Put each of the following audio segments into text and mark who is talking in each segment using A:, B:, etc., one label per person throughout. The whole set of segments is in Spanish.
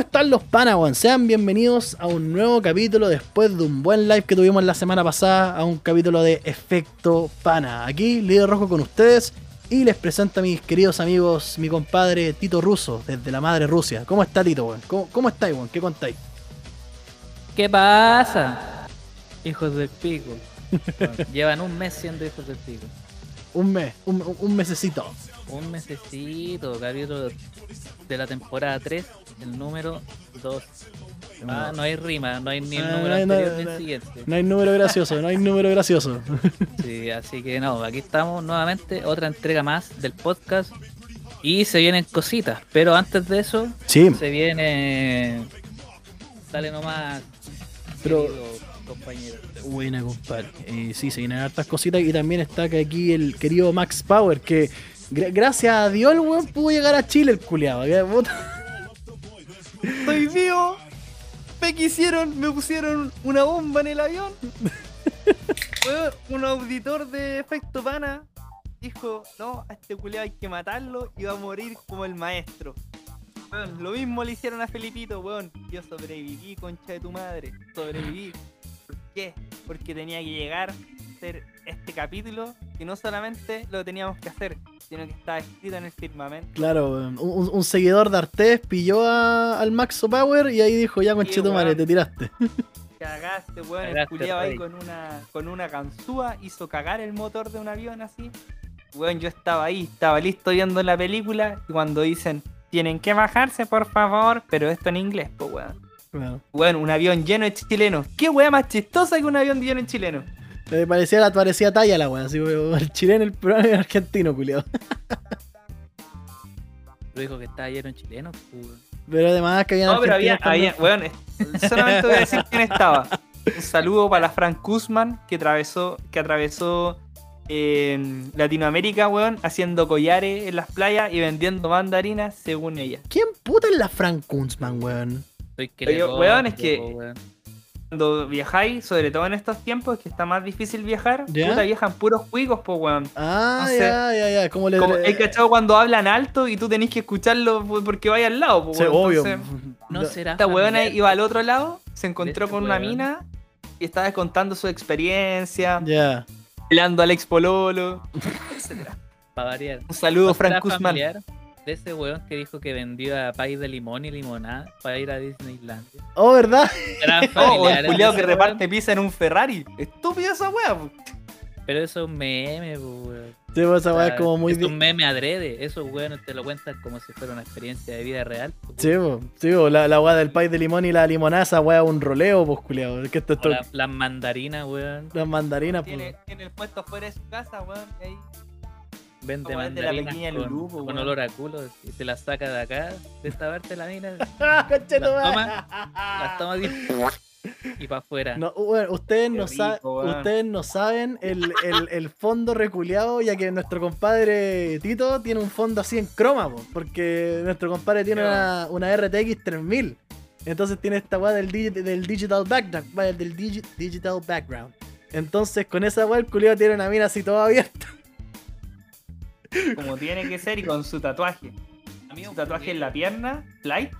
A: están los panas, weón? Sean bienvenidos a un nuevo capítulo después de un buen live que tuvimos la semana pasada, a un capítulo de Efecto Pana. Aquí, líder rojo con ustedes, y les presento a mis queridos amigos, mi compadre Tito Russo, desde la madre Rusia. ¿Cómo está Tito, weón? ¿Cómo, cómo estáis, weón? ¿Qué contáis?
B: ¿Qué pasa? Hijos del pico. Bueno, llevan un mes siendo hijos del pico.
A: Un mes, un, un mesecito.
B: Un mesecito, capítulo de la temporada 3, el número 2. Ah, no hay rima, no hay ni el
A: Ah,
B: número
A: no,
B: anterior
A: no,
B: ni
A: no.
B: el siguiente.
A: No hay número gracioso, no hay número gracioso.
B: Sí, así que no, aquí estamos nuevamente, otra entrega más del podcast. Y se vienen cositas, pero antes de eso,
A: Sí,
B: se viene. Dale nomás,
A: Pero-
B: querido compañero.
A: Buena, compadre. Eh, sí, se vienen hartas cositas y también está que aquí el querido Max Power, que gra- gracias a Dios el weón pudo llegar a Chile el culiado.
C: Estoy vivo. Me quisieron, me pusieron una bomba en el avión. Weón, un auditor de efecto pana dijo, no, a este culiao hay que matarlo y va a morir como el maestro. Weón, lo mismo le hicieron a Felipito, weón. Yo sobreviví, concha de tu madre. Sobreviví. ¿Por qué? Porque tenía que llegar a hacer este capítulo que no solamente lo teníamos que hacer, sino que estaba escrito en el firmamento.
A: Claro, weón. un, un- un seguidor de Artés pilló a- al Max Power y ahí dijo, ya conchito madre,
C: weón.
A: te tiraste.
C: Cagaste, weón, el
B: Cagaste,
C: culiao ahí
B: rey.
C: con una, con una ganzúa, hizo cagar el motor de un avión así. Weón, yo estaba ahí, estaba listo viendo la película y cuando dicen, tienen que bajarse, por favor, pero esto en inglés, pues weón.
A: Claro.
C: Weón, un avión lleno de chilenos. ¿Qué weá más chistosa que un avión lleno de chilenos?
A: Le parecía, la- parecía talla la weón, así weón, el chileno, el peruano y el argentino, culiado.
B: Lo dijo que está ayer un chileno. pues.
A: Pero además que había
C: No, pero había, había, weón, es- solamente voy a decir quién estaba. Un saludo para la Frank Kuzman que atravesó, que atravesó eh, Latinoamérica, weón, haciendo collares en las playas y vendiendo mandarinas según ella.
A: ¿Quién puta es la Frank Kunzman, weón?
B: Estoy que
C: Oye,
B: le compro,
C: weón, es que-
B: po, weón.
C: Cuando viajáis, sobre todo en estos tiempos que está más difícil viajar,
A: ¿Ya?
C: puta viajan puros cuicos, po weón.
A: Ah,
C: No sé.
A: ya, ya, ya, como le...
C: Como el cachado cuando hablan alto y tú tenés que escucharlo po- porque vaya al lado, po
A: Sí,
C: weón.
A: obvio.
C: Entonces,
B: No será.
C: Esta weona
B: familiar.
C: iba al otro lado, se
B: Ah, De
C: encontró
B: este
C: con una
B: weón.
C: mina y estaba contando su experiencia,
A: Ya.
C: hablando al ex pololo.
B: Para variar.
C: Un saludo,
B: ¿No será
C: Frank Guzmán.
B: familiar De ese weón que dijo que vendió a país de limón y limonada para ir a Disneylandia.
A: Oh, ¿verdad?
B: Era
C: Oh, o
B: familiar
C: el
B: de
C: culiao
B: ese
C: que
B: weón,
C: reparte pizza en un Ferrari. Estúpida esa wea, po.
B: Pero eso es un meme, po, weón.
A: Sí, pues esa
B: O
A: weá
C: Ah,
B: sea,
A: es como muy.
B: es
A: di-
B: un meme adrede. Esos weones te lo cuentan como si fuera una experiencia de vida real. po,
A: Sí,
B: weón.
A: po, sí, po, la, la weá del pay de limón y la limonada, esa weá es un roleo, pues, culiado. Es que esto,
B: O
A: esto
B: la- Las mandarinas, weón.
A: las mandarinas,
C: Tiene,
A: pues.
C: tiene el puesto fuera de su casa, weón. y ahí-
B: Vende
C: Como es de la
B: mandarinas
C: pequeña
B: con,
C: Lulú, po,
B: con
C: weón.
B: olor a culo. Y te las saca de acá, de esta parte la mina.
A: ¡Ah, conche tu
B: Las
A: madre!
B: las toma así, y para afuera.
A: No, bueno, ustedes,
C: Qué
A: no
C: rico,
A: sa-
C: weón.
A: ustedes no saben el, el- el fondo reculeado, ya que nuestro compadre Tito tiene un fondo así en croma, po, porque nuestro compadre tiene
C: Qué
A: una, una RTX 3000. Entonces tiene esta weá del, digi- del digital background. va, Del digi- digital background. Entonces con esa weá el culiado tiene una mina así toda abierta.
C: como tiene que ser y con su tatuaje. Su tatuaje en la pierna, flight,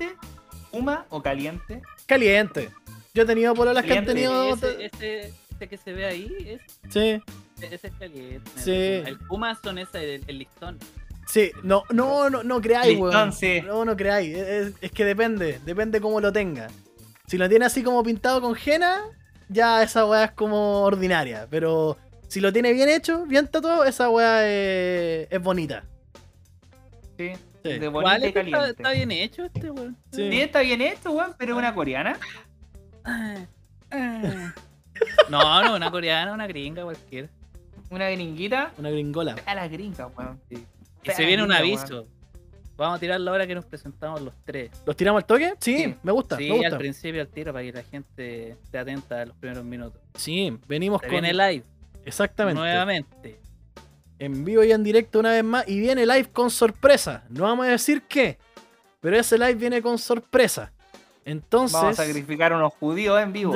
C: huma o caliente.
A: Caliente. Yo he tenido pololas que han
C: Caliente.
A: tenido.
B: Ese, ese- ese que se ve ahí, es,
A: Sí.
B: ese es caliente.
A: Sí.
B: El Puma son ese, el, el listón.
A: Sí, no, no, no, no creáis, weón.
C: Listón, sí.
A: No, no creáis. Es, es que depende, depende cómo lo tenga. Si lo tiene así como pintado con jena, ya esa weá es como ordinaria. Pero si lo tiene bien hecho, bien tatuado, esa weá es, es bonita.
C: Sí.
A: Sí.
C: De
B: ¿Cuál
C: bonito
B: es
C: y
B: que este está, está
C: caliente.
B: bien hecho este, weón?
A: Sí.
C: Sí, está bien esto, weón, pero es una coreana.
B: No, no, una coreana, una gringa, cualquiera.
C: Una gringuita.
A: Una gringola.
C: A las gringas, weón.
B: Y se viene un aviso. Vamos a tirar la hora que nos presentamos los tres.
A: ¿Los tiramos al toque? Sí,
C: Sí.
A: me gusta,
B: Sí,
A: me gusta.
B: al principio al tiro para que la gente esté atenta a los primeros minutos.
A: Sí, venimos
B: Se
A: con.
B: viene live
A: Exactamente.
B: nuevamente.
A: en vivo y en directo una vez más y viene live con sorpresa. No vamos a decir qué, pero ese live viene con sorpresa. Entonces,
C: Vamos a sacrificar a unos judíos en vivo.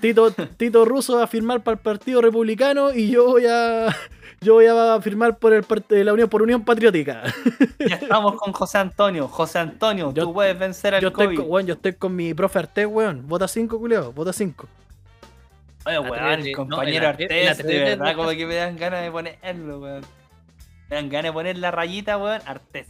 A: Tito, Tito Russo va a firmar para el Partido Republicano y yo voy a, yo voy a firmar por, el, part- la Unión, por Unión Patriótica.
C: Ya estamos con José Antonio. José Antonio,
A: Yo-
C: tú puedes vencer al
A: Yo estoy,
C: COVID.
A: con, weón, yo estoy con mi profe Artés, weón. Vota 5, culiao, vota 5.
C: Oye,
B: La
C: weón,
B: terrible-
C: el
B: no,
C: compañero
B: la-
C: Artés,
B: la
C: de
B: terrible
C: verdad,
B: roja.
C: como que me dan ganas de ponerlo, weón. Me dan ganas de poner la rayita, weón, Artés.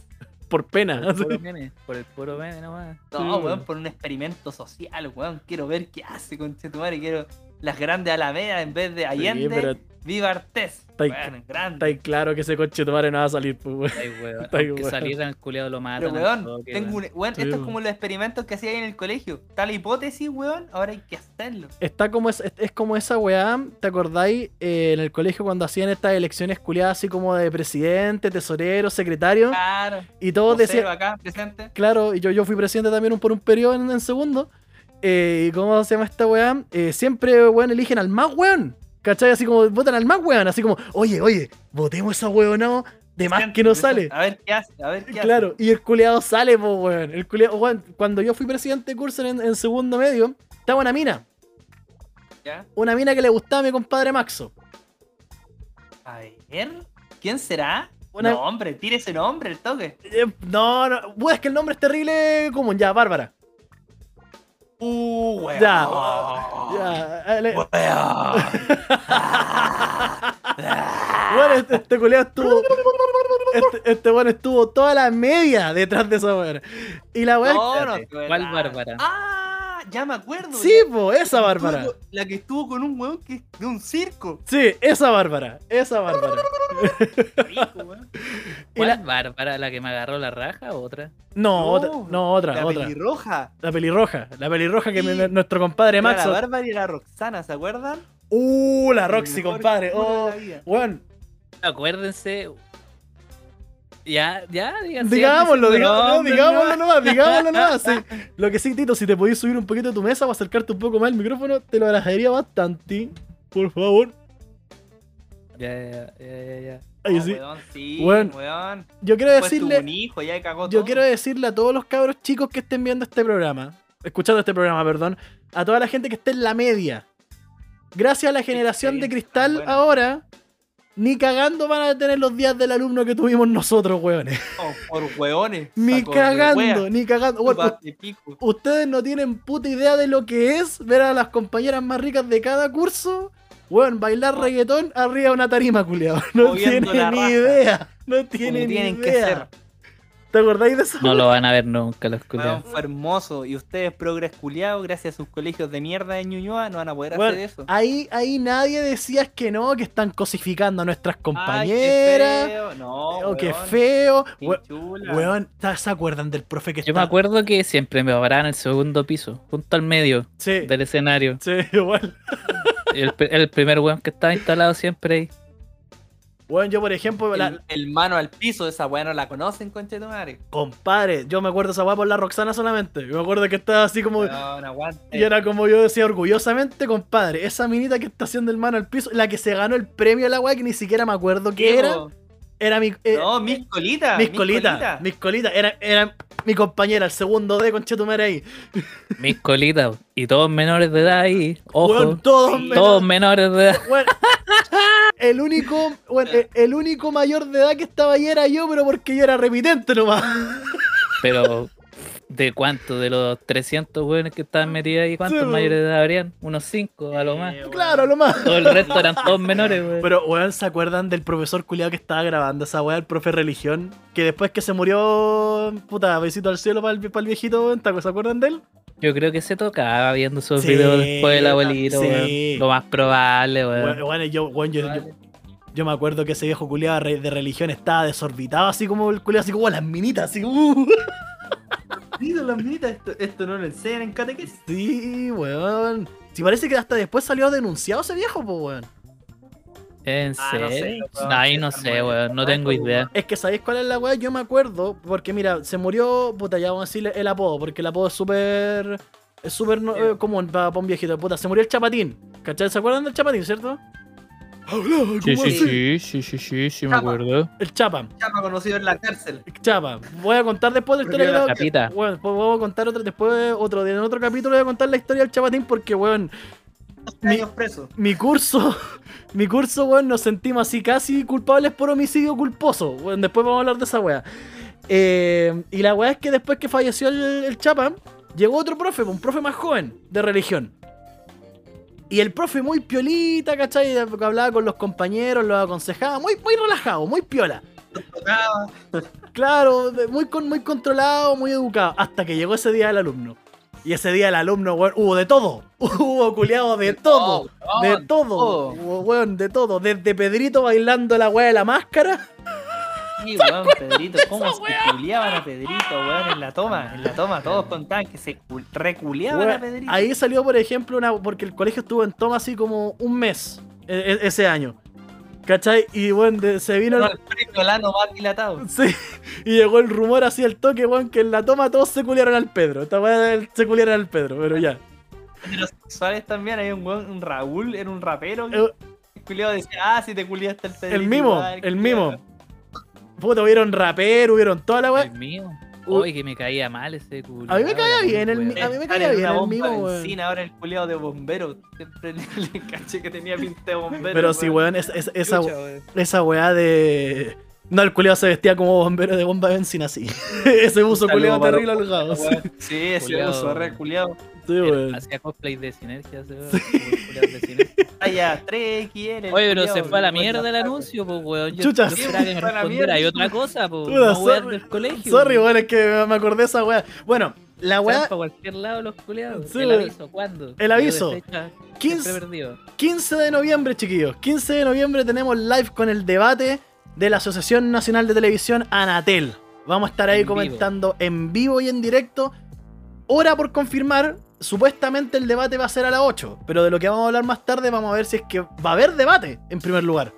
A: Por pena.
B: Por el puro meme, por el puro meme nomás.
C: No,
A: Sí,
C: weón,
A: weón.
C: por un experimento social, weón. Quiero ver qué hace con madre. Quiero las grandes alamedas en vez de Allende.
A: pero
C: Viva Artés.
A: ahí-
C: Weón, grande.
A: está ahí claro que ese coche tomare no va a salir, pues, weón.
B: Ay, weón,
A: Está ahí,
B: aunque
A: weón.
B: salieran el culeado lo matan.
C: Pero,
B: al
C: weón,
B: toque,
C: tengo
B: weón.
C: un- weón,
A: Sí,
C: esto es
A: weón.
C: como los experimentos que hacía ahí en el colegio. Tal hipótesis, weón, ahora hay que hacerlo.
A: Está como es, es como esa weá, ¿te acordáis? Eh, en el colegio cuando hacían estas elecciones culiadas así como de presidente, tesorero, secretario.
C: Claro.
A: Y todos
C: vocero
A: decían,
C: acá, presente.
A: claro, y yo, yo fui presidente también un- por un periodo en, en segundo. Eh, ¿y ¿Cómo se llama esta weá? Eh, siempre, weón, eligen al más weón. ¿Cachai? Así como votan al más weón. Así como, oye, oye, votemos a weón, no. De más que no sale.
C: Presente. A ver qué hace, a ver Ah, qué hace.
A: Claro, y el culeado sale, po, weón. El culeado, weón, cuando yo fui presidente de curso en, en segundo medio, estaba una mina.
C: ¿Ya?
A: Una mina que le gustaba a mi compadre Maxo.
C: A ver, ¿quién será?
A: Una-
C: No, hombre, tire ese nombre, el toque.
A: Eh, no, no, weón, es que el nombre es terrible común. Ya, Bárbara.
C: Uh, weón.
A: Ya. Ya, eh, le-
C: Weón.
A: weón, este, este culeado estuvo. Este, este weón estuvo toda la media detrás de esa weón. Y la weón.
C: No, no,
B: Espérate,
C: te voy a
B: ¿cuál
C: dar.
B: Bárbara?
C: Ah, ya me acuerdo.
A: sí,
C: la-
A: po, esa
C: la que estuvo
A: Bárbara.
C: con- La que estuvo con un weón que de un circo.
A: Sí, esa Bárbara. Esa Bárbara.
C: Rico, weón.
A: Y la-
B: ¿Cuál Bárbara? ¿La que me agarró la raja o otra?
A: No,
C: No,
A: otra. No, otra,
C: La
A: otra.
C: pelirroja.
A: La pelirroja. La pelirroja que
C: Sí.
A: me- nuestro compadre
C: Era La
A: Maxo.
C: Bárbara y la Roxana, ¿se acuerdan?
A: Uh, la
C: El
A: Roxy,
C: mejor
A: compadre.
C: culo de
A: Oh,
C: la vida.
A: weón.
B: Acuérdense. Ya, ya, digan.
A: Digámoslo,
B: sigan
A: digámoslo,
B: diciendo
A: digámoslo
B: nombres,
A: nomás, digámoslo nomás. sí. Lo que sí, Tito, si te podías subir un poquito a tu mesa o acercarte un poco más al micrófono, te lo agradecería bastante. Por favor.
B: ¿no? Ya, ya, ya, ya, ya.
A: Ahí
C: Oh,
A: sí.
C: weón, sí,
A: Weón.
C: weón.
A: Yo quiero
C: Después tuvo un
A: decirle.
C: hijo, ya cagó
A: Yo
C: todo.
A: quiero decirle a todos los cabros chicos que estén viendo este programa. Escuchando este programa, perdón. A toda la gente que esté en la media. Gracias a la generación de
C: experiencia tan
A: cristal
C: buena.
A: ahora. Ni cagando van a tener los días del alumno que tuvimos nosotros, weones.
C: Oh, por hueones.
A: Ni
C: saco de wea.
A: cagando, ni cagando. Ah, Bueno,
C: Chupa de pico.
A: u- ustedes no tienen puta idea de lo que es ver a las compañeras más ricas de cada curso. Weón, bailar reggaetón arriba de una tarima, culiado. No
C: Ah. Moviendo la
A: tienen ni
C: raja.
A: idea. No tienen
C: Como
A: ni
C: tienen que
A: idea.
C: ser.
A: ¿Te acordáis de eso?
B: No lo van a ver nunca los
C: Weón,
B: culeados.
C: fue hermoso. Y ustedes, progres culiados, gracias a sus colegios de mierda de Ñuñoa, no van a poder
A: Weón, ah,
C: hacer eso.
A: Ahí, ahí nadie decía que no, que están cosificando a nuestras
C: Ay, qué
A: compañeras.
C: feo. No,
A: o que
C: weón,
A: Oh, feo.
C: qué
A: We-
C: chula.
A: Weón, ¿ta- ¿se acuerdan del profe que
B: Yo me
A: está-
B: acuerdo que siempre me paraban en el segundo piso, junto al medio
A: Sí,
B: del escenario.
A: sí, igual.
B: El, pe- el primer weón que estaba instalado siempre ahí.
A: Weón, yo por ejemplo,
C: El,
A: la-
C: el mano al piso, esa weá no la conocen, conche tu madre.
A: Compadre, yo me acuerdo esa weá por la Roxana solamente. Yo me acuerdo que estaba así como.
C: Weón, aguante.
A: Y era como yo decía orgullosamente, compadre, esa minita que está haciendo el mano al piso, la que se ganó el premio a la weá, que ni siquiera me acuerdo qué
C: Sí,
A: era.
C: po.
A: Era mi. eh,
C: no, mis colitas.
A: mis colitas. Mis colitas. Era, era mi compañera, el segundo de conchetumare ahí.
B: Mis colitas. Y todos menores de edad ahí. Ojo.
A: Weón, todos
C: Sí.
A: menos-
B: todos menores de edad.
A: weón, el único. weón, eh, el único mayor de edad que estaba ahí era yo, pero porque yo era repitente nomás.
B: Pero, ¿de cuánto? De los 300 weones que estaban metidos ahí, ¿cuántos
A: Sí,
B: mayores de edad habrían? Unos 5 a lo más.
A: Claro, lo más.
B: Todo el resto eran todos menores, weón.
A: Pero, weón, ¿se acuerdan del profesor culiado que estaba grabando esa weá, el profe religión? Que después que se murió, puta, besito al cielo para el, viejito, weón, ¿te- ¿se acuerdan de él?
B: Yo creo que se tocaba viendo esos
A: Sí,
B: videos después del abuelito,
A: sí.
B: weón. Lo más probable,
A: Weón,
B: weón.
A: weón, yo, weón, yo, yo, yo me acuerdo que ese viejo culiado re- de religión estaba desorbitado, así como el culiado, así como las minitas, así como. uh.
C: las minitas, esto, esto no lo enseñan en catequesis.
A: Sí, weón. Si parece que hasta después salió denunciado ese viejo, pues, weón.
B: ¿En
C: Ah, no sé,
B: serio?
C: weón,
B: Ay,
C: sí,
B: no
C: está
B: sé,
C: muerto.
B: weón. No tengo idea.
A: Es que sabéis cuál es la weá, yo me acuerdo, porque mira, se murió, puta, ya vamos a decirle el apodo, porque el apodo es súper. Es súper no- eh, común para, un viejito, puta, se murió el chapatín. ¿Cachai? ¿Se acuerdan del chapatín, cierto? Hablaba como así.
B: sí, sí, sí, sí, sí,
C: me
B: acuerdo.
A: El chapa,
C: Chapa conocido en la cárcel.
A: el chapa. Voy a contar después de la
C: Porque
A: historia de
C: la
A: la-
B: Capita.
A: Bueno, después vamos a contar otra, después de otro, en otro capítulo voy a contar la historia del chapatín porque, weón, mi,
C: años preso.
A: mi curso, mi curso, weón, nos sentimos así casi culpables por homicidio culposo. Weón, después vamos a hablar de esa weá. Eh, y la weá es que después que falleció el, el Chapa, llegó otro profe, un profe más joven de religión. Y el profe muy piolita, ¿cachai? Hablaba con los compañeros, los aconsejaba, muy, muy relajado, muy piola. Claro, de- muy, con, muy controlado, muy educado. Hasta que llegó ese día del alumno. Y ese día el alumno, weón, hubo de todo. Hubo culiado de todo.
C: Oh,
A: De todo.
C: todo.
A: Hubo, weón, de todo. Desde Pedrito bailando la weá de la máscara.
C: Sí, weón, Pedrito, cómo se culiaban a Pedrito, weón, en la toma, en la toma, todos contaban que se cul- reculeaban a
A: Weón,
C: Pedrito.
A: ahí salió, por ejemplo, una, porque el colegio estuvo en toma así como un mes e- e- ese año. ¿Cachai? Y bueno, de- se vino el,
C: el premio Lano más dilatado.
A: Sí, y llegó el rumor así al toque, weón, que en la toma todos se culiaron al Pedro. Esta weá del- se culiaron al Pedro, pero ya.
C: Heterosexuales también, hay un weón, un Raúl, era un rapero.
A: Eh,
C: El culiado decía, ah, si te culiaste el Pedrito.
A: El mimo,
C: igual,
A: el
C: culiao".
A: mimo. Puta, hubieron rapero, hubieron toda la
B: El
A: weá.
B: mío. Uy, que me caía mal ese culo.
A: A mí me caía bien el
B: mío.
A: mi- A mí me
C: Eh,
A: caía
C: era
A: bien
C: una
A: el
C: bomba
A: mimo,
C: de
A: weón.
C: encina, ahora el culiado de bombero. Siempre le, le caché que tenía pinta de bombero.
A: Pero sí, weón, es- es- esa,
C: Chucha, weón.
A: esa weá de. No, el culiado se vestía como bombero de bomba de benzina, así. Ese buzo
C: Saludo
A: culiado
C: para
A: terrible
C: los-
A: holgado. Sí,
C: Weón, Sí, ese
B: Culiao.
C: uso re culiado.
A: weón.
B: Hacía cosplay de sinergia. ese weón, culiao de sinergia.
C: Talla 3XL. el
B: Oye, pero se
C: culiao,
B: fue a la
C: weón,
B: mierda el
C: saco.
B: anuncio, pues, weón. Yo
A: Chucha,
B: yo
A: sí.
B: esperaba que me
C: Fue a la
B: respondiera. Hay
C: mierda.
B: otra cosa, pues.
A: Puta,
B: No weón
A: sorry-
B: del colegio.
A: Sorry,
B: weón.
A: weón, es que me acordé de esa weá. Bueno, la weá.
B: Para cualquier lado los culiados.
A: Sí,
B: el
A: weón.
B: aviso, ¿cuándo?
A: El aviso.
B: Yo de fecha
A: 15,
B: siempre perdido.
A: 15 de noviembre, chiquillos. 15 de noviembre tenemos live con el debate de la Asociación Nacional de Televisión Anatel. Vamos a estar ahí
B: En vivo.
A: comentando en vivo y en directo. Hora por confirmar. Supuestamente el debate va a ser a las 8, pero de lo que vamos a hablar más tarde vamos a ver si es que va a haber debate en primer lugar.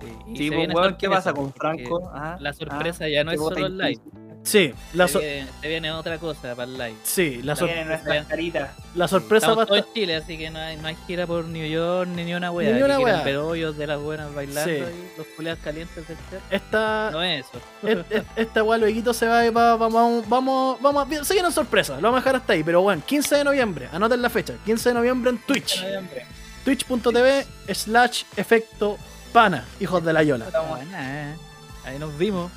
B: Y
C: Sí,
B: se
C: pues,
B: viene
C: weón, ¿qué
B: sorpresa,
C: pasa con
B: porque
C: Franco? Ah,
B: La sorpresa ya no
C: que
B: es
C: vota
B: solo el live.
A: Sí, la,
B: Se
A: so-
B: viene, se viene otra cosa para el live.
A: sí, la,
C: incluso.
A: sor-
C: Vienen nuestras caritas.
A: la sorpresa va a
B: Estamos todos
A: estar.
B: en Chile, así que no hay, no hay gira por New York ni ni una wea.
A: Ni
B: Ni
A: una
B: una
A: wea.
B: Pero hoyos de las buenas bailando
A: Sí. Ah.
B: y los culeados calientes del set.
A: Esta,
B: No es eso.
A: Et- et- Esta weá, lueguito se va, va- vamos, vamos, vamos, a- se vienen sorpresas, lo vamos a dejar hasta ahí, pero bueno, 15 de noviembre, anoten la fecha, 15 de noviembre en Twitch, twitch.tv slash efecto pana, hijos de la yola.
B: Ah, buena, eh. Ahí nos vimos.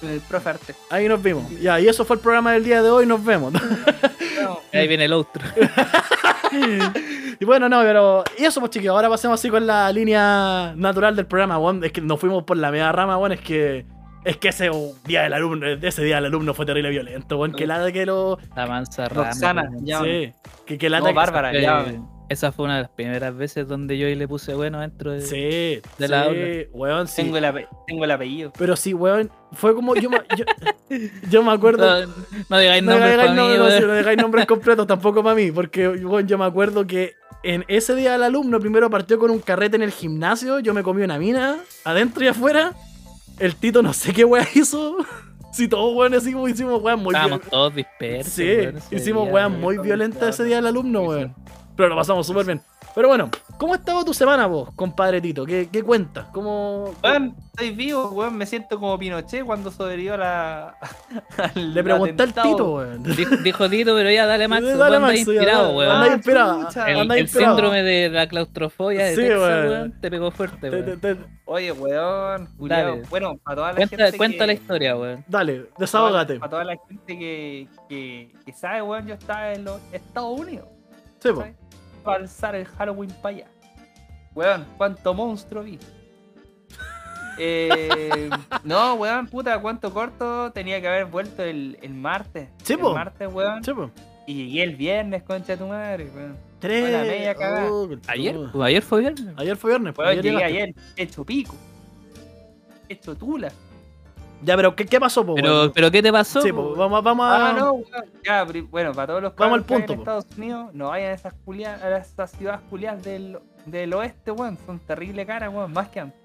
C: El profe Arte.
A: Ahí nos vimos. Ya, y eso fue el programa del día de hoy, nos vemos.
C: No,
B: Ahí viene el otro.
A: y bueno, no, pero, y eso pues chicos, ahora pasemos así con la línea natural del programa, weón, es que nos fuimos por la media rama, weón, es que... Es que ese día del alumno, ese día del alumno fue terrible violento, weón, que la que lo...
B: La mansa rama,
C: Roxana,
B: weón.
C: ya.
A: Sí, que, que lata
C: No,
A: que-
C: Bárbara,
B: Eh,
C: ya.
B: esa fue una de las primeras veces donde yo le puse bueno dentro de.
A: Sí,
B: de
A: sí,
B: la aula.
A: weón, sí.
C: Tengo el ape- tengo el apellido.
A: Pero sí, weón, fue como yo me, yo, yo me acuerdo.
B: No, no digáis
A: No
B: nombres
A: digáis
B: para mí,
A: nombres, no,
B: weón.
A: sí, no digáis nombres completos tampoco para mí, porque weón, yo me acuerdo que en ese día el alumno primero partió con un carrete en el gimnasio, yo me comí una mina, adentro y afuera. El Tito no sé qué weón hizo. Si todos weón hicimos, hicimos weón muy
B: Estábamos
A: violentas.
B: todos dispersos.
A: Sí,
B: weón, ese
A: hicimos
B: día,
A: weón
B: weón.
A: muy
C: todo
A: violentas ese
C: viciado.
A: día del alumno, weón. Pero lo pasamos súper bien. Pero bueno, ¿cómo ha estado tu semana vos, compadre Tito? ¿Qué, qué cuentas? ¿Cómo,
C: Weón, estoy vivo, weón. Me siento como Pinochet cuando sobrevivió a la. al
A: Le pregunté al
C: atentado.
A: Tito, weón.
B: Dijo, dijo Tito, pero ya dale Max.
A: Dale,
B: Dale
A: Maxo, ya,
B: inspirado,
A: dale.
B: weón.
A: Anda
C: Ah,
A: inspirado.
C: chucha.
B: El,
A: Anda
B: el
A: inspirado.
B: síndrome de la claustrofobia de
A: Sí,
B: Texas,
A: weón.
B: weón, te pegó fuerte,
A: Te- te-
B: weón.
A: te-
C: Oye, weón. culiao.
B: Dale.
C: Bueno, para toda la
B: Cuenta,
C: gente.
B: cuenta
C: que-
B: la historia, weón.
A: Dale, desahógate.
C: Para toda la gente que, que, que sabe, weón, yo estaba en los Estados Unidos.
A: Sí, po.
C: Para alzar el Halloween para allá. Weón, cuánto monstruo vi. Eh, no, weón, puta, cuánto corto tenía que haber vuelto el, el martes.
A: Sí,
C: el
A: po.
C: martes, weón.
A: Sí, po.
C: Y llegué el viernes, concha de tu madre, weón. Hola,
A: Tres.
C: media cagada.
A: Oh, concha
B: Ayer,
A: tu madre.
B: pues, ayer fue viernes.
A: Ayer fue viernes. pues,
C: Weón,
A: ayer
C: llegué
A: llegaste.
C: ayer hecho pico. Hecho tula.
A: Ya, pero ¿qué, qué pasó, po?
B: Pero,
A: weón?
B: pero ¿qué te pasó?
A: Sí, pues, po, Vamos, vamos a.
C: Ah, no, weón. Ya, pri- bueno, para todos los
A: Vamos al
C: cabros que vayan
A: punto,
C: a
A: po.
C: Estados Unidos, no vayan a esas, culiadas, a esas ciudades culiadas del, del oeste, weón. Son terrible caras, weón, más que antes.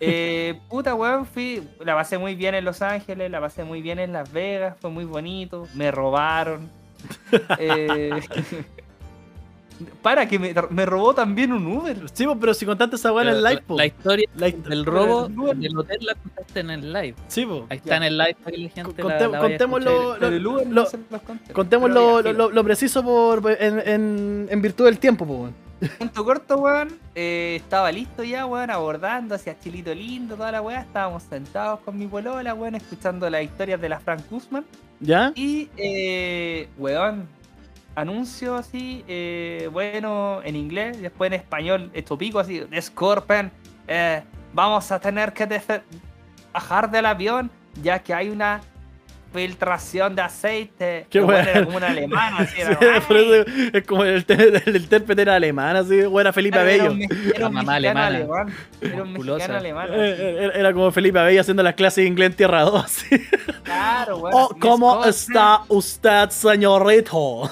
C: Eh, puta, weón, fui. La pasé muy bien en Los Ángeles, la pasé muy bien en Las Vegas, fue muy bonito. Me robaron. Eh, para, que me, me robó también un Uber.
A: Sí, po, pero si contaste esa weá en
B: Pero
A: el
B: la-
A: live, pues. po.
B: La historia
A: La-
B: del robo
C: Pero-
B: del hotel la contaste en el live.
A: Sí, po.
B: Ahí está en el live para que la gente la-
A: Contem-
B: la vaya a
A: contémoslo-
B: escuchar.
A: Lo-
C: Pero el Uber
A: lo-
C: no se los conté.
A: Contemos
C: Pero
A: lo,
C: ya,
A: lo- lo preciso por, en, en, en virtud del tiempo, po. weón.
C: Punto corto, weón. eh, estaba listo ya, weón, abordando hacia Chilito Lindo, toda la weá. Estábamos sentados con mi polola, weón, escuchando las historias de la Frank Guzman.
A: ¿Ya?
C: Y, eh, weón, anuncio así, eh, bueno, en inglés, después en español, estopico así, disculpen, eh, vamos a tener que defe- bajar del avión, ya que hay una filtración de aceite.
A: Qué
C: El weón
A: weón.
C: era como un alemán, así, era,
A: Sí, por
C: "Ay".
A: eso es como el, inter- el intérprete era alemán, así, o era Felipe
C: Claro, Era
A: Abello.
C: un,
A: Eh,
C: me- era un
B: La mamá
C: mexicano
B: alemana.
C: alemán. Era un mexicano
B: Musculosa.
C: alemán. así.
A: eh, Era como Felipe Abello haciendo las clases de inglés en Tierra 2. así.
C: Claro, weón.
A: Oh,
C: Miss
A: ¿Cómo
C: Cosner,
A: está usted, señorito?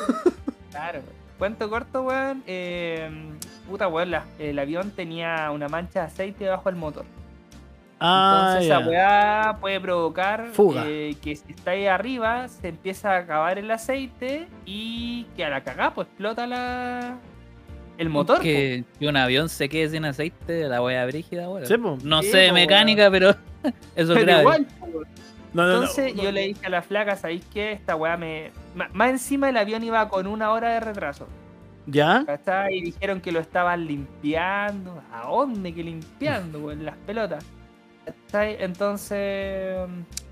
C: Claro. Cuento corto, weón. eh, puta, weón, la- el avión tenía una mancha de aceite bajo el motor.
A: Ah,
C: Entonces
A: ya.
C: esa weá puede provocar
A: Fuga.
C: eh, que si está ahí arriba se empieza a acabar el aceite y que a la cagá pues explota la... el motor. pues.
B: Que, que un avión se quede sin aceite, la wea brígida, weón.
A: pues. Sí, po.
B: No
C: Sí,
B: sé de
C: po,
B: mecánica, pero
C: po.
B: eso es
C: Pero
B: grave.
C: igual,
A: No, no, no.
C: Entonces yo le dije a la flaca, ¿sabéis qué? Esta weá me... ma- Más encima el avión iba con una hora de retraso.
A: ¿Ya?
C: ¿Cachai? Y dijeron que lo estaban limpiando. ¿A dónde que limpiando, weón? Las pelotas. ¿Cachai? Entonces,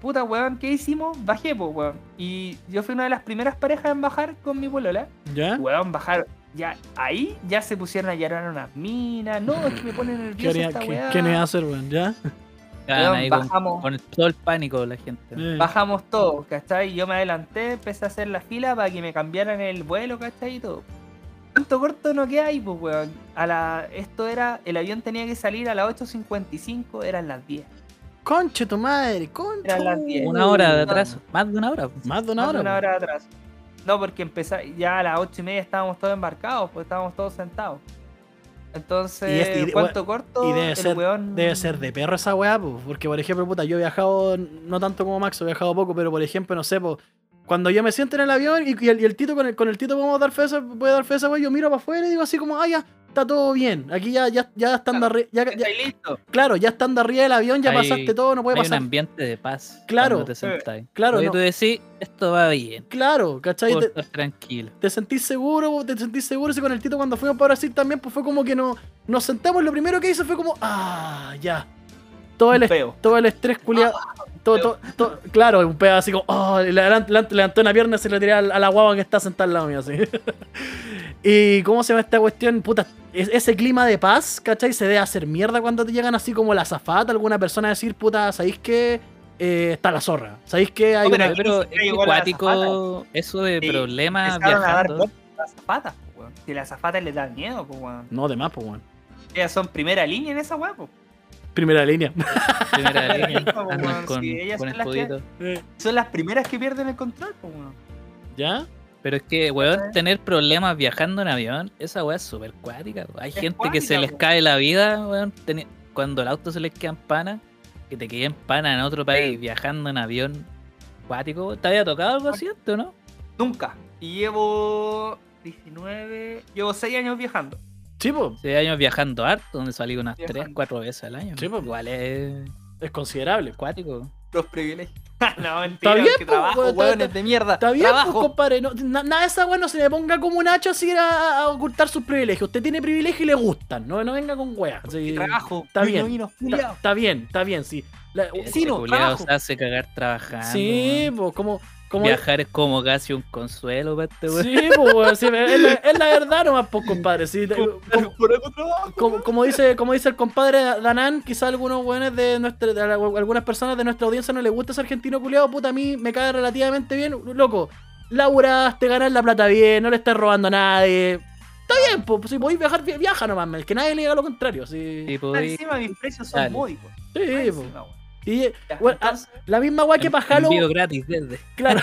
C: puta, weón, ¿qué hicimos? Bajé, pues, weón. Y yo fui una de las primeras parejas en bajar con mi polola.
A: ¿Ya?
C: Weón, bajar. Ya, ahí ya se pusieron a llorar unas minas. No, es que me pone
A: ¿Qué,
C: nervioso
A: haría,
C: esta
A: qué-
C: weá.
A: qué me va a hacer, weón? ¿Ya?
B: Estaban
C: Weón,
B: ahí con,
C: bajamos.
B: con todo el pánico de la gente.
A: Eh.
C: Bajamos todos, ¿cachai? Yo me adelanté, empecé a hacer la fila para que me cambiaran el vuelo, ¿cachai? Y todo. Tanto corto no queda ahí, pues, weón. A la... Esto era. El avión tenía que salir a las 8.55, eran las 10.
A: Conche tu madre, conche.
C: Eran las 10.
B: Una hora de
C: No,
B: atraso, más de una hora. po.
A: Más de una
C: Más
A: hora. pues.
C: de una
A: po.
C: hora de atraso. No, porque empezá... ya a las 8 y media estábamos todos embarcados, pues estábamos todos sentados. Entonces,
A: Y es- y de-
C: cuánto corto,
A: y debe
C: el
A: ser-
C: weón-
A: Debe ser de perro esa weá, po, porque por ejemplo, puta, yo he viajado, no tanto como Max, he viajado poco, pero por ejemplo, no sé, po, cuando yo me siento en el avión y, y el, y el tito con el, con el tito podemos dar fe, a esa- puede dar fe a esa weá, yo miro para afuera y digo así como, ah, ya, está todo bien, aquí ya, ya, ya estando
C: Claro,
A: arri- ya- ya-
C: ¿Estáis listos?
A: claro, ya estando arriba del avión, ya
B: Hay-
A: pasaste todo, no puede
B: Hay un
A: pasar.
B: ambiente de paz.
A: Claro,
C: eh,
B: cuando te sentás.
A: claro,
B: Porque
A: no.
B: tú decís, esto va bien.
A: Claro, ¿cachai?
B: puedo
A: Te,
B: estar tranquilo.
A: te sentís seguro, po, te sentís seguro, y con el tito cuando fuimos para Brasil también, pues fue como que no, nos sentamos, lo primero que hizo fue como, ah, ya. Todo el,
C: Feo.
A: todo el estrés culiado.
C: Ah,
A: Todo, todo, todo- claro, un pedo así como, oh, le adelant- le- levantó una pierna y se lo tiré al- a la guagua que está sentada al lado mío, así. y cómo se llama esta cuestión, puta, es- ese clima de paz, ¿cachai? Se debe hacer mierda cuando te llegan así como la zafata, alguna persona a decir, puta, ¿sabéis que está la zorra? ¿Sabéis que hay
C: No,
A: una...
C: pero
B: Pero, pero
C: siempre
B: es
C: llegó la
B: acuático eso de
C: Sí,
A: Ah,
B: problemas
C: Empezaron a dar
B: viajando.
C: golpes a las zapatas, pues, weón. Si las zapatas les dan miedo, pues, weón.
A: No, de más, pues, weón.
C: Ellas son primera línea en esa weá, pues. po.
A: Primera línea.
B: Primera
C: Claro,
B: línea.
C: como,
B: Andan
C: weón,
B: con,
C: sí, ellas
B: con
C: son las que-
B: escuditos.
C: Son las primeras que pierden el control, po, weón.
A: ¿Ya?
B: Pero es que, weón,
C: ¿Cachai?
B: tener problemas viajando en avión, esa weá es súper cuática. weón. Hay
C: Es
B: gente que se
C: cuática,
B: les
C: weón.
B: cae la vida, weón, teni- cuando el auto se les queda en pana, que te queden pana en otro país viajando en avión cuático. weón. ¿Te había tocado algo así, antes o no?
C: Nunca. Y llevo 19. Llevo 6 años viajando.
A: Sí, pues,
B: Seis años viajando harto, donde salí unas tres,
C: Viajando.
B: cuatro veces al año.
A: Sí, pues.
B: Igual es
A: es considerable.
B: cuático.
C: Los privilegios. no, mentira,
A: bien,
C: que
A: po,
C: trabajo,
A: weón, está-
C: weones de mierda.
A: Está bien, pues,
C: trabajo.
A: compadre. no- na- nada de esa weá no se le ponga como un hacha así a, a ocultar sus privilegios. Usted tiene privilegios y le gustan, no, no venga con weá.
C: que
A: Sí,
C: trabajo.
A: está bien.
C: Genuinos,
A: Está,
C: culiao.
A: está bien, está bien, sí. La-
C: Uh,
B: Ese
A: sí, no,
B: culiao
A: trabajo.
B: se hace cagar trabajando.
A: Sí,
B: weón.
A: pues, como. como
B: Viajar es como casi un consuelo para este weón.
A: Sí, pues, weón, sí, es, la, es la verdad nomás, pues, compadre. Sí, te- como-
C: Por algo trabajo.
A: como, como dice, como dice el compadre Danán, quizá algunos weones de nuestra, de al- algunas personas de nuestra audiencia no les gusta ese argentino culiado, puta, a mí me cae relativamente bien, loco. Laburás, te ganas la plata bien, no le estás robando a nadie. Está bien, po, si podéis viajar, vi- viaja nomás, men, que nadie le diga lo contrario. Sí, sí,
B: Tipo, y-
C: Encima mis precios son
B: Dale.
C: módicos.
A: po.
C: Encima, weón.
A: Y, eh,
C: Ya,
A: bueno, ah,
C: entonces,
A: la misma guay que para Halloween.
B: Envío gratis desde.
A: Claro.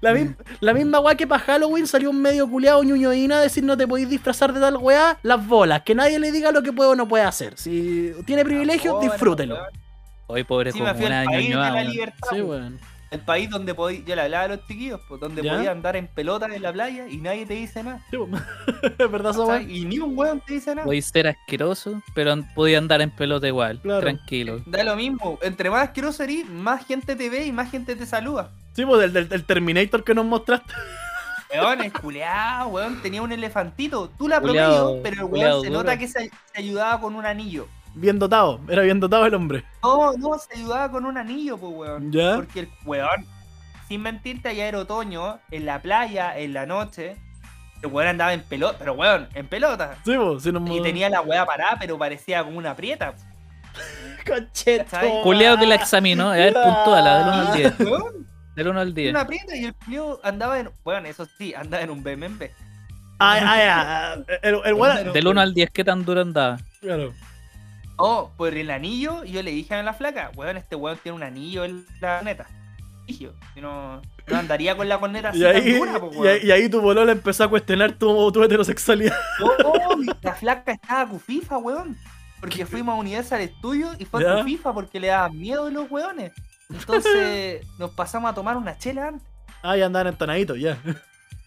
A: la, mi- la misma weá que para Halloween salió un medio culeado ñuñoína a decir no te podéis disfrazar de tal weá, las bolas. Que nadie le diga lo que puede o no puede hacer. Si tiene privilegios,
C: ahora,
A: disfrútelo.
C: weón.
B: Hoy pobre
C: Encima
B: como
C: fui
B: una
C: al país de
B: ñoñoa,
C: la
B: weón.
C: libertad.
A: Sí,
C: po.
A: weón.
C: El país donde podí, yo le hablaba a los chiquillos, pues, donde
A: ¿Ya?
C: podía andar en pelotas en la playa y nadie te dice nada.
A: Sí, weón. Es verdad esa
C: ¿cachai?
A: weá.
C: Y ni un weón te dice nada.
B: Podía ser asqueroso, pero an- podía andar en pelota igual,
A: Claro.
B: tranquilo.
C: Da lo mismo. Entre más asqueroso eres, más gente te ve y más gente te saluda.
A: Sí, pues del, del- del Terminator que nos mostraste.
C: Weón, es culeado, weón. Tenía un elefantito. Tú la
B: Culeado,
C: promedio, pero el
B: culeado
C: weón se
B: duro.
C: nota que se, se ayudaba con un anillo.
A: Bien dotado, era bien dotado el hombre.
C: No, no, se ayudaba con un anillo, pues, weón.
B: ¿Ah?
A: ¿Ya?
C: Porque el weón, sin mentirte, allá era otoño, en la playa, en la noche. El weón andaba en pelota, pero weón, en pelota.
A: Sí, vos, si no
B: Mm.
C: Y tenía la weá parada, pero parecía como una prieta.
A: Concheto.
C: ¿Cachai?
B: Culeado que la examinó. A ver, puntuala, del 1 al 10.
C: Weón,
B: Del 1 al 10.
C: una prieta y el culiao andaba en. Bueno, eso sí, andaba en un BMB.
A: Ay, ay, ay, ay, ah, El, el weón-
B: Del 1 al 10, ¿qué tan duro andaba?
A: Claro.
C: Oh, por el anillo, yo le dije a la flaca, weón, este weón tiene un anillo en la corneta. Y yo, yo no, no andaría con la corneta así
A: Y
C: tan
A: ahí,
C: dura, pues,
A: y, ahí,
C: weón.
A: y ahí tu bolola empezó a cuestionar tu, tu heterosexualidad.
C: Oh, la flaca estaba cufifa, weón. Porque fuimos a Universal Studios y fue
A: ¿Ya?
C: cufifa porque le daban miedo los weones. Entonces nos pasamos a tomar una chela antes.
A: Ah, ya andaban entonaditos, ya.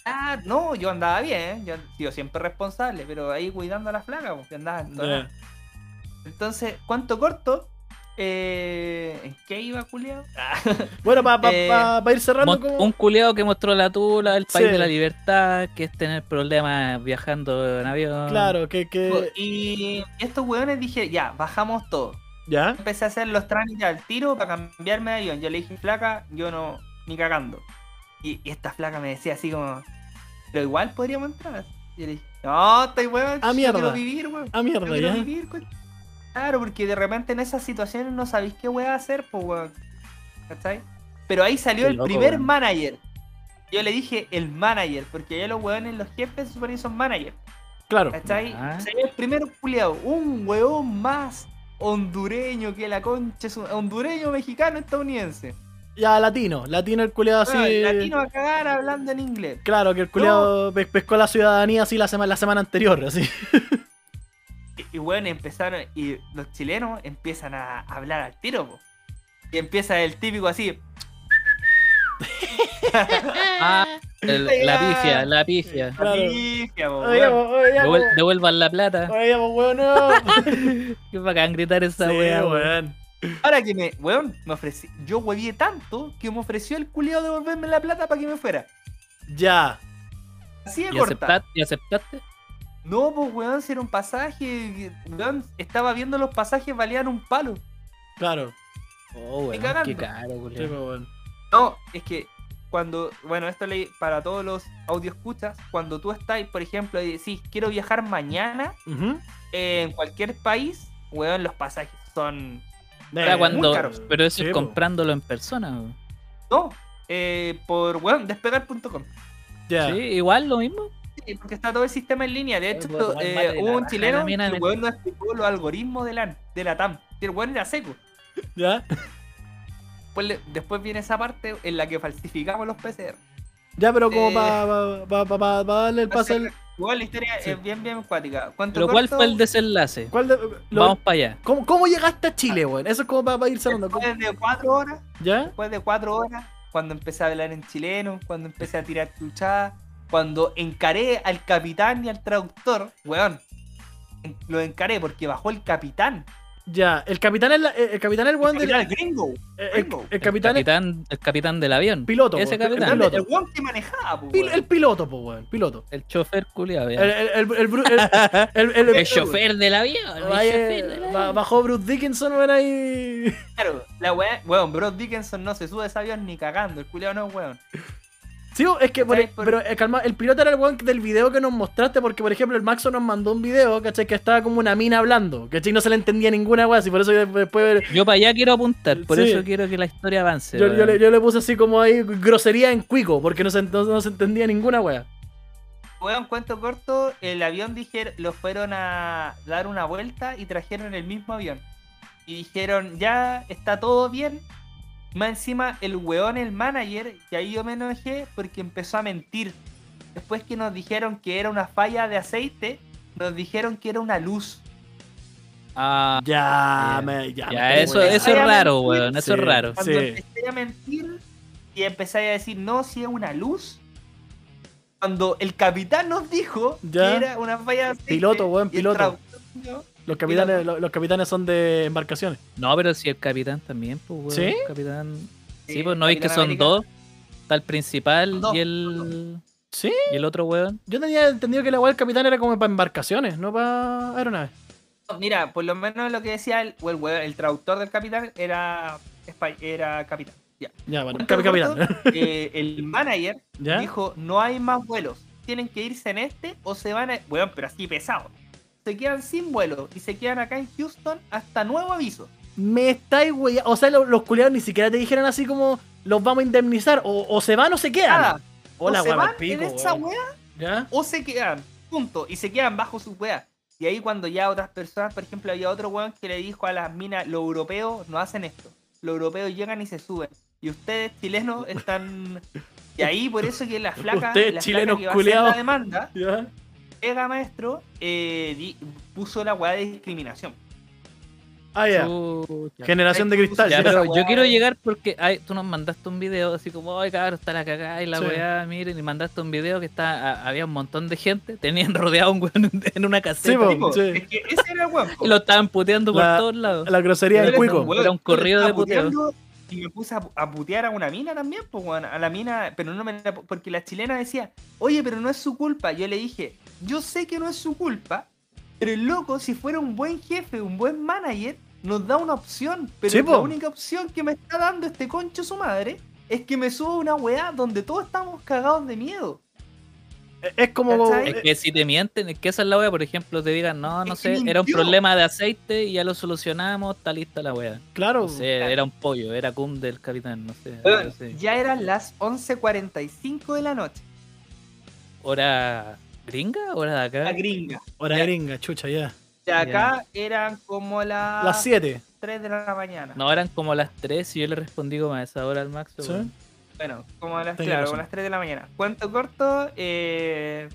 C: Ah, no, yo andaba bien, ¿eh? yo, yo siempre responsable, pero ahí cuidando a la flaca, porque andaba en toda-
B: Eh.
A: Ya.
C: Entonces, ¿cuánto corto? Eh, ¿En qué iba, culiao?
A: Bueno, para pa,
C: Eh,
A: pa- pa ir cerrando,
B: Mos-
A: como...
B: Un culeado que mostró la tula, el país
A: Sí.
B: de la libertad, que es tener problemas viajando en avión.
A: claro, que. que...
C: Pues, Y estos weones dije, ya, bajamos todo.
A: ¿Ya?
C: Empecé a hacer los trámites al tiro para cambiarme de avión. Yo le dije, flaca, yo no, ni cagando. Y, y esta flaca me decía así como, pero igual podríamos entrar. Y yo le dije, no, estoy weón,
A: Ah,
C: yo
A: mierda.
C: quiero vivir, weón.
A: Ah,
C: Yo
A: mierda,
C: quiero
A: ya.
C: vivir, coño. Claro, porque de repente en esas situaciones no sabéis qué weá hacer, pues weón. ¿Cachai? Pero ahí salió
B: Qué
C: el
B: loco,
C: primer
B: weón.
C: manager. Yo le dije el manager, porque ya los weones, los jefes se suponen que son managers.
A: Claro.
C: ¿Cachai?
B: Ah.
C: Salió el primer culiado, un weón más hondureño que la concha, es un hondureño mexicano estadounidense.
A: Ya, latino. Latino el culeado así.
C: Weón, Latino a cagar hablando en inglés.
A: Claro, que el culeado pe- pescó la ciudadanía así la, sema- la semana anterior, así.
C: Y, y, weón, empezaron, y los chilenos empiezan a hablar al tiro, po. Y empieza el típico así,
B: Ah, el- la pifia, la pifia.
A: Claro.
C: Pifia, po,
A: Oye,
C: weón.
A: oye,
B: Devuel- devuelvan la plata.
A: oye, pues, weón, no.
B: Qué bacán gritar esa
A: Sí,
B: wea, weón.
A: weón.
C: Ahora que me, weón, me ofrecí, yo huevié tanto que me ofreció el culiao devolverme la plata para que me fuera.
A: Ya.
C: Así de
B: ¿Y,
C: corta.
B: acepta- y aceptaste?
C: No, pues weón, si era un pasaje, weón, estaba viendo los pasajes, valían un palo.
A: Claro.
B: Oh, weón,
C: cagando.
B: qué caro,
A: Sí,
B: culiao.
A: pues, weón.
C: No, es que cuando, bueno, esto le, para todos los audio escuchas, cuando tú estás, por ejemplo, y decís, quiero viajar mañana
A: Ujú.
C: eh, en cualquier país, weón, los pasajes son...
B: Ahora
A: Eh,
B: cuando-
A: muy caro.
B: Pero eso
A: Sí,
B: es
A: po.
B: comprándolo en persona, weón.
C: No, eh, por, weón, despegar.com.
A: pues, Ya.
B: Sí, igual lo mismo.
C: Sí, porque está todo el sistema en línea. De hecho,
B: puedo tomar
C: eh,
B: mate de la
C: hubo un
B: raja,
C: chileno
B: la mina
C: que el
B: me-
C: weón no explicó los algoritmos de la, de la TAM. El weón era seco.
A: Ya.
C: Después, le- después viene esa parte en la que falsificamos los PCR.
A: Ya, pero como
C: Eh,
A: para pa, pa, pa- pa darle el pase al.
C: Igual la historia
A: Sí.
C: es bien, bien cuática. ¿Cuánto
B: Pero ¿cuál
C: corto?
B: fue el desenlace?
A: ¿Cuál de- lo-
B: Vamos para allá.
A: ¿cómo, cómo llegaste a Chile, weón? Eso es como para ir cerrando. ¿Cómo-
C: Después de cuatro horas,
A: ¿Ya?
C: después de cuatro horas, cuando empecé a hablar en chileno, cuando empecé a tirar chuchadas, cuando encaré al capitán y al traductor, weón, en- lo encaré porque bajó el capitán.
A: Ya. El capitán es la- eh, el capitán es el weón
C: El
A: del.
C: capitán gringo.
A: eh, El,
C: gringo.
A: el capitán
B: el
A: es
B: capitán, el capitán del avión.
A: piloto.
B: Ese
A: po, el-
B: capitán.
A: El
C: El
A: piloto.
C: weón que manejaba, po,
A: Pil-
C: weón.
A: el piloto, pues, weón. Piloto.
B: El chofer culiado.
A: El, el, el, el, bru- el, el- el- el-
B: El chofer del avión. El
A: Ahí,
B: chofer del
A: eh, ba-
B: avión.
A: Bajó Bruce Dickinson, weón, ahí.
C: Claro, la weá, weón, Bro Dickinson no se sube a ese avión ni cagando, el culiao no es weón.
A: Sí, es que, por-
C: ¿Cachai? Por-
A: pero eh, calma, el piloto era el weón del video que nos mostraste, porque por ejemplo el Maxo nos mandó un video, ¿cachai? Que estaba como una mina hablando, ¿cachai? No se le entendía ninguna weá, así por eso yo después
B: Yo para allá quiero apuntar, por
A: Sí.
B: eso quiero que la historia avance.
A: yo,
B: weón.
A: yo le, yo le puse así como ahí grosería en cuico, porque no se, no- no se entendía ninguna weá.
C: Weón, cuento corto, el avión dijeron, lo fueron a dar una vuelta y trajeron el mismo avión. Y dijeron, ya está todo bien. Más encima, el weón, el manager, y ahí yo me enojé porque empezó a mentir. Después que nos dijeron que era una falla de aceite, nos dijeron que era una luz.
B: Ah,
A: Ya,
B: Ya.
A: me, ya, me
B: ya,
A: estoy
B: eso,
A: muriendo.
B: eso es
C: Ay,
B: raro,
C: sí,
B: weón. Eso es
A: sí.
B: raro.
C: Cuando
A: Sí.
C: empecé a mentir y empecé a decir, no, si es una luz. Cuando el capitán nos dijo
A: Ya.
C: que era una falla de aceite,
A: Piloto, weón,
C: y el
A: piloto.
C: traductor, ¿no?
A: Los capitanes, los, los capitanes son de embarcaciones.
B: No, pero si el capitán también, pues, weón.
A: ¿Sí?
B: Capitán... Sí,
C: Sí,
B: pues no veis que
C: Capitán
B: son
C: América.
B: dos. Está el principal
C: Dos,
B: y el.
A: Sí,
B: Y el otro weón,
A: yo tenía entendido que la weá del capitán era como para embarcaciones, no para aeronaves.
C: Mira, por lo menos lo que decía el, o el, weón- el traductor del capitán era, espa- era capitán. Ya.
A: Ya, bueno,
C: Corto,
A: capi- capitán. ¿eh?
C: corto, eh, el manager
A: ¿Ya?
C: dijo, no hay más vuelos. Tienen que irse en este o se van a... Weón, pero así pesado. Se quedan sin vuelo y se quedan acá en Houston hasta nuevo aviso.
A: Me estáis weyando. O sea, lo- los, culiados ni siquiera te dijeron así como los vamos a indemnizar. O, o se van o se quedan.
C: Nada. O
A: Hola,
C: se
A: guapa,
C: van
A: pico,
C: en esa
A: weón.
C: wea
A: ¿Ya?
C: o se quedan. Punto. Y se quedan bajo sus weas. Y ahí cuando ya otras personas, por ejemplo, había otro weón que le dijo a las minas, los europeos no hacen esto. Los europeos llegan y se suben. Y ustedes, chilenos, están... Y ahí por eso que la flaca,
A: Ustedes,
C: la flaca
A: chilenos
C: que va a hacer
A: culeados.
C: la demanda,
A: ¿Ya?
C: Pega Maestro eh, di- puso la weá de discriminación.
A: Ah, ya.
B: chucha.
A: Generación de cristal.
B: Ya,
A: ya.
B: pero
C: esa weá-
B: yo quiero llegar porque ay, tú nos mandaste un video así como, ay, cabrón, está la cagada y la
A: Sí.
B: weá, miren, y mandaste un video que está, a- había un montón de gente, tenían rodeado a un weón en- en una
A: Sí,
B: caseta
A: po.
C: Tipo,
A: sí.
C: Es que ese era el weón. po.
B: y lo estaban puteando
A: La-
B: por todos lados.
A: La grosería
C: Yo
A: del
C: le-
A: cuico.
C: weón,
B: Era un
C: yo le
B: corrido
C: estaba
B: de puteo.
C: puteando Y me puse a, pu- a putear a una mina también, pues, weón. A la mina, pero no me la- Porque la chilena decía, oye, pero no es su culpa. Yo le dije, yo sé que no es su culpa, pero el loco, si fuera un buen jefe, un buen manager, nos da una opción. Pero
A: Sí,
C: la
A: po.
C: única opción que me está dando este concho su madre es que me suba a una weá donde todos estamos cagados de miedo.
A: Es como. eh,
C: ¿Cachai?
B: Es que si te mienten, es que esa es la wea, por ejemplo, te digan, no, no
C: Es que
B: sé, era un
C: mintió.
B: problema de aceite y ya lo solucionamos, está lista la wea.
A: Claro.
B: No sé, era un pollo, era cum del capitán, no sé. algo así.
C: Ya eran las 11.45 de la noche.
B: ¿Hora gringa? ¿Hora de acá?
C: La gringa.
A: Hora
B: Ya.
A: gringa, chucha, ya.
C: De acá eran como las,
A: Las 7.
C: 3 de la mañana.
B: No, eran como las 3 y yo le respondí como a esa hora al Max.
A: ¿sí?
B: weón.
C: Bueno, como a las,
A: Tenía
C: claro,
A: razón.
C: como a las 3 de la mañana. Cuento corto, eh,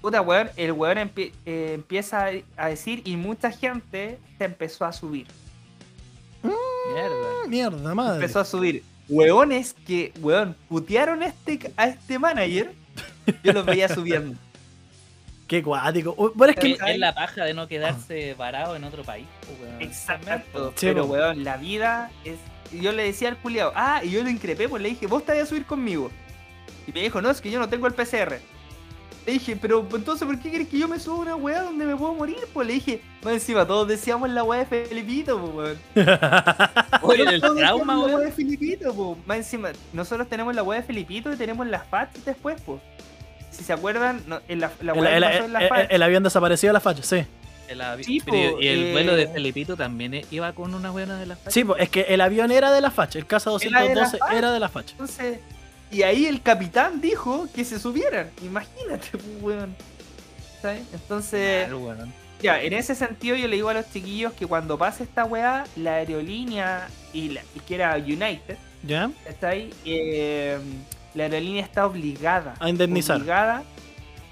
C: puta weón, el weón empie- eh, empieza a decir y mucha gente se empezó a subir.
B: Mierda.
A: Mierda, madre.
C: Empezó a subir. Weones que, weón, putearon a este, a este manager. Yo los veía subiendo.
A: Qué cuático. Uy, Bueno, es que.
B: Es, es la paja de no quedarse varado en otro país. pues, weón.
C: Exacto.
A: Sí,
C: pero,
A: po.
C: weón, la vida es. y Yo le decía al culiado, ah, y yo lo increpé, pues le dije, vos te vas a subir conmigo. Y me dijo, no, es que yo no tengo el PCR. Le dije, pero entonces, ¿por qué crees que yo me subo a una weá donde me puedo morir? Pues le dije, no, encima todos decíamos la weá de Felipito, po, weón.
B: Oye, el
C: Todos decíamos
B: trauma,
C: la weá
B: weón.
C: de Felipito, po. Más encima, nosotros tenemos la weá de Felipito y tenemos las FATs después, pues. Si se acuerdan, no, en la, la
A: El,
C: weá que
A: el-
C: pasó en las
A: el-
C: FATs.
A: el avión desaparecido de la facha, sí.
B: El avi-
C: Sí,
B: pero
C: po,
B: y el
C: eh.
B: vuelo de Felipito también eh, iba con una buena de las
A: Sí, pues es que el avión era de la facha. El Casa
C: Era de la
A: 212
C: facha.
A: era de la facha.
C: Entonces, y ahí el capitán dijo que se subieran. Imagínate, pues, weón. ¿Sabes? Entonces,
B: Mal, weón.
C: ya, en ese sentido yo le digo a los chiquillos que cuando pase esta weá, la aerolínea, y, la, y que era United,
A: ¿Ya?
C: está ahí, eh, la aerolínea está obligada.
A: A indemnizar.
C: Obligada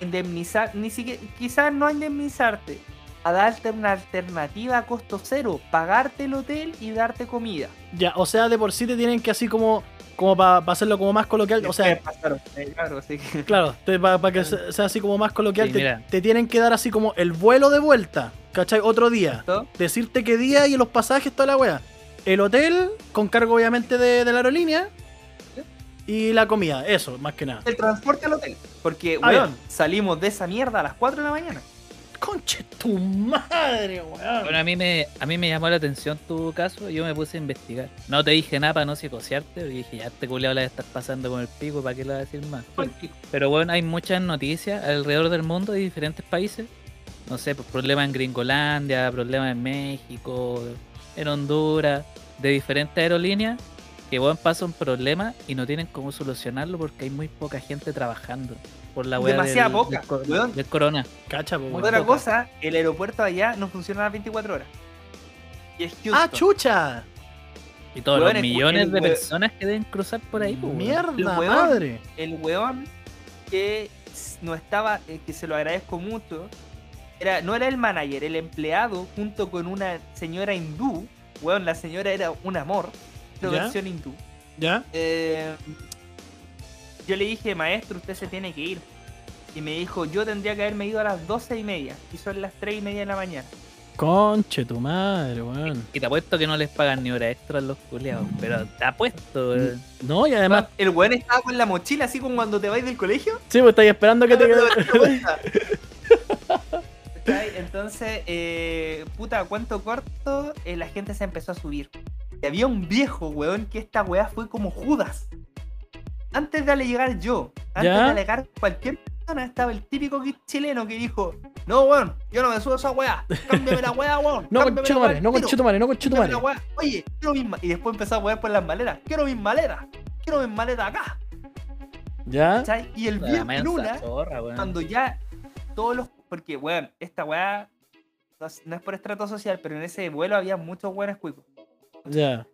C: a indemnizar, ni siquiera, quizás no a indemnizarte, a darte una alternativa a costo cero, pagarte el hotel y darte comida.
A: Ya, o sea, de por sí te tienen que así como. Como para hacerlo como más coloquial. O sea,
C: Ustedes pasaron, eh, claro, así que-
A: Claro, para que se- sea así como más coloquial,
B: Sí,
A: te,
B: mira.
A: te tienen que dar así como el vuelo de vuelta, ¿cachai? Otro día.
C: ¿Todo?
A: Decirte qué día y los pasajes, toda la wea. El hotel, con cargo obviamente de, de la aerolínea. Y la comida, eso, más que nada.
C: el transporte al hotel. Porque,
A: Ah,
C: weón,
A: ya.
C: salimos de esa mierda a las 4 de la mañana.
A: Conche tu madre,
B: Bueno,
A: weón.
B: a mí, me, a mí me llamó la atención tu caso y yo me puse a investigar. No te dije nada para no psicosearte, porque dije, ya este culiao la estás pasando con el pico, ¿para qué le vas a decir más? Pero bueno, hay muchas noticias alrededor del mundo de diferentes países. No sé, pues problemas en Gringolandia, problemas en México, en Honduras, de diferentes aerolíneas que bueno, pasa un problema y no tienen cómo solucionarlo porque hay muy poca gente trabajando por la wea
C: Demasiada
B: del,
C: poca,
B: del cor-
C: weón.
B: del corona.
A: Cacha, po, weón.
C: Otra
B: poca.
C: cosa, el aeropuerto allá no funciona a las 24 horas. Y es Houston.
A: ¡Ah, chucha!
B: Y todos los
C: Weón, el-
B: millones
C: el
B: de
C: we-
B: personas que deben cruzar por ahí. pues, weón.
A: Mierda,
C: Weón.
A: madre.
C: El weón que s- no estaba, eh, que se lo agradezco mucho, era, no era el manager, el empleado junto con una señora hindú. Weón, la señora era un amor, pero
A: ¿Ya?
C: versión hindú.
A: ¿Ya?
C: Eh, yo le dije, maestro, usted se tiene que ir. Y me dijo, yo tendría que haberme ido a las doce y media. Y son las tres y media de la mañana.
A: Conche tu madre, weón.
B: Y te apuesto que no les pagan ni hora extra a los culiados. Pero te apuesto, weón.
A: No, y además,
C: El weón estaba con la mochila así como cuando te vais del colegio.
A: sí, pues estáis esperando que te
C: ¿Cachai? Entonces, eh, puta, cuánto corto, eh, la gente se empezó a subir. Y había un viejo, weón, que esta weá fue como Judas. Antes de alegar yo, antes
A: ¿Ya?
C: de alegar cualquier persona, estaba el típico kid chileno que dijo: No, weón, yo no me subo a esa weá, cámbiame la weá, weón.
A: No
C: cámbiame la
A: conche tu
C: weá
A: madre,
C: al
A: no
C: tiro,
A: conche tu madre, no conche tu
C: cámbiame
A: madre.
C: la weá". Oye, quiero mis ma-". Y después empezó a wear por las maletas: Quiero mis maletas, quiero mis maletas acá.
A: ¿Ya?
C: ¿cachai? Y el
B: La
C: viejo
B: mensa
C: Luna
B: zorra, weón.
C: cuando ya todos los. Porque, weón, esta weá no es, no es por estrato social, pero en ese vuelo había muchos weones cuicos.
A: Ya.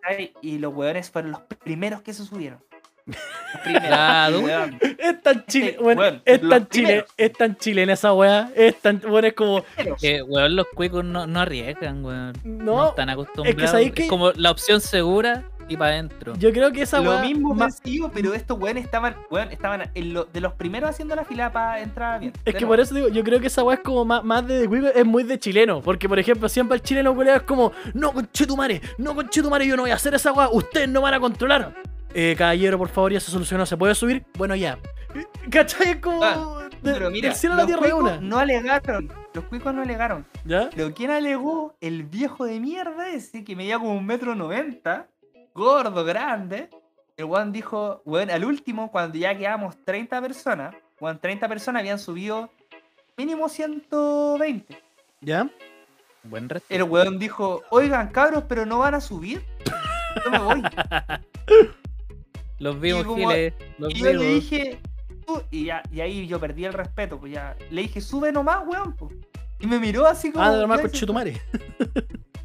C: ¿cachai? Y los weones fueron los primeros que se subieron. Los primeros.
B: Ya,
C: y,
B: du-
C: weón,
A: Es tan chile,
C: Este,
A: bueno,
C: weón,
A: es tan
C: los
A: chile,
C: primeros.
A: es tan chilena esa weá, es tan, bueno, es como,
C: pero-
B: Que, weón, los cuicos no, no arriesgan, weón. No,
A: no,
B: están acostumbrados.
A: sabéis
B: Es
A: que-
B: como la opción segura y para adentro.
A: yo creo que esa
C: Lo
A: weá,
C: mismo
A: ma-
C: masivo, pero estos weones estaban, weón, estaban en lo- de los primeros haciendo la fila para entrar bien.
A: es que por eso digo, yo creo que esa weá es como más, más de cuico, es muy de chileno, porque por ejemplo, siempre el chileno culiao es como, no conche tu madre, no conche tu madre, yo no voy a hacer esa weá, ustedes no van a controlar. Eh, caballero, por favor, ya se solucionó, ¿se puede subir? Bueno, ya. Eh, ¿Cachai? Es como,
C: Ah,
A: de-
C: Pero mira,
A: del cielo a la
C: los
A: tierra de
C: cuicos
A: una,
C: no alegaron. Los cuicos no alegaron.
A: ¿ya?
C: Pero quien alegó, el viejo de mierda ese que medía como un metro noventa, gordo, grande. El weón dijo, weón, al último, cuando ya quedábamos 30 personas, weón, 30 personas habían subido mínimo 120.
A: ¿Ya?
B: Buen resto.
C: El weón dijo, oigan, cabros, pero no van a subir. Yo me voy.
B: Los vimos,
C: y como-
B: Giles. Los
C: Y yo le
B: vimos.
C: dije, "Tú", y, ya- y ahí yo perdí el respeto, pues ya. Le dije, sube nomás, weón. po". Y me miró así como.
A: Ah, de más
C: "Ya,
A: conche
C: si-
A: tu madre.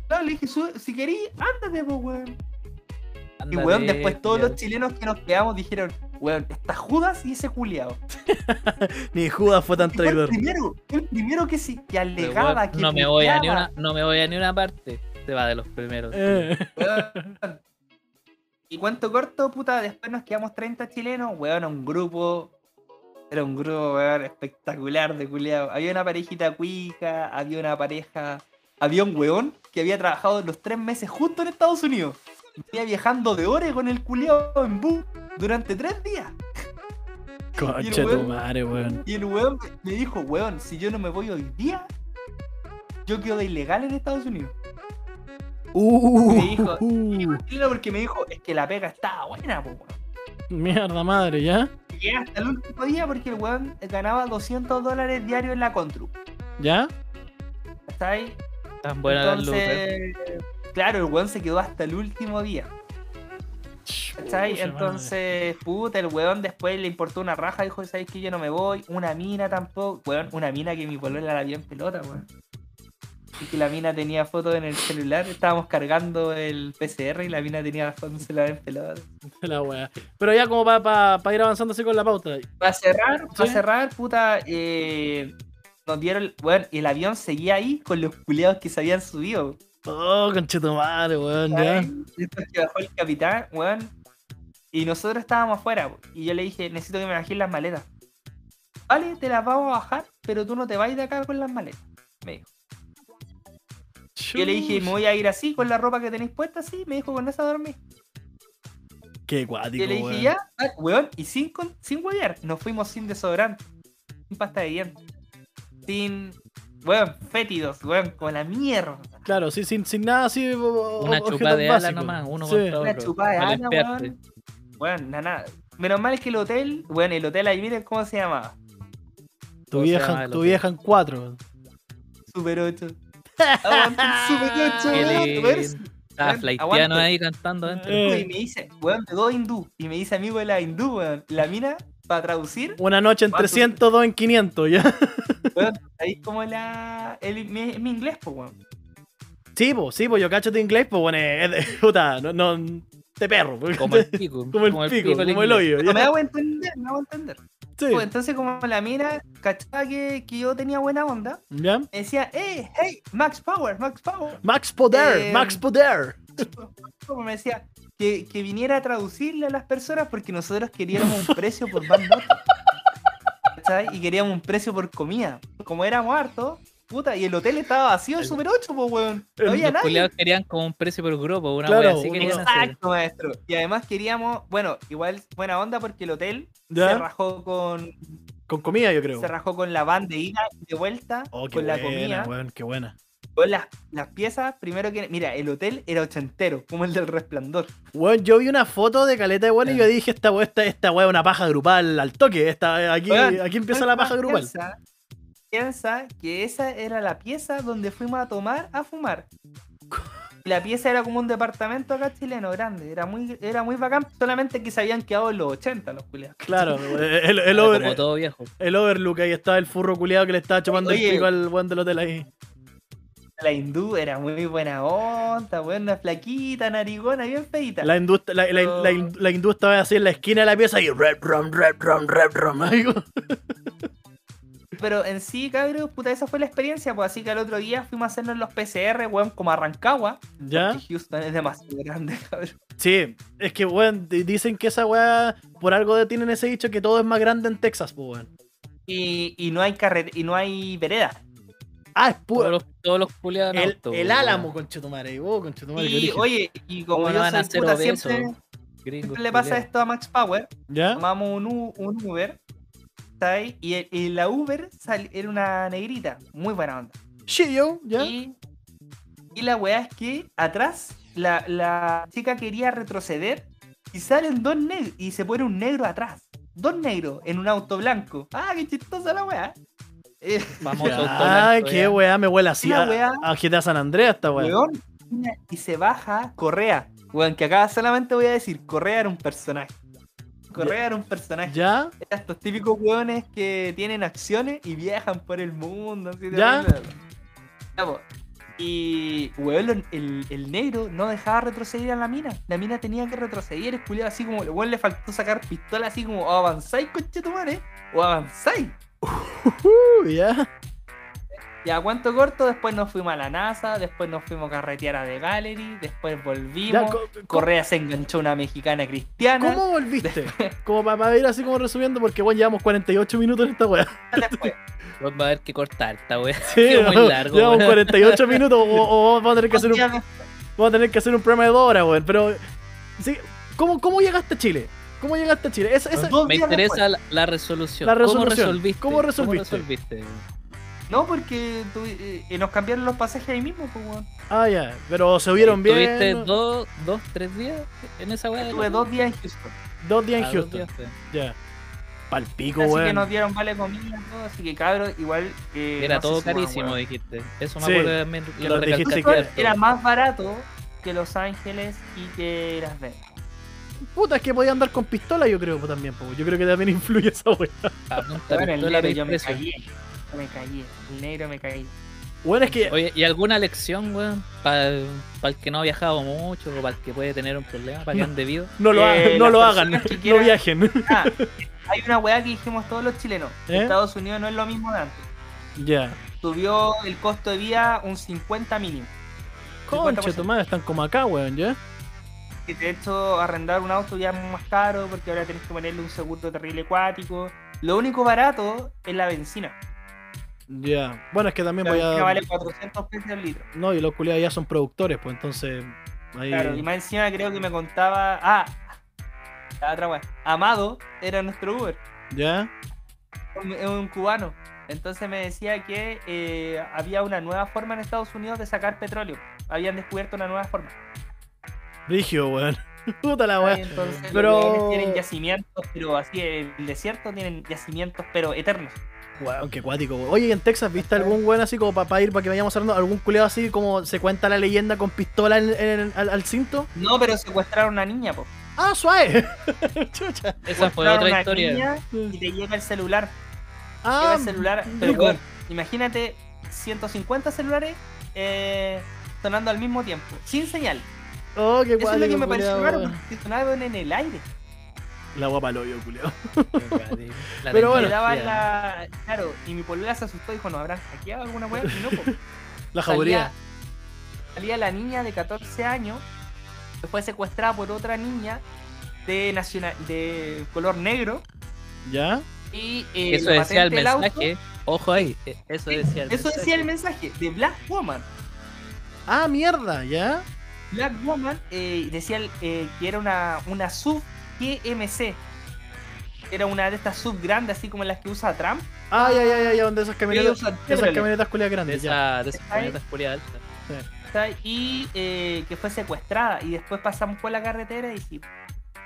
C: claro", le dije, "Sube- si querís, ándate, pues, weón. Y
B: Ándate,
C: weón, después todos
B: culiao.
C: los chilenos que nos quedamos dijeron, weón, está Judas y ese culiado.
A: Ni Judas fue tan
C: El
A: traidor.
C: primero, el primero que, sí, que
B: Pero,
C: alegaba
B: weón,
C: que
B: no me voy a ni
C: puteaba,
B: una no me voy a ni una parte se va de los primeros
A: Eh,
C: weón. Y cuánto corto, puta, después nos quedamos 30 chilenos, weón, a un grupo. Era un grupo, weón, espectacular de culiado. Había una parejita cuica, había una pareja. Había un weón que había trabajado los tres meses justo en Estados Unidos. Y Venía viajando de ore con el culiado en bus durante tres días.
A: conche tu
C: weón-
A: madre, weón.
C: Y el weón me- me dijo, weón, si yo no me voy hoy día, yo quedo de ilegal en Estados Unidos.
A: Uh,
C: Me dijo-
A: uh, uh,
C: Y no, porque me dijo, es que la pega estaba buena, po, weón.
A: mierda madre, ¿ya?
C: Y Llegué hasta el último día porque el weón ganaba 200 dólares diarios en la Contru.
A: ¿Ya?
C: ¿Está ahí?
B: tan buenas las luces
C: Entonces, claro, el weón se quedó hasta el último día. ¿Cachai?
A: Chucha
C: Entonces, puta, el weón después le importó una raja, dijo, ¿sabes que yo no me voy? Una mina tampoco, weón, una mina que mi polola la vio en pelota, weón. Y que la mina tenía fotos en el celular, estábamos cargando el PCR y la mina tenía la foto en el celular en pelota.
A: madre, La wea. Pero ya como para ir avanzando así con la pauta.
C: Para cerrar, para
A: Sí.
C: cerrar, puta, eh, nos dieron, weón, y el avión seguía ahí con los culeados que se habían subido.
A: Oh, conche tu madre, weón,
C: Ay,
A: ya.
C: Después que bajó el capitán, weón. Y nosotros estábamos afuera. po, Y yo le dije, necesito que me bajes las maletas. Vale, te las vamos a bajar, pero tú no te vas de acá con las maletas. Me dijo. Yo le dije, me voy a ir así, con la ropa que tenéis puesta así. Me dijo, con esa dormí.
A: Qué
C: Y
A: guático,
C: yo le dije,
A: weón.
C: ya, ah, weón. Y sin, con- sin huevear, nos fuimos sin desodorante, sin pasta de dientes, sin, weón, fétidos, weón, con la mierda.
A: Claro, sí, sin, sin nada así. o- o-
B: una
A: objetos
B: chupada de ala
A: básicos.
B: nomás uno
A: Sí.
B: contra otro
C: Una chupada de
B: para
C: ala,
B: limpiarte.
C: weón. Weón, na- nada. Menos mal que el hotel, bueno, el hotel ahí, miren cómo se llamaba.
A: Tu
B: O sea,
A: vieja,
B: el
A: tu
B: hotel.
A: vieja en cuatro.
C: Super 8. Aguanta el
B: Qué
C: Super 8.
B: lindo. Estaba
C: Weón,
B: flaiteando
C: aguante.
B: ahí cantando adentro.
A: Eh.
C: Y me dice, weón, de dos hindú. Y me dice amigo de la hindú, weón. La mina, para traducir,
A: Una noche en
C: Ah, tú-
A: 300, dos en 500, ya.
C: weón, ahí como la. El, mi, mi inglés, pues, weón.
A: Sí, po, sí, po, yo cacho de inglés, pues bueno, es de, puta, no, no, de perro. po.
B: como el pico
A: Como el pico, como el
B: inglés.
A: hoyo,
C: No me
A: ya.
C: hago entender, me hago entender.
A: Sí,
C: Pues, entonces, como la mina cachaba que, que yo tenía buena onda,
A: ya.
C: me decía, hey, hey, Max Power, Max Power.
A: Max Poder,
C: Eh,
A: Max Poder.
C: Como me decía, que, que viniera a traducirle a las personas porque nosotros queríamos un precio por más notas. ¿Cachai? Y queríamos un precio por comida. Como éramos hartos, Puta, y el hotel estaba vacío en Super 8, pues, weón. No había
B: Los
C: nadie.
B: culiados querían como un precio por grupo, una
A: Claro,
B: wea así
A: uno-
B: querían hacer.
C: Exacto, maestro. Y además queríamos, bueno, igual buena onda porque el hotel se
A: ¿Ya?
C: rajó con
A: Con comida, yo creo.
C: se rajó con la van de ida y de vuelta,
A: Oh, qué
C: con la
A: buena,
C: comida,
A: weón, qué buena.
C: con las, las piezas, primero que mira, el hotel era ochentero, como el del resplandor.
A: Weón, yo vi una foto de caleta de weón y
B: Ya.
A: yo
C: Eh.
A: dije, esta weón, esta, esta weón es una paja grupal al toque. Esta, eh, aquí,
C: Weón,
A: aquí empieza la paja grupal.
C: Piensa, piensa que esa era la pieza donde fuimos a tomar a fumar. Y La pieza era como un departamento acá chileno grande, era muy, era muy bacán, solamente que se habían quedado en los 80 los culiados.
A: Claro, eh, el, el,
B: Era
A: over-
B: como todo viejo.
A: el overlook, ahí estaba el furro culiado que le estaba chupando el
C: Oye.
A: pico al weón del hotel ahí.
C: La hindú era muy buena onda, buena flaquita, narigona, bien feita.
A: La hindú, la, la, la,
C: Oh.
A: la hindú estaba así en la esquina de la pieza y rep, rom, rep, rom, rep, rom. ahí, weón.
C: Pero en sí, cabrón, puta, esa fue la experiencia, pues así que al otro día fuimos a hacernos los PCR, weón, como a Rancagua.
A: ¿Ya?
C: que Houston es demasiado grande, cabrón.
A: Sí, es que, weón, di- dicen que esa weá, por algo de- tienen ese dicho que todo es más grande en Texas, pues, weón.
C: Y, y no hay carre- y no hay vereda.
A: Ah, es
B: Todos
A: puro.
B: los, todos los culiados en
A: El,
B: auto,
A: el
B: wea.
A: álamo, conchetumare. Y vos, conchetumare, qué
C: Y
A: origen.
C: oye, y como
B: ¿Cómo no
C: yo
B: van a
C: soy
B: hacer
C: puta,
B: obesos?
C: siempre,
B: Gringos
C: siempre le pasa
B: culiados.
C: esto a Max Power,
A: ¿Ya?
C: tomamos un, U- un Uber, ¿sabes? Y, el- y la Uber sal- era una negrita, muy buena onda.
A: Sí, yo, ¿ya?
C: Y, y la weá es que atrás la, la chica quería retroceder y salen dos negros y se pone un negro atrás. Dos negros en un auto blanco. Ah, qué chistosa la weá. Eh,
B: Famoso auto
A: Ah,
B: blanco,
A: qué
B: ya.
A: weá, me huele así
C: Una
A: a,
C: weá.
A: a GTA San Andreas esta weá.
C: weón, y se baja Correa. Weón, que acá solamente voy a decir, Correa era un personaje. Correa era un personaje.
A: ¿Ya?
C: Eran estos típicos hueones que tienen acciones y viajan por el mundo. Así de
A: ¿Ya?
C: verdad. Ya, po. Y, weón, lo- el, el negro no dejaba retroceder a la mina. La mina tenía que retroceder, el culiao así como, el weón le faltó sacar pistola así como, o avanzáis, conchetumare, o avanzáis.
A: Uh, ¿Ya?
C: Y a cuánto corto, después nos fuimos a la NASA, después nos fuimos a carretear a The Gallery, después volvimos.
A: Ya, co- co-
C: Correa se enganchó a una mexicana cristiana.
A: ¿Cómo volviste? Como para, ir así como resumiendo, porque bueno, llevamos 48 minutos en esta weá.
C: Después,
B: Vos va a haber que cortar esta wea.
A: Sí,
B: Qué muy
A: weón,
B: largo,
A: llevamos
B: weón.
A: 48 minutos o, o vamos a tener que hacer un,
C: dos días
A: vamos a tener que hacer un programa de dos horas, weón. Pero, sí, ¿cómo, ¿cómo llegaste a Chile? ¿Cómo llegaste a Chile? Esa, esa-
C: después, dos
B: Me
C: días
B: interesa
C: después.
B: la, la resolución.
A: La
B: ¿Cómo
A: resolución.
B: resolviste?
A: ¿Cómo resolviste?
B: resolviste?
C: No, porque tuvi- eh, eh, nos cambiaron los pasajes ahí mismo, pues, weón.
A: Ah, ya. Pero se vieron bien.
B: ¿Tuviste
A: ¿no?
B: dos, dos, tres días en esa wea? de
C: Tuve
B: la-
C: dos días en Houston.
A: Dos días
B: Ah,
A: en
B: dos
A: Houston.
B: días, sí.
A: Ya. Palpico,
C: así que
A: weón.
C: nos dieron vale comida, todo, así que cabrón, igual. eh,
B: Era
C: no sé
B: todo
C: si, weón,
B: carísimo,
C: weón.
B: dijiste. Eso me
A: Sí,
B: acuerdo también. que
A: lo
B: lo recalcaste
A: dijiste que-
B: harto.
C: Era más barato que Los Ángeles y que Las Vegas.
A: Puta, es que podía andar con pistola, yo creo pues, también, po. Yo creo que también influye esa weá.
B: Apunta
C: Bueno, el
B: pistola,
C: negro yo me
B: precio.
C: caí. Me caí. El negro me caí.
A: Bueno, es que.
B: Oye, ¿y alguna lección, weón? Para el que no ha viajado mucho o para el que puede tener un problema, para que ande vivo.
A: No lo, ha-
C: eh,
A: no
C: las
A: lo
C: personas
A: hagan,
C: que
A: no
C: quieran-
A: viajen.
C: Ah, hay una weá que dijimos todos los chilenos.
A: ¿Eh?
C: Estados Unidos no es lo mismo de antes.
A: Ya.
C: Subió el costo de vida un 50 mínimo.
A: Concha,
C: 50%.
A: tu madre, están como acá, weón, ¿ya?
C: Que de hecho arrendar un auto ya es más caro porque ahora tenés que ponerle un seguro terrible acuático. Lo único barato es la benzina.
A: Ya. Bueno, es que también
C: La
A: voy
C: benzina
A: a.
C: vale 400 pesos el litro.
A: No, y los culiados ya son productores, pues entonces. Ahí...
C: Claro, y más encima creo que me contaba. Ah, la otra weá. Amado era nuestro Uber.
A: ¿Ya?
C: un- es un cubano. Entonces me decía que eh, había una nueva forma en Estados Unidos de sacar petróleo. Habían descubierto una nueva forma.
A: Brigio, weón. Puta la
C: Y
A: weá.
C: Entonces los
A: Ah, Pero-
C: weones tienen yacimientos, pero así en el desierto tienen yacimientos, pero eternos.
A: Weón, qué cuático, weón. Oye, ¿y en Texas viste algún weón así como para ir, para que vayamos hablando? ¿Algún culiado así como se cuenta la leyenda con pistola en- en- al, al cinto?
C: No, pero secuestraron a una niña, po.
A: ¡Ah, suave! Chucha.
B: Esa fue
C: Secuestraron a
B: otra
C: una
B: historia.
C: niña y te llega el celular. Lleva
A: Ah,
C: el celular. Pero
A: rico.
C: weón, imagínate 150 celulares eh, sonando al mismo tiempo, sin señal.
A: oh, qué
C: Eso es lo que me pareció
A: cuático,
C: raro,
A: weón.
C: porque sonaban en el aire.
A: La guapa lo vio, culiado.
B: La
A: Pero bueno.
C: Le daban
B: tecnología.
C: la. Claro, y mi polola se asustó y dijo: ¿No habrán hackeado alguna weá? Y no, po.
A: La
C: salía,
A: jauría.
C: salía la niña de 14 años, que fue secuestrada por otra niña de, nacional, de color negro.
A: ¿Ya?
C: Y eh,
B: Eso
C: lo
B: decía el
C: eh. patente del auto-
B: mensaje. Ojo ahí, e- eso decía el
C: Eso
B: mensaje.
C: decía el mensaje de Black Woman.
A: Ah, mierda, ¿ya?
C: Black Woman eh, decía el- eh, que era una, una sub GMC. Era una de estas sub grandes, así como las que usa Trump.
A: Ah, ya, ya, ya, ya, donde esas camionetas,
C: usan
A: esas
C: Chevrolet.
A: camionetas culias
B: De
A: grandes, ya.
B: esa, de esas
C: Ahí.
B: camionetas culiadas altas.
C: ¿cachai? Y eh, que fue secuestrada. Y después pasamos por la carretera y si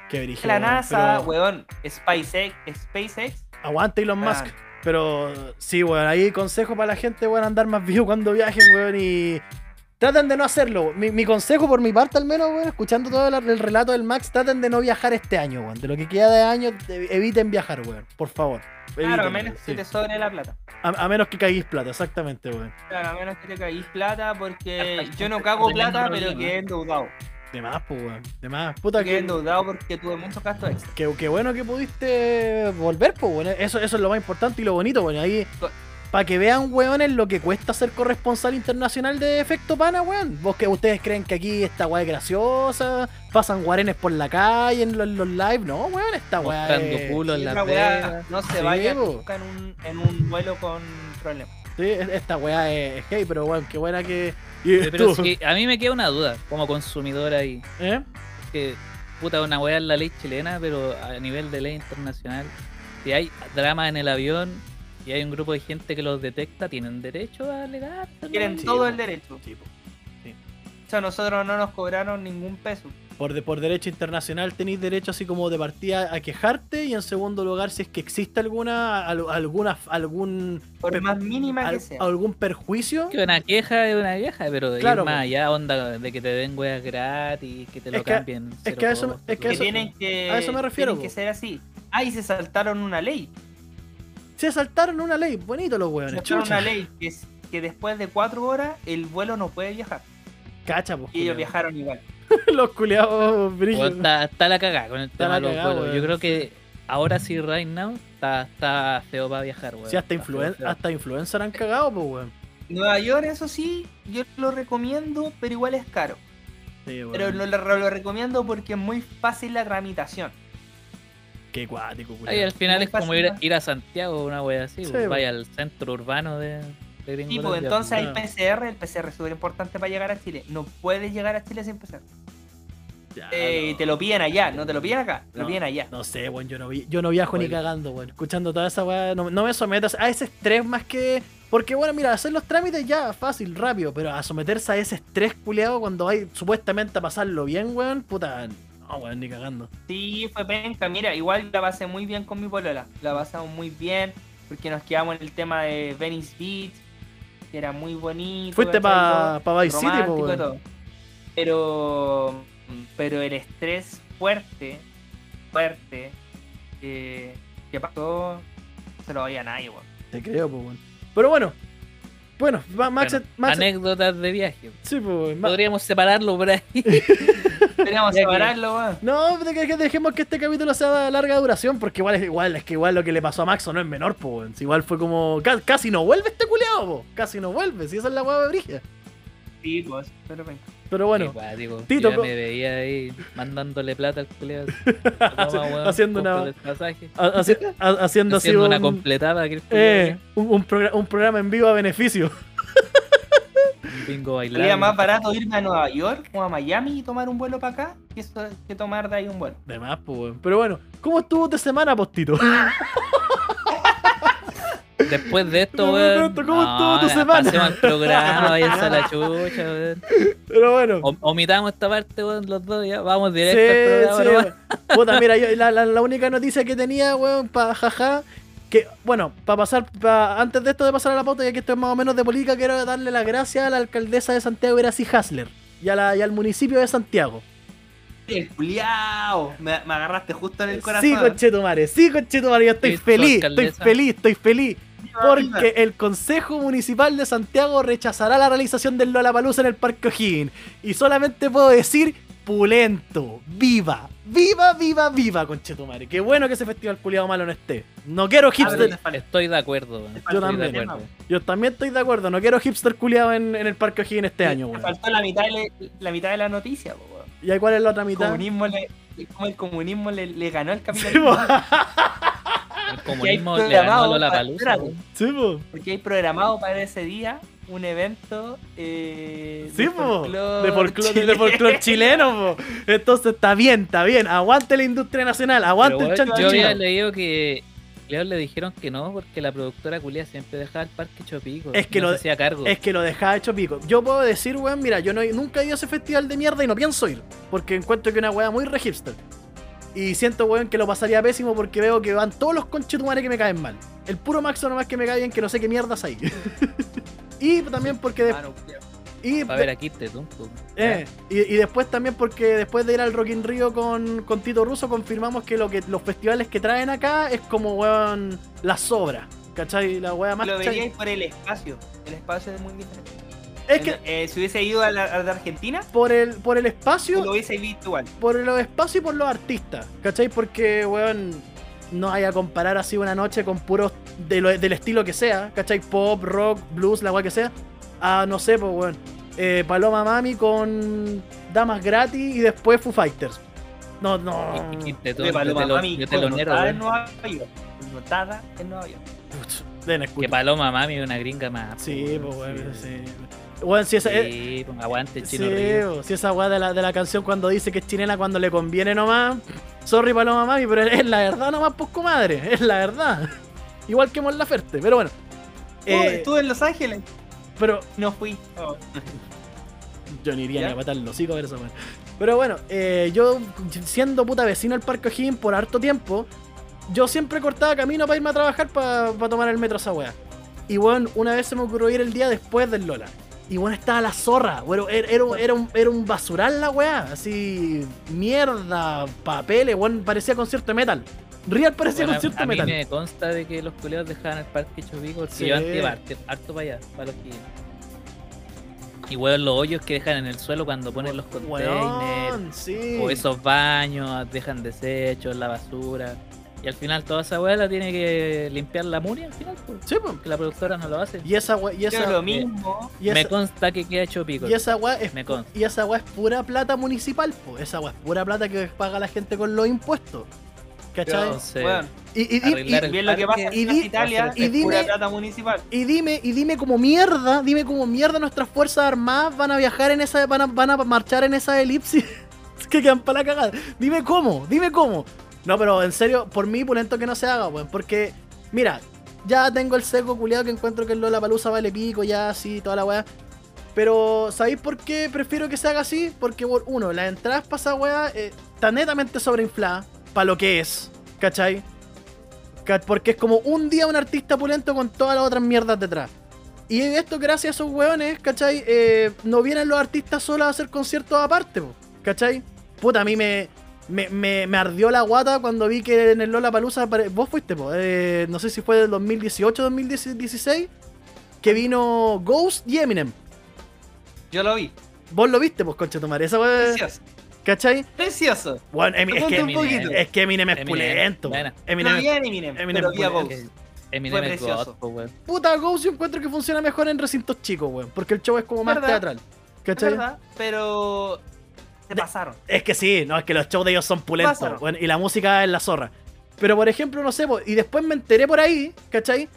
A: Qué brígido,
C: la
A: weón,
C: NASA,
A: pero
C: weón, SpaceX, SpaceX.
A: Aguante Elon
C: Weón.
A: Musk. Pero sí, weón, ahí consejo para la gente, weón, andar más vivo cuando viajen, weón, y... Traten de no hacerlo. Mi, mi consejo por mi parte al menos, weón, escuchando todo el, el relato del Max, traten de no viajar este año, weón. De lo que queda de año, te- eviten viajar, weón. Por favor.
C: Claro, a
A: Evítenlo,
C: menos
A: sí.
C: que te sobre la plata.
A: A- a menos que caguís plata, exactamente, weón.
C: Claro, a menos que te caguís plata porque yo no cago
B: Tremendo
C: plata,
B: problema.
C: pero quedé endeudado.
A: De más, pues, weón. De más. Puta
C: Quedé
A: que...
C: endeudado porque tuve muchos gastos extra.
A: Qué, qué bueno que pudiste volver, pues, bueno. Eso, eso es lo más importante y lo bonito, bueno. Ahí, para que vean, weones, lo que cuesta ser corresponsal internacional de Efecto Pana, weón. Vos que ustedes creen que aquí esta weá es graciosa, pasan guarenes por la calle en los, en los live. No, weón,
C: Ah,
A: esta weá.
B: Mostrando
A: es-
B: culo en
A: sí,
B: la
C: Esa
B: Las
C: weá
B: Vegas.
C: no se
A: Sí,
C: vaya
A: po.
C: nunca en un, en un vuelo con problemas.
A: sí, es- esta weá es, es gay, pero weón, qué buena que. y
B: Pero
A: tú,
B: sí, a mí me queda una duda, como consumidor ahí.
A: ¿eh?
B: que puta una weá es la ley chilena, pero a nivel de ley internacional, si hay drama en el avión y hay un grupo de gente que los detecta, tienen derecho a alegar. ¿no?
C: Tienen
A: Sí, po.
C: todo el derecho.
A: Sí, po.
C: O sea, nosotros no nos cobraron ningún peso.
A: por, de- por derecho internacional tenéis derecho así como de partida a quejarte y en segundo lugar si es que existe alguna al- alguna algún
C: Por
A: Pero-
C: más mínima que
A: al-
C: sea.
A: algún perjuicio
B: Que una queja es una queja, pero ir
A: Claro, po.
B: más allá, onda de que te den weas gratis, que te lo
A: Es que-
B: cambien.
A: es
B: cero
A: que a eso-
B: costo,
A: es que
B: todo.
C: Que
A: eso-
C: tienen que,
A: a eso me refiero,
C: tienen que
A: po.
C: ser así. Ah, y se saltaron una ley.
A: se saltaron una ley bonito los
C: Se
A: hueones
C: saltaron
A: chucha.
C: una ley que es que después de cuatro horas el vuelo no puede viajar.
A: cacha pues,
C: Y ellos
A: culiao.
C: viajaron igual.
A: los culiados
B: Bueno,
A: brillos
B: está, está la cagada con el tema
A: la
B: de los
A: cagá,
B: vuelos. Yo
A: weón.
B: creo que ahora sí, right now, está, está feo para viajar, weón.
A: si hasta,
B: Está feo,
A: influen-
B: feo.
A: hasta influencer han cagado pues weón
C: Nueva York, eso sí, yo lo recomiendo, pero igual es caro.
A: Sí, weón.
C: Pero lo, lo- lo recomiendo porque es muy fácil la tramitación.
A: qué cuático culiao.
B: Ahí al final
C: Muy
B: es como
C: fácil,
B: ir, a-
C: ¿no?
B: ir a Santiago, una wea así,
A: Sí,
B: pues,
A: po.
B: vaya al centro urbano de, de
C: Y
B: Gringolandia,
C: pues entonces hay
A: claro.
C: PCR, el PCR es súper importante para llegar a Chile. No puedes llegar a Chile sin PCR.
A: Ya,
C: Eh,
A: Ah, no.
C: Te lo piden allá, no te lo piden acá, te
A: No.
C: lo piden allá.
A: No sé, weón, yo no, vi- yo no viajo ni
B: Oye.
A: cagando, weón. Escuchando toda esa weá, no, no me sometas a ese estrés más que. Porque, bueno, mira, hacer los trámites ya, fácil, rápido, pero a someterse a ese estrés culeado cuando hay supuestamente a pasarlo bien, weón, puta. No, weón, ni cagando.
C: Sí, fue penca. Mira, igual la pasé muy bien con mi polola. La pasamos muy bien porque nos quedamos en el tema de Venice Beach, que era muy bonito.
A: Fuiste pa-
C: ¿cachai? Todo
A: pa Vice City, po,
C: romántico y
A: weón.
C: todo. Pero, mm, pero el estrés fuerte, fuerte, eh, que pasó, no se lo veía a nadie, weón.
A: Te creo, pues, weón. Pero bueno, bueno, va- Max.
B: Bueno,
A: Max
B: anécdotas de viaje.
A: sí, pues, weón, Ma-
B: Podríamos separarlo por ahí.
C: Teníamos que
B: Ya que-
C: separarlo, weón.
A: No, de que- que dejemos que este capítulo sea de larga duración, porque igual es igual, es que igual lo que le pasó a Maxo no es menor, po, weón. Si igual fue como. ca- casi no vuelve este culeado, po. Casi no vuelve, si esa es la weá de brigia.
C: Sí, pues, pero penca.
A: Pero bueno.
B: Qué cuático.
A: Tito,
B: pues, Yo ya
A: co-
B: me veía ahí mandándole plata al culiao.
A: haciendo una- Ha- haci- ha- haciendo así
B: Haciendo una
A: un,
B: completada que el culiao
A: eh, un, un progra- un programa en vivo a beneficio.
B: hacía un bingo bailable.
C: Sería más barato irme a Nueva York o a Miami y tomar un vuelo para acá que, eso- que tomar de ahí un vuelo.
A: De más, pues, weón. Pero bueno, ¿cómo estuvo tu semana, postito?
B: Después de esto,
A: Me
B: weón.
A: pregunto, ¿cómo estuvo tu semana?
B: Hacemos el programa, váyanse a la chucha, weón.
A: Pero bueno.
B: O- Omitamos esta parte, weón, los dos ya. Vamos
A: Sí,
B: directo al programa,
A: sí,
B: nomás.
A: weón. Puta, mira, yo- la, la- la única noticia que tenía, weón, para jaja. Que, bueno, para pasar, pa- antes de esto de pasar a la pauta, ya que esto es más o menos de política, quiero darle las gracias a la alcaldesa de Santiago, Gracie Hasler, y, a la- y al municipio de Santiago.
C: El culiao. Me, me agarraste justo en el corazón.
A: Sí, conchetumare, sí, conchetumare, yo estoy
B: Listo,
A: feliz, estoy
B: alcaldesa.
A: feliz, estoy feliz.
C: Viva, viva.
A: Porque el Consejo Municipal de Santiago rechazará la realización del Lollapalooza en el Parque O'Higgins. Y solamente puedo decir, pulento, viva, viva, viva, viva, conchetumare. Qué bueno que ese festival culiado malo no esté. No quiero
C: Abre
A: hipster.
C: la falda.
B: Estoy de acuerdo, weón. Estoy
A: también.
B: De acuerdo.
A: Yo también estoy de acuerdo, no quiero hipster culiado en, en el Parque O'Higgins este año,
C: Te
A: weón.
C: faltó la mitad, de, la mitad de la noticia, po, weón.
A: ¿Y ahí cuál es la otra
C: El
A: mitad?
C: comunismo le, como el comunismo le, le ganó al
A: Sí,
C: capitalismo.
A: po.
B: El el comunismo
C: Que hay
B: le ganó a
C: programado para-
B: Lollapalooza,
C: espérate.
B: weón.
A: Sí, po.
C: Porque hay programado para ese día un evento eh,
A: Sí, po. De folclor,
C: chileno.
A: de folclor chileno, po. Entonces está bien, está bien. Aguante la industria nacional, aguante el
B: Pero, weón,
A: chancho
B: Yo había
A: chileno.
B: leído que León le dijeron que no porque la productora culia siempre dejaba el parque chopico.
A: Es que
B: no
A: lo-
B: se hacía cargo.
A: Es que lo dejaba hecho pico. Yo puedo decir, weón, mira, yo no, he- nunca he ido a ese festival de mierda y no pienso ir. Porque encuentro que es una weá muy re hipster. Y siento, weón, que lo pasaría pésimo porque veo que van todos los conchetumares que me caen mal. El puro Maxo nomás que me cae bien, que no sé qué mierdas hay. y también porque... de-
C: Ah, no, culiao.
A: y
B: Para
A: de-
B: ver aquí te tumpo.
A: Eh, y, y después también porque después de ir al Rock in Rio con, con Tito Russo confirmamos que, lo que los festivales que traen acá es como, weón, las sobras. ¿Cachai? La weá más...
C: Lo
A: chay-
C: veríais por el espacio. El espacio es muy diferente.
A: Es que
C: En- eh, si hubiese ido a la, a la Argentina,
A: por el, por el espacio,
C: lo hubiese visto igual.
A: por los espacios y por los artistas. ¿Cachai? Porque, weón, no hay a comparar así una noche con puros de lo- del estilo que sea. ¿Cachai? Pop, rock, blues, la weá que sea. A, no sé, pues, weón. eh, Paloma Mami con Damas Gratis y después Foo Fighters. No, no.
B: Y- y Quinte Tum,
C: Oye, Paloma
B: de telo-
C: Mami,
B: de telonero,
C: connotada en
B: weón.
C: Nueva York. Connotada en Nueva York.
A: Eh, Putz, Den
B: Que
A: escucha.
B: Paloma Mami es una gringa más.
A: Sí, pues, weón,
B: weón,
A: sí. Weón, si esa. eh,
B: Sí, pues, aguante,
A: sí,
B: chino río.
A: po, si esa weá de la, de la canción cuando dice que es chilena cuando le conviene nomás. Sorry, Paloma Mami, pero es la verdad nomás, pues, comadre. Es la verdad. Igual que Mon Laferte, pero bueno.
C: Oh,
A: Eh,
C: estuve en Los Ángeles.
A: pero
C: No fui. Oh.
A: yo ni iría
C: ¿Ya?
A: ni a matar los hocico a ver esa weá. Pero bueno, eh, yo siendo puta vecino al Parque O'Higgins por harto tiempo, yo siempre cortaba camino para irme a trabajar para tomar el metro a esa weá. Y bueno, una vez se me ocurrió ir el día después del Lola. Y bueno, estaba la zorra. Bueno, era, era un- era un, era un basural la weá. Así, mierda, papeles, bueno, parecía concierto de metal. Real parecía
B: Bueno,
A: concierto
B: a, a
A: de
B: mí
A: metal.
B: me consta de que los culeados dejaban el parque Chopico porque
A: Sí.
B: yo antes iba harto- harto para allá, para los O'Higgins. Y weón, los hoyos que dejan en el suelo cuando ponen los containers.
A: Weón, sí.
B: o esos baños, dejan desechos, la basura. Y al final toda esa weá la tiene que limpiar la Muni al final, pues,
A: Sí, po.
B: porque la productora no lo hace.
A: Y esa weá, y
C: Yo
A: esa,
C: lo mismo.
A: y esa-
B: Me consta que queda hecho pico.
A: Y esa weá es,
B: Me
A: pu-
B: consta.
A: y esa weá es pura plata municipal, po. Esa weá es pura plata que paga la gente con los impuestos. ¿Cachai?
B: Entonces,
C: Bueno,
A: y, y- y-
B: arreglar
A: y-
B: el
C: bien lo que
B: parque
C: pasa
A: y
C: en
A: di-
C: Italia
A: y
C: y
A: dime-
C: pura plata municipal.
A: y dime, y dime como mierda, dime como mierda nuestras fuerzas armadas van a viajar en esa, van a, van a marchar en esa elipsis que quedan para la cagada. Dime cómo, dime cómo. No, pero en serio, por mí, punento que no se haga, weón, porque, mira, ya tengo el seco culiado que encuentro que el Lola Palusa vale pico, ya así, toda la weá. Pero, ¿sabéis por qué prefiero que se haga así? Porque, por uno, las entradas para esa weá eh, están netamente sobreinfladas para lo que es, ¿cachai? Ca- Porque es como un día un artista pulento con todas las otras mierdas detrás. Y esto gracias a esos weones, ¿cachai? Eh, no vienen los artistas solos a hacer conciertos aparte, po, ¿cachai? Puta, a mí me, me, me, me ardió la guata cuando vi que en el Lola Palusa vos fuiste, po, eh, no sé si fue del 2018 2016, que vino Ghost y Eminem.
C: Yo lo
A: Eh,
C: vi.
A: Vos lo viste, pues, concha tu madre. Esa weá,
C: Precioso.
A: ¿cachai?
C: Precioso.
A: Bueno, Emi- es, que
C: Ponte un
A: Eminem,
C: poquito.
A: es que Eminem es
B: Eminem,
A: pulento.
B: buena.
A: Eminem
C: No
A: es
C: vi a Eminem,
A: Eminem
C: pero vi a
A: Oh, fue-
C: Ghost.
B: Eminem
C: Fue
B: es
C: precioso.
B: God, po, weón.
A: puta Ghost yo encuentro que funciona mejor en recintos chicos, weón. Porque el show es como más
C: ¿Verdad?
A: teatral.
C: Es
A: ¿Cachai?
C: verdad, pero se
A: De-
C: pasaron.
A: Es que sí, no, es que los shows de ellos son pulentos,
C: Pásalo.
A: weón, y la música es la zorra. Pero por ejemplo, no sé, po, y después me enteré por ahí, ¿cachai?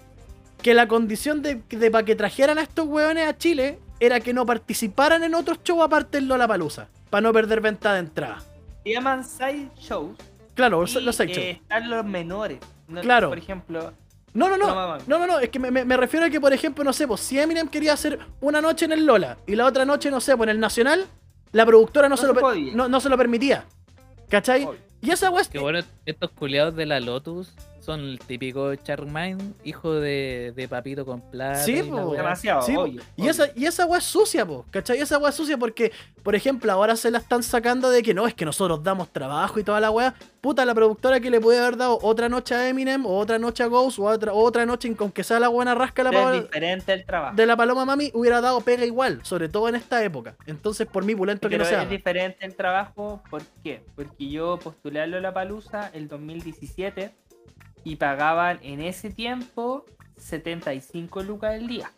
A: Que la condición de, de para que trajeran a estos weones a Chile era que no participaran en otros shows aparte del Lollapalooza, para no perder venta de entrada.
C: Se llaman side shows.
A: Claro,
C: y,
A: los, los sex
C: eh,
A: shows.
C: están los menores. No-
A: Claro.
C: Por ejemplo,
A: No, no, no.
C: Paloma Mami.
A: No, no, no, es que me, me- me refiero a que, por ejemplo, no sé, pues si Eminem quería hacer una noche en el Lola y la otra noche, no sé, pues en el Nacional, la productora no,
C: No
A: se, lo
C: se
A: per-
C: podía.
A: no, no se lo permitía. ¿Cachai?
C: obvio.
A: Y esa weá es-
B: Que bueno, estos culeados de la Lotus son el típico Charmaine, hijo de, de papito con plata.
A: Sí,
B: y
A: po.
B: la weá.
C: demasiado,
A: Sí, po.
C: obvio,
A: Y
C: obvio.
A: esa, y esa weá es sucia, po, ¿cachai? Esa weá es sucia porque, por ejemplo, ahora se la están sacando de que no, es que nosotros damos trabajo y toda la weá. Puta, la productora que le puede haber dado otra noche a Eminem, o otra noche a Ghost, o otra, o otra noche, en- aunque sea la buena rasca la
C: Pero es
A: palabra
C: diferente el trabajo.
A: de la paloma mami, hubiera dado pega igual, sobre todo en esta época. Entonces, por mí, pulento que
C: Pero
A: no sea.
C: es diferente el trabajo, ¿por qué? Porque yo postulé a Lollapalooza el 2017 y pagaban en ese tiempo 75 lucas al día.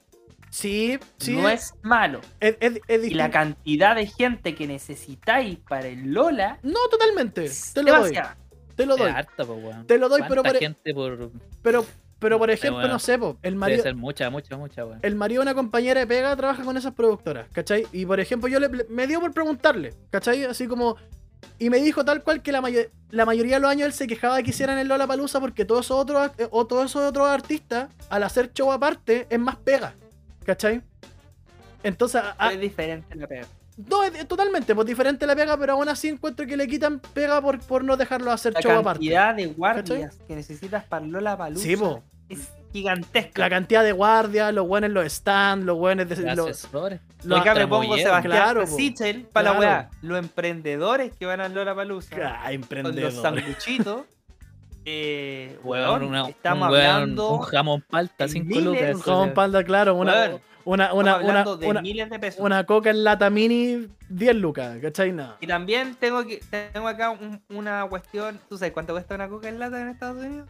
A: Sí, sí.
C: No es malo.
A: Es, es- es
C: Y la
A: distinto.
C: cantidad de gente que necesitáis para el Lola
A: No, totalmente.
C: es
A: Te lo doy.
C: demasiada.
A: Te lo doy.
B: Es harto, pues, weón.
A: Te lo doy, pero
B: ¿Cuánta
A: por, e-
B: gente por...
A: pero, pero por
B: Ay,
A: ejemplo,
B: weón.
A: no sé, po, el
B: Debe
A: marido,
B: ser mucha, mucha, mucha, weón.
A: el marido de una compañera de pega trabaja con esas productoras, ¿cachai? Y por ejemplo, yo le, le- me dio por preguntarle, ¿cachai? Así como. Y me dijo tal cual que la, mayo- la mayoría de los años él se quejaba de que hicieran el Lola Palusa porque todos esos otros, eh, o todos esos otros artistas, al hacer show aparte, es más pega, ¿cachai? Entonces, a- a-
C: Es diferente la pega.
A: no, es, es totalmente, pues diferente la pega, pero aún así encuentro que le quitan pega por, por no dejarlo hacer
C: La
A: show aparte.
C: cantidad de guardias que necesitas para Lola Palusa
A: Sí, po.
C: es gigantesca.
A: La cantidad de guardias, los buenos en los stands, los buenos de.
B: Los
A: Los,
B: asesores.
A: los-
C: Acá me
B: tramoyeros.
C: pongo Sebastián
A: Claro, po.
C: Sichel para la
A: Claro.
C: weá. Los emprendedores que van a Lola Palusa.
A: Ah,
C: Con los
A: emprendedor.
C: sanguchitos. eh,
B: Weón,
C: weón,
B: una-
C: estamos
B: un weón-
C: hablando.
B: Un jamón palta,
C: de
B: 5
C: miles,
B: lucas.
A: Un jabón palda, claro, una,
C: Weón,
A: una,
C: estamos
A: una, una,
C: hablando de
A: una-
C: miles de pesos.
A: una coca en lata mini, 10 lucas, ¿cachai? No.
C: Y también tengo que tengo acá un- una cuestión. ¿Tú sabes cuánto cuesta una coca en lata en Estados Unidos?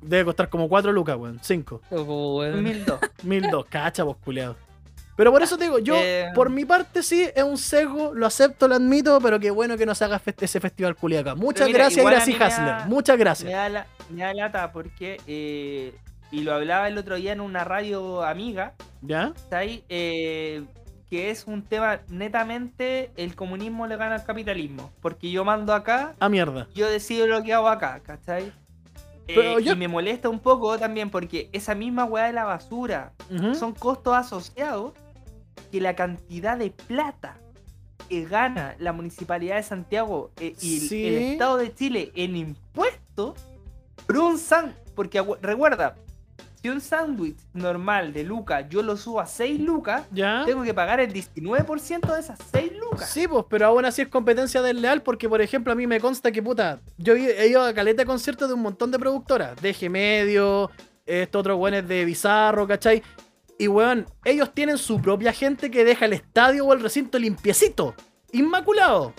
A: Debe costar como 4 lucas, weón, 5,
B: Weón.
C: 1002.
A: 1002, cacha, vos culiado. Pero por eso te digo, yo,
C: Eh.
A: por mi parte, sí, es un sesgo, lo acepto, lo admito, pero qué bueno que nos haga fest- ese festival culiado acá. Muchas
C: mira,
A: gracias,
C: igual a
A: Gracie
C: mí me
A: Hasler,
C: da-
A: muchas
C: me,
A: gracias.
C: da la- me da lata porque. eh, y lo hablaba el otro día en una radio amiga.
A: ¿Ya?
C: ¿cachai? Eh, que es un tema netamente el comunismo le gana al capitalismo. Porque yo mando acá,
A: A mierda.
C: yo decido lo que hago acá, ¿cachai? Eh,
A: Pero yo-
C: Y me molesta un poco también porque esa misma weá de la basura
A: Ujú.
C: son costos asociados que la cantidad de plata que gana la municipalidad de Santiago eh, y el-
A: Sí.
C: el Estado de Chile en impuestos por un sándwich. Porque agu- recuerda, si un sándwich normal de lucas yo lo subo a 6 lucas,
A: ¿Ya?
C: tengo que pagar el 19% de esas 6 lucas.
A: ¿Ah? Sí, pues, pero aún así es competencia desleal porque, por ejemplo, a mí me consta que, puta, yo he he ido a caleta de conciertos de un montón de productoras, de G Medio, estos otros weones de Bizarro, ¿cachai? Y, weón, ellos tienen su propia gente que deja el estadio o el recinto limpiecito, inmaculado,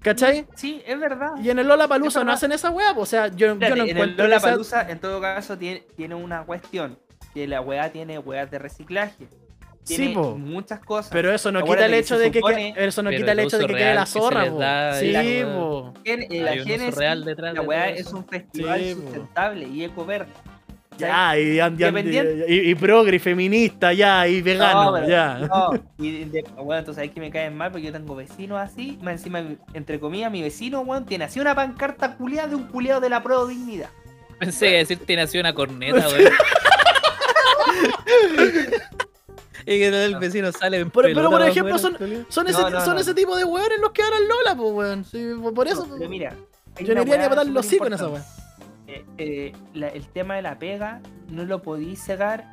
A: ¿cachai?
C: Sí, es verdad.
A: Y en el Lola Palusa
C: Es
A: no
C: verdad.
A: hacen esa weá, pues, o sea, yo, yo
C: Mm. Espérate,
A: no
C: en el
A: encuentro
C: Lola
A: esa-
C: Palusa, en todo caso, tiene, tiene una cuestión. Que la weá tiene weá de reciclaje. Tiene
A: Sí, po.
C: muchas cosas.
A: Pero eso no quita
C: Acuérdate
A: el
C: que
A: hecho
C: se
A: de que,
C: supone-
A: que- eso no
B: Pero
A: quita el
B: el
A: hecho de
B: uso
A: que quede la
B: real que se
A: zorra,
B: les
A: po.
B: da
A: Sí,
B: es la-
A: po.
C: Gen- eh,
B: Hay
C: la
B: un uso
C: génesis,
B: real detrás
C: la
B: de
C: weá
B: todo
C: es
B: eso.
C: un festival
A: Sí, po.
C: sustentable y eco-verde.
A: Ya, y, and- y, and-
C: Independiente.
A: y- y progre, feminista, ya, y vegano,
C: No, pero-
A: ya.
C: No, y de- bueno, tú sabes que me caen mal porque yo tengo vecinos así. Más encima, entre comillas, mi vecino, weón, tiene así una pancarta culeada de un culeado de la pro dignidad.
B: Pensé que iba a decir tiene así una corneta, weón. y que el vecino sale en
A: Pero- pero,
B: pelota,
A: por
B: weón,
A: ejemplo,
B: weón,
A: son-
B: culiao.
A: Son,
C: No,
A: ese,
C: no,
A: son
C: no.
A: ese tipo de weones los que dan al Lola, pues weón. Sí, po- por eso.
C: Pero mira, hay
A: yo
C: una
A: no iría ni a
C: weá
A: botar los hocico en esa
C: superimportante.
A: weá.
C: eh, eh, la- el tema de la pega no lo podéis cegar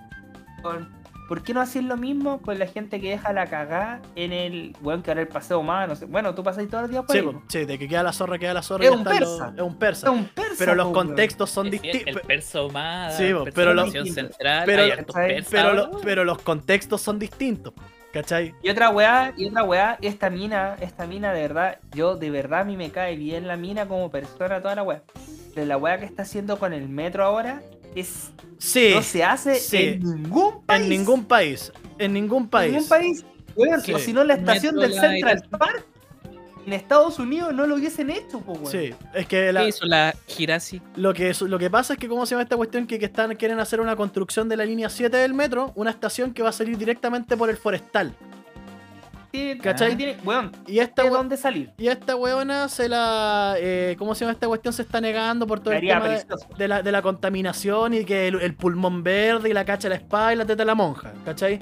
C: con... ¿Por qué no hacer lo mismo con la gente que deja la cagada en el... Bueno, que ahora el paseo humano, no sé. Bueno, tú pasáis todos los días por
A: Sí,
C: ahí.
A: po, sí, de que queda la zorra, queda la zorra.
C: Es
A: ya
C: un
A: está lo-
C: persa.
A: es un persa.
C: Es un persa,
A: Pero los
C: po, weón.
A: contextos son
B: Sí, El
A: distintos.
B: perso más.
A: Sí, po,
B: el
A: pero
C: lo-
B: Perso central,
A: pero-
B: hay hartos
C: ¿cachai?
B: persas,
A: Pero,
B: weón.
A: lo- pero los contextos son distintos. ¿Cachai?
C: Y otra weá, y otra weá, esta mina, esta mina de verdad, yo de verdad a mí me cae bien la mina como persona, toda la weá. Pero la weá que está haciendo con el metro ahora es...
A: Sí,
C: no se hace
A: sí.
C: en ningún país.
A: en ningún país. En ningún país.
C: ningún país. Weón,
A: Sí.
C: o si no, la estación
B: Metro
C: del
B: Light.
C: Central Park en Estados Unidos no lo hubiesen hecho, pues, weón.
A: Sí, es que la-
B: ¿Qué hizo la Girasi?
A: lo, que, su- lo que pasa es que, ¿cómo se llama esta cuestión? Que, que están, quieren hacer una construcción de la línea 7 del metro, una estación que va a salir directamente por el forestal.
C: Tiene-
A: ¿Cachai?
C: tiene- weón,
A: Y esta,
C: tiene
A: we-
C: dónde salir.
A: Y esta weona se la. eh, ¿Cómo se llama esta cuestión? Se está negando por todo el
C: Sería
A: tema de,
C: precioso.
A: de la, de la contaminación y que el, el pulmón verde y la cacha de la espada y la teta de la monja, ¿cachai?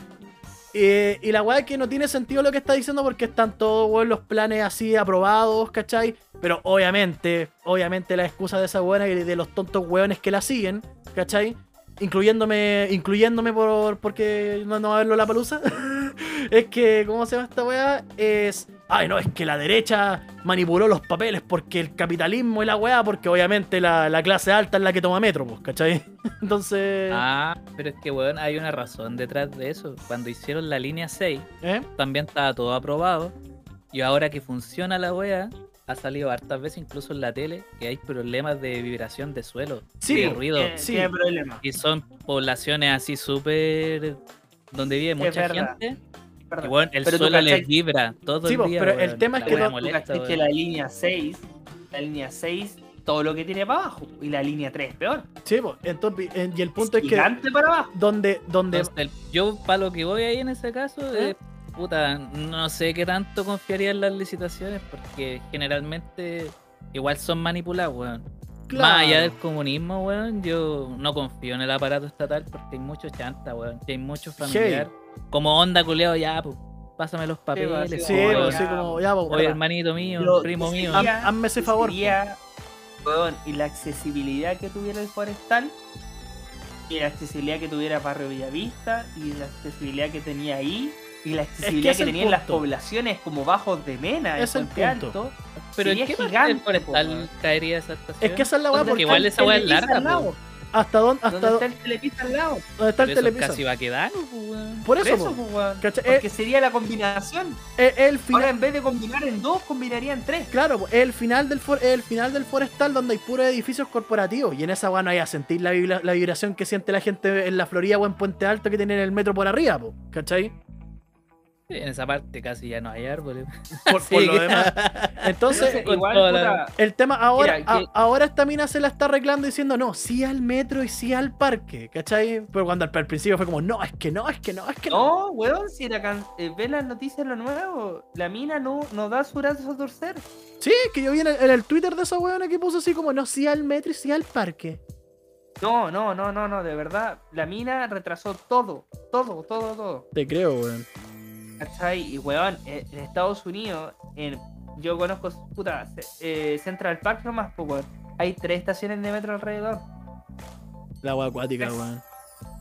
A: Eh, y la weá es que no tiene sentido lo que está diciendo porque están todos weón, los planes así aprobados, ¿cachai? Pero obviamente, obviamente la excusa de esa weona y de los tontos weones que la siguen, ¿cachai? Incluyéndome, incluyéndome por porque no, no va a verlo la palusa. es que, ¿cómo se llama esta weá? Es. Ay, no, es que la derecha manipuló los papeles porque el capitalismo y la weá, porque obviamente la, la clase alta es la que toma metro, pues, ¿cachai? Entonces.
B: Ah, pero es que, weón, hay una razón detrás de eso. Cuando hicieron la línea 6,
A: ¿eh?
B: también estaba todo aprobado. Y ahora que funciona la wea, ha salido hartas veces, incluso en la tele, que hay problemas de vibración de suelo,
A: Sí,
B: de
A: po. eh,
B: ruido.
C: Tiene-
A: sí.
C: tiene problema.
B: Y son poblaciones así súper. donde vive mucha
C: verdad,
B: gente.
C: es
B: Y
C: verdad.
B: bueno, el
C: Pero tú
B: suelo les
C: cachai-
B: vibra todo
A: Sí,
B: el
A: po,
B: día.
A: pero el
B: weón.
A: tema es
B: La
A: que
B: wea
A: no- tú
C: Tú
B: molesta,
C: cachai que
B: weón.
C: la línea 6, la línea 6 todo lo que tiene para abajo. Y la línea 3 es peor.
A: Sí, pues, entonces, en- y el punto es que
C: Gigante para abajo.
A: donde, donde
B: Entonces, el- yo, para lo que voy ahí en ese caso,
A: ¿Eh?
B: eh, puta, no sé qué tanto confiaría en las licitaciones porque generalmente igual son manipuladas, weón. Más allá del comunismo, weón, yo no confío en el aparato estatal porque hay mucho chanta, weón. que hay mucho familiar. Como onda culeado, ya, pues, pásame los papeles.
C: así
A: Sí,
B: po,
C: como,
A: pues,
B: weón.
A: así como, ya, pues,
B: Oye, hermanito mío,
A: Yo-
B: primo mío.
A: Haz- hazme ese favor, po.
C: Sería, weón, y la accesibilidad que tuviera el forestal, y la accesibilidad que tuviera Barrio Villavista, y la accesibilidad que tenía ahí, y la accesibilidad
A: es
C: que,
A: el
C: tenían las
A: punto.
C: poblaciones como Bajos de Mena,
A: Es el
C: Puente
A: punto.
C: Alto.
B: Pero
C: sería
B: ¿en qué parte
C: gigante,
B: del
C: po, weón.
B: forestal caería esa estación?
A: es que esa es la weá,
C: Onda,
A: porque
B: que igual esa weá es
C: Televisa
B: larga,
C: al lado,
B: po.
A: hasta dónde,
C: donde
A: hasta
C: está el Telepizza al lado.
A: dónde está el
B: Pero eso es
A: telepisa.
B: casi va a quedar, po, weón.
A: Por
C: Por
A: eso,
C: eso,
A: po.
C: po, weón.
A: ¿Cachai?
C: Porque sería la combinación.
A: es, es Eh, el
C: Ahora
A: final,
C: en vez de combinar en dos, combinaría en tres.
A: claro, po, es el final del for- es el final del forestal donde hay puros edificios corporativos y en esa weá no hay a sentir la, vibra- la vibración que siente la gente en la Florida o en Puente Alto que tienen el metro por arriba, po, ¿cachai?
B: Sí, En esa parte casi ya no hay árboles.
A: Por,
B: Sí,
A: por lo
B: que-
A: demás. Entonces,
B: con toda la-
A: El tema ahora,
C: Mira,
A: a-
C: que-
A: ahora esta mina se la está arreglando diciendo no, sí al metro y sí al parque, ¿cachai? Pero cuando al, al principio fue como, no, es que no, es que no, es que no.
C: No, weón, si la can... eh, ves las noticias lo nuevo, la mina no, no da su brazo a torcer.
A: Sí, es que yo vi en el, en el Twitter de esa weona que puso así como, no, sí al metro y sí al parque.
C: No, no, no, no, no, de verdad, la mina retrasó todo, todo, todo, todo.
A: Te creo, weón.
C: ¿Cachai? Y weón, eh, en Estados Unidos, en- yo conozco, puta, eh, Central Park nomás, po, weón. Hay tres estaciones de metro alrededor.
A: La wea acuática,
C: Es-
A: weón.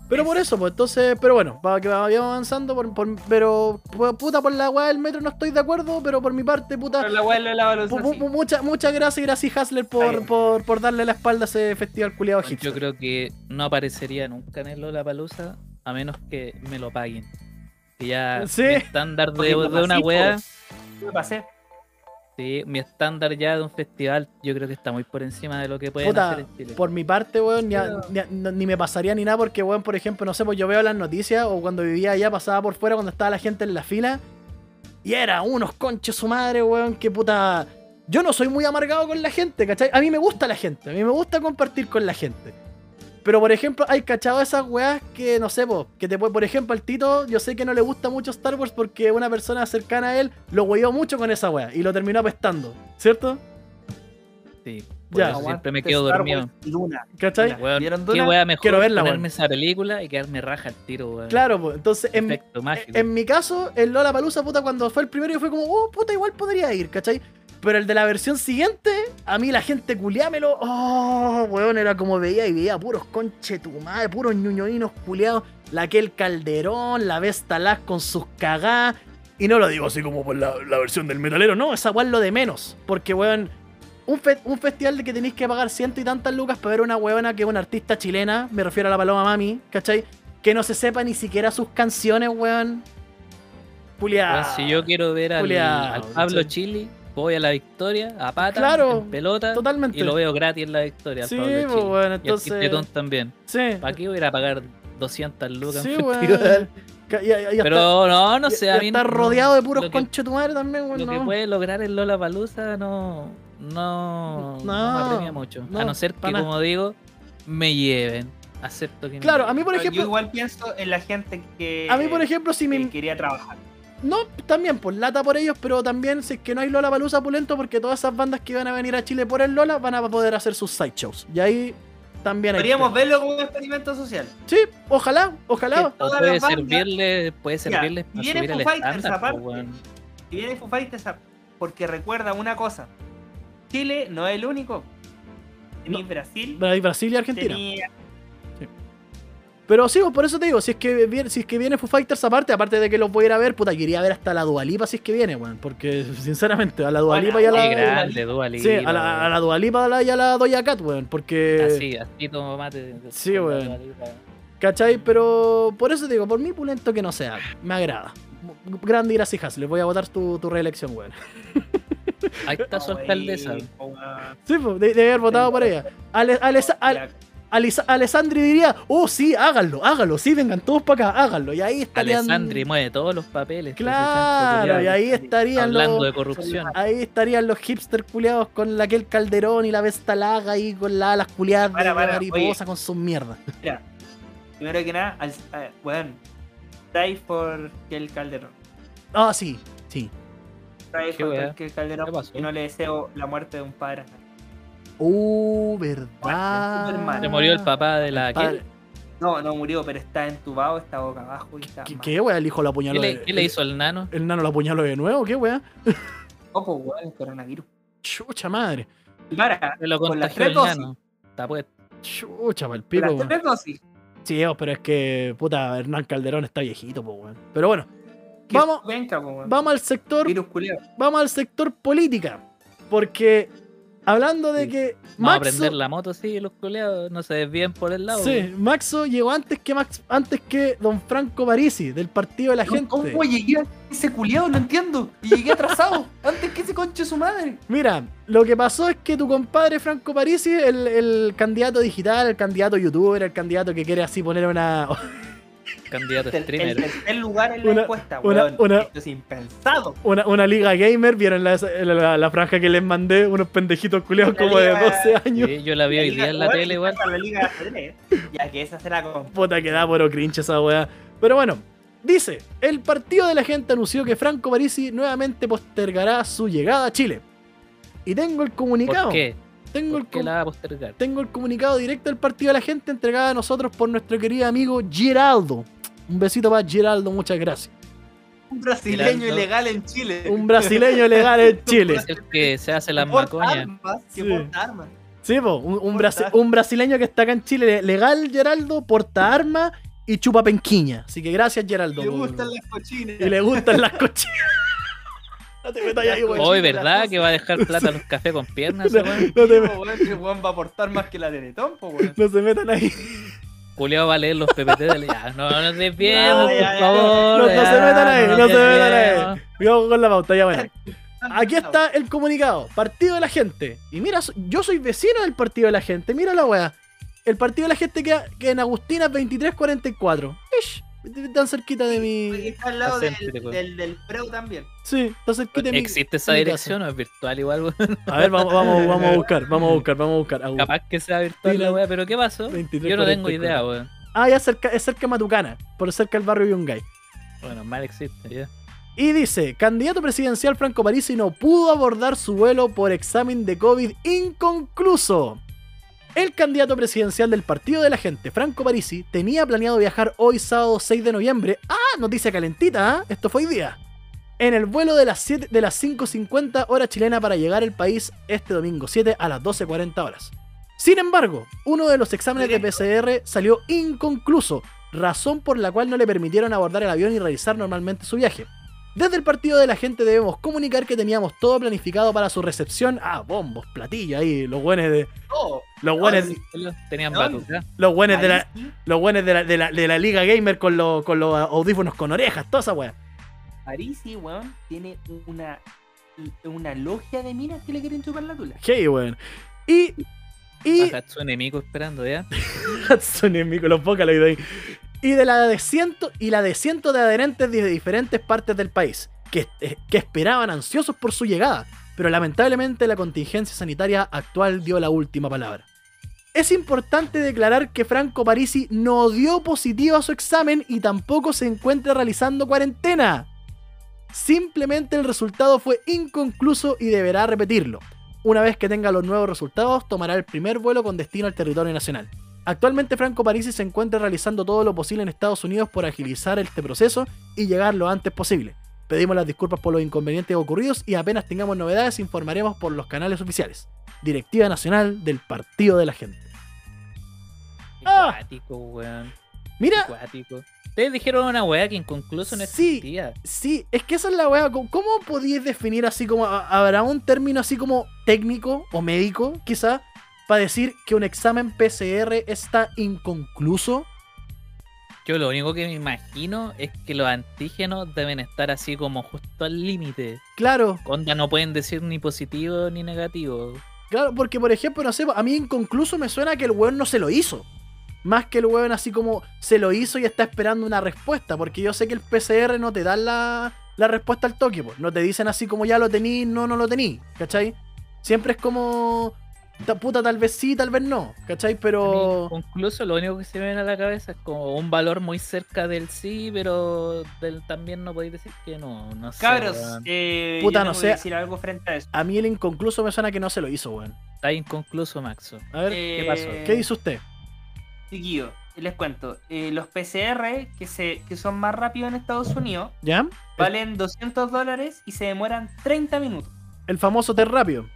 A: Pero por eso, pues entonces, pero bueno, para que vayamos avanzando, por, por- pero pu- puta por la weá del metro no estoy de acuerdo, pero por mi parte, puta,
C: Pero la weón lo lava los
A: pu- pu- mucha- muchas gracias, gracias Hasler por,
C: bien.
A: por, por darle la espalda a ese festival culiado
B: Yo creo que no aparecería nunca en el Lollapalooza a menos que me lo paguen. Que ya
A: Sí.
B: mi estándar de,
C: Porque
B: de
C: como
B: una
C: así, po.
B: wea,
C: Me pasé.
B: sí, mi estándar ya de un festival, yo creo que está muy por encima de lo que pueden
A: Puta,
B: hacer en Chile.
A: Por mi parte, weón, ni, a- ni a- no- ni me pasaría ni nada porque, weón, por ejemplo, no sé, pues yo veo las noticias o cuando vivía allá pasaba por fuera cuando estaba la gente en la fila y era unos conches su madre, weón, que puta... Yo no soy muy amargado con la gente, ¿cachai? A mí me gusta la gente, a mí me gusta compartir con la gente. Pero, por ejemplo, hay cachado esas weas que, no sé, po, que te puede, por ejemplo, al Tito, yo sé que no le gusta mucho Star Wars porque una persona cercana a él lo huevió mucho con esa wea y lo terminó apestando, ¿cierto?
B: Sí, por
A: Ya.
B: eso siempre me
C: Aguante
B: quedo
C: Star
B: dormido.
C: Wars y Duna.
A: ¿Cachai?
C: Duna.
B: Weón,
C: ¿Vieron
B: qué
C: Duna?
B: wea mejor
A: Quiero verla,
B: ponerme
A: weón.
B: esa película y quedarme raja al tiro, weón.
A: Claro, pues, entonces en,
B: Efecto mágico.
A: En mi caso, el Lola Palusa, puta, cuando fue el primero, yo fue como, oh, puta, igual podría ir, ¿cachai? Pero el de la versión siguiente, a mí la gente culiámelo, oh, weón, era como veía y veía puros conchetumadas, puros ñuñoinos culiados, la que el Calderón, la Vestalaz con sus cagás, y no lo digo así como por la, la versión del metalero, no, esa weón lo de menos, porque weón, un, fe- un festival de que tenéis que pagar ciento y tantas lucas para ver una weona que es una artista chilena, me refiero a la Paloma Mami, ¿cachai? Que no se sepa ni siquiera sus canciones, weón.
B: Weón,
A: Julia.
B: si yo quiero ver al,
A: Julián,
B: al Pablo
A: sí.
B: Chili, voy a la victoria, a pata,
A: Claro,
B: en pelota,
A: Totalmente.
B: y lo veo gratis en la victoria. al
A: sí,
B: Pablo
A: pues,
B: Chili.
A: weón,
B: Y el Kid
A: entonces.
B: Tetón también.
A: Sí.
B: ¿Para qué voy a ir a pagar 200 lucas?
A: Sí,
B: en
A: weón.
B: festival?
A: Ca- y- y- y hasta-
B: Pero no, no
A: y-
B: sé.
A: y
B: a mí
A: está
B: no-
A: rodeado de puros
B: lo que-
A: conchetumares también, weón.
B: Lo que
A: no.
B: puede lograr el Lola Palusa no, no, no,
A: No,
B: me apremia mucho.
A: no,
B: a no ser
A: pa'
B: que,
A: nada.
B: como digo, me lleven. Acepto que me
A: Claro, a
B: lleven.
A: mí, por
C: Yo
A: ejemplo.
C: igual pienso en la gente que.
A: A mí, por ejemplo, si
C: que
A: me,
C: quería trabajar.
A: No, también, pues lata por ellos, pero también si es que no hay Lola Palusa pulento, porque todas esas bandas que van a venir a Chile por el Lola van a poder hacer sus sideshows. Y ahí también hay.
C: Podríamos verlo como un experimento social.
A: Sí, ojalá, ojalá.
B: O
C: todas
B: puede
C: las bandas-
B: servirle, puede
C: Mira,
B: servirle para
C: viene
B: subir
C: Foo
B: el
C: Fighters
B: estándar, po,
C: aparte.
B: weón.
C: Y viene Foo Fighters a- porque recuerda una cosa. Chile no es el único. Tenís Brasil,
A: Pero hay Brasil y Argentina.
C: tenís
A: Pero sí, pues, por eso te digo, si es que viene, si es que viene Foo Fighters aparte, aparte de que los voy a ir a ver, puta, quería ver hasta la Dualipa si es que viene, weón. Porque, sinceramente, a la Dualipa y a
C: Hola,
B: Qué
C: sí,
A: la.
B: grande, Dua Lipa,
A: Sí, a la, a la Dua Lipa y a la Doja Cat, weón. Porque.
B: weón. Así, así como mate.
A: Sí,
B: con la
A: weón.
B: Dua Lipa.
A: ¿Cachai? Pero por eso te digo, por mí pulento que no sea, me agrada. M- Grande gracias, Hassel. Voy a votar tu, tu reelección, weón.
B: Ahí está su
C: No,
B: alcaldesa.
C: weón, weón.
A: Sí, pues, de, de haber votado por ella. Ale- Alesa- Al-
C: Ya,
A: Alisa- Alessandri diría, oh sí, háganlo, háganlo, sí, vengan todos para acá, háganlo. Y ahí estarían.
B: Alessandri mueve todos los papeles. pues, ese chanto
A: Claro, Ah. y
B: culiao,
A: ahí estarían
B: Hablando
A: los.
B: de corrupción.
A: Ahí estarían los hipster culiados con la aquel calderón y la bestalaga y con la, las culiadas de
C: Para, para,
A: mariposa con sus mierdas.
C: Mira, primero que nada, al, a- weón, try for que el Calderón.
A: Ah, sí, sí.
C: Try
B: Qué
C: for
B: weá.
C: que el
B: ¿Qué
C: Calderón.
B: pasó?
C: Y no le deseo la muerte de un padre.
A: Uh, verdad.
C: Superman.
B: Se murió el papá de la.
A: Padre.
B: ¿Qué,
C: No, no murió, pero está entubado, está boca abajo y está.
A: ¿Qué,
C: mal.
A: qué wea? El hijo lo
B: qué
A: apuñaló.
B: le,
A: de-
B: qué le hizo el nano?
A: El nano lo apuñaló de nuevo, ¿qué wea?
C: No, pues, weón, el coronavirus.
A: Chucha madre.
C: Y Para,
B: Se lo
C: con las
B: contagió
C: tres
B: el
C: dosis.
B: nano. Está pues.
A: Chucha, pa'l
C: con
A: pico,
C: las
A: weón.
C: tres dosis.
A: Sí, oh, pero es que, puta, Hernán Calderón está viejito, pues, weón. Pero bueno,
C: que
A: Vamos.
C: Venga, pues, weón.
A: vamos al sector,
C: Virus culiao.
A: vamos al sector política. Porque hablando de
B: Sí.
A: que
B: Vamos a
A: Maxo,
B: aprender la moto, sí, los culeados. No se desvíen por el lado.
A: sí, Maxo llegó antes que Max, antes que Don Franco Parisi, del partido de la gente.
C: ¿Cómo llegué a ese culiado? No entiendo. Y llegué atrasado. antes que ese conche su madre.
A: Mira, lo que pasó es que tu compadre Franco Parisi, el, el candidato digital, el candidato youtuber, el candidato que quiere así poner una,
B: Candidato
C: El, el
B: streamer.
C: tercer lugar en la
A: Una-
C: encuesta,
A: una-
C: weón.
A: una-
C: Esto es impensado.
A: una, una liga gamer. ¿Vieron la, la- la- la franja que les mandé? Unos pendejitos culeados
C: La
A: como de
C: liga-
A: 12 años.
B: Sí, yo la vi hoy
C: Liga
B: día en la
C: Jugar,
B: tele, igual.
C: La Liga de Ajedrez, ya que esa será con.
A: Puta que da poro cringe esa weá. Pero bueno, dice: El partido de la gente anunció que Franco Parisi nuevamente postergará su llegada a Chile. Y tengo el comunicado.
B: ¿Por qué?
A: Tengo, el
B: ¿Por qué
A: com-
B: la va a postergar?
A: tengo el comunicado directo del partido de la gente entregado a nosotros por nuestro querido amigo Geraldo. Un besito para Geraldo, muchas gracias.
C: Un
B: brasileño ilegal
C: en Chile.
A: Un brasileño legal en Chile.
B: Es el que se hace las macoñas.
A: que Sí.
C: Que
A: porta
C: armas.
A: Sí, po, un, un
C: Porta-
A: brasi- un brasileño que está acá en Chile legal, Geraldo, porta arma y chupa penquiña. Así que gracias, Geraldo. po, weón.
C: las cochinas.
A: y le gustan las cochinas. no te metas ahí, weón.
B: Hoy, ¿verdad? Que va a dejar plata a los cafés con piernas, ese weón.
A: No, te-
C: Ese weón va a aportar más que la Teletón, po, weón.
A: no se metan ahí.
B: Culeado va a leer los PPT de la- Ya, No nos desviemos,
C: No,
B: por
C: ya, ya, ya.
B: favor.
A: No, no se
B: ya,
A: metan ahí, no
B: nos
A: se metan ahí.
B: desviemos.
A: Cuidado con la pauta, ya bueno. Aquí está el comunicado. Partido de la gente. Y mira, so- yo soy vecino del Partido de la Gente. Mira la weá. El Partido de la Gente queda que en Agustina 2344. Ish, tan cerquita de
C: Aquí
A: mi.
C: está al lado del,
B: Acéntrico.
C: del, del Preu también.
A: Sí, tan cerquita de mi.
B: ¿Existe esa
A: mi
B: dirección o es virtual igual? weón?
A: A ver, vamos, vamos, vamos a buscar, vamos a buscar, vamos a buscar. Agus-
B: Capaz que sea virtual
A: la-
B: la weá, pero ¿qué pasó?
A: 23,
B: Yo no tengo
A: 44.
B: idea, weón.
A: Ah, ya cerca, es cerca de Matucana, por cerca del barrio Yungay.
B: Bueno, mal existe, ya.
A: Y dice, candidato presidencial Franco Parisi no pudo abordar su vuelo por examen de COVID inconcluso. El candidato presidencial del Partido de la Gente, Franco Parisi, tenía planeado viajar hoy sábado 6 de noviembre. Ah, noticia calentita, ¿ah? esto fue hoy día. En el vuelo de las, 7 de las 5.50 hora chilena para llegar al país este domingo 7 a las 12.40 horas. Sin embargo, uno de los exámenes de PCR salió inconcluso, razón por la cual no le permitieron abordar el avión y realizar normalmente su viaje. Desde el partido de la gente debemos comunicar que teníamos todo planificado para su recepción. Ah, bombos, platillo ahí, los buenos de.
C: Oh,
A: Los buenos,
B: Tenían
C: No.
B: batuta.
A: los buenos de la.
C: ahí sí,
A: Los buenos de la, de la- de la Liga Gamer con, los- con los audífonos con orejas, toda esa wea.
C: Parisi, weón, tiene una, una logia de minas que le quieren chupar la tula.
A: Hey, weón. Y. Y.
B: Baja su enemigo esperando, ya.
A: Hatsune Miku, los Vocaloid ahí. Y de la de ciento, y la de cientos de adherentes de diferentes partes del país, que, eh, que esperaban ansiosos por su llegada, pero lamentablemente la contingencia sanitaria actual dio la última palabra. Es importante declarar que Franco Parisi no dio positivo a su examen y tampoco se encuentra realizando cuarentena. Simplemente el resultado fue inconcluso y deberá repetirlo. Una vez que tenga los nuevos resultados, tomará el primer vuelo con destino al territorio nacional. Actualmente Franco Parisi se encuentra realizando todo lo posible en Estados Unidos por agilizar este proceso y llegar lo antes posible. Pedimos las disculpas por los inconvenientes ocurridos y apenas tengamos novedades informaremos por los canales oficiales. Directiva Nacional del Partido de la Gente. Ah.
B: Acuático, weón.
A: Mira,
B: Acuático. Ustedes dijeron una weá que inconcluso no
A: Sí.
B: existía.
A: Sí, es que esa es la weá. ¿Cómo- ¿Cómo podíais definir así como. a- ¿Habrá un término así como técnico o médico, quizá, para decir que un examen PCR está inconcluso?
B: Yo lo único que me imagino es que los antígenos deben estar así como justo al límite.
A: Claro,
B: Onda no pueden decir ni positivo ni negativo.
A: Claro, porque por ejemplo, no sé, a mí inconcluso me suena que el weón no se lo hizo. Más que el weón así como se lo hizo y está esperando una respuesta. Porque yo sé que el PCR no te da la, la respuesta al toque, pues. No te dicen así como ya lo tení, no, no lo tení. ¿Cachai? Siempre es como. "Ta- Puta, tal vez sí, tal vez no. ¿Cachai? Pero.
B: A mí, Incluso lo único que se me viene a la cabeza es como un valor muy cerca del sí, pero del también no podéis decir que no. No sé.
C: Cabros,
B: weón.
C: eh,
A: Puta,
C: yo
A: no
C: tengo que
A: sé.
C: decir algo frente a eso.
A: A mí el inconcluso me suena que no se lo hizo, weón.
B: Está inconcluso, Maxo.
A: A ver,
C: Eh,
B: pasó?
A: ¿qué hizo usted?
C: Chiquillo, les cuento. Eh, los PCR, que, se, que son más rápidos en Estados Unidos,
A: ¿Ya?
C: valen 200 dólares y se demoran 30 minutos.
A: El famoso test rápido.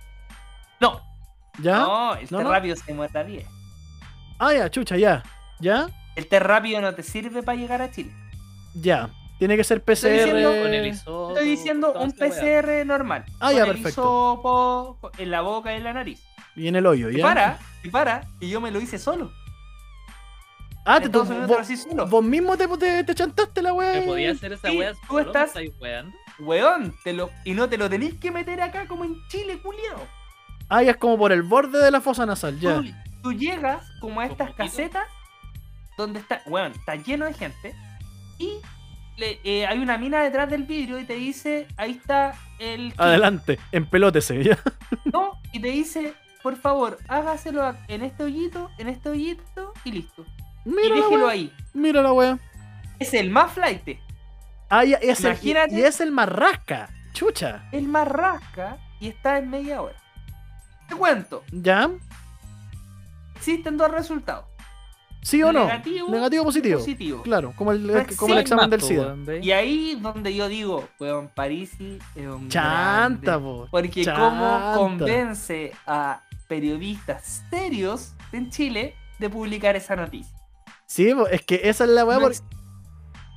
C: No,
A: ¿Ya?
C: no, el
A: No,
C: té
A: no.
C: rápido se demora 10.
A: Ah, ya, chucha, ya. ¿Ya?
C: El té rápido no te sirve para llegar a Chile.
A: Ya. Tiene que ser PCR.
C: diciendo-
B: Con el hisopo,
C: Estoy diciendo
B: toda
C: un
B: esa weá.
C: PCR normal.
A: Ah,
C: con
A: ya,
C: el
A: perfecto.
C: hisopo, co- en la boca y en la nariz.
A: Y en el hoyo,
C: Y
A: ¿ya?
C: para, y para, que yo me lo hice solo.
A: Ah, te,
C: Entonces
A: tú-
C: no te lo
A: vos,
C: hice solo.
A: vos mismo te, te, te chantaste la
B: ¿Me
A: weá.
B: podía hacer esa
C: Sí,
B: wea?
C: tú
B: solo? ¿Me
C: estás-
B: estáis weando?
C: Weón, te lo, y no te lo tenéis que meter acá como en Chile, culiao.
A: Ah, ya es como por el borde de la fosa nasal, ya.
C: Tú, tú llegas como a estas
B: Poquito.
C: casetas donde está, weón, está lleno de gente y le- eh, hay una mina detrás del vidrio y te dice, ahí está el... kit,
A: Adelante, empelótese, ya.
C: ¿no? Y te dice, por favor, hágaselo a- en este hoyito, en este hoyito y listo. Y
A: Mira la
C: déjelo
A: weá.
C: ahí.
A: Mira la weá.
C: Es el más flight,
A: Ah, ya, es el, y,
C: Imagínate.
A: y es el más rasca. Chucha.
C: el más rasca y está en media hora. Te cuento,
A: ¿Ya?
C: existen dos resultados.
A: ¿Sí o no?
C: Negativo,
A: Negativo o positivo.
C: Positivo.
A: Claro, como el,
C: Pues
A: como el
C: sí,
A: examen del
B: Más,
A: SIDA.
B: weón, ¿veis?
C: Y ahí donde yo digo, weón, Parisi es un
A: Chanta,
C: grande.
A: po.
C: Porque
A: Chanta.
C: cómo convence a periodistas serios en Chile de publicar esa noticia.
A: Sí, po, es que esa es la weá.
C: No
A: por-
C: es-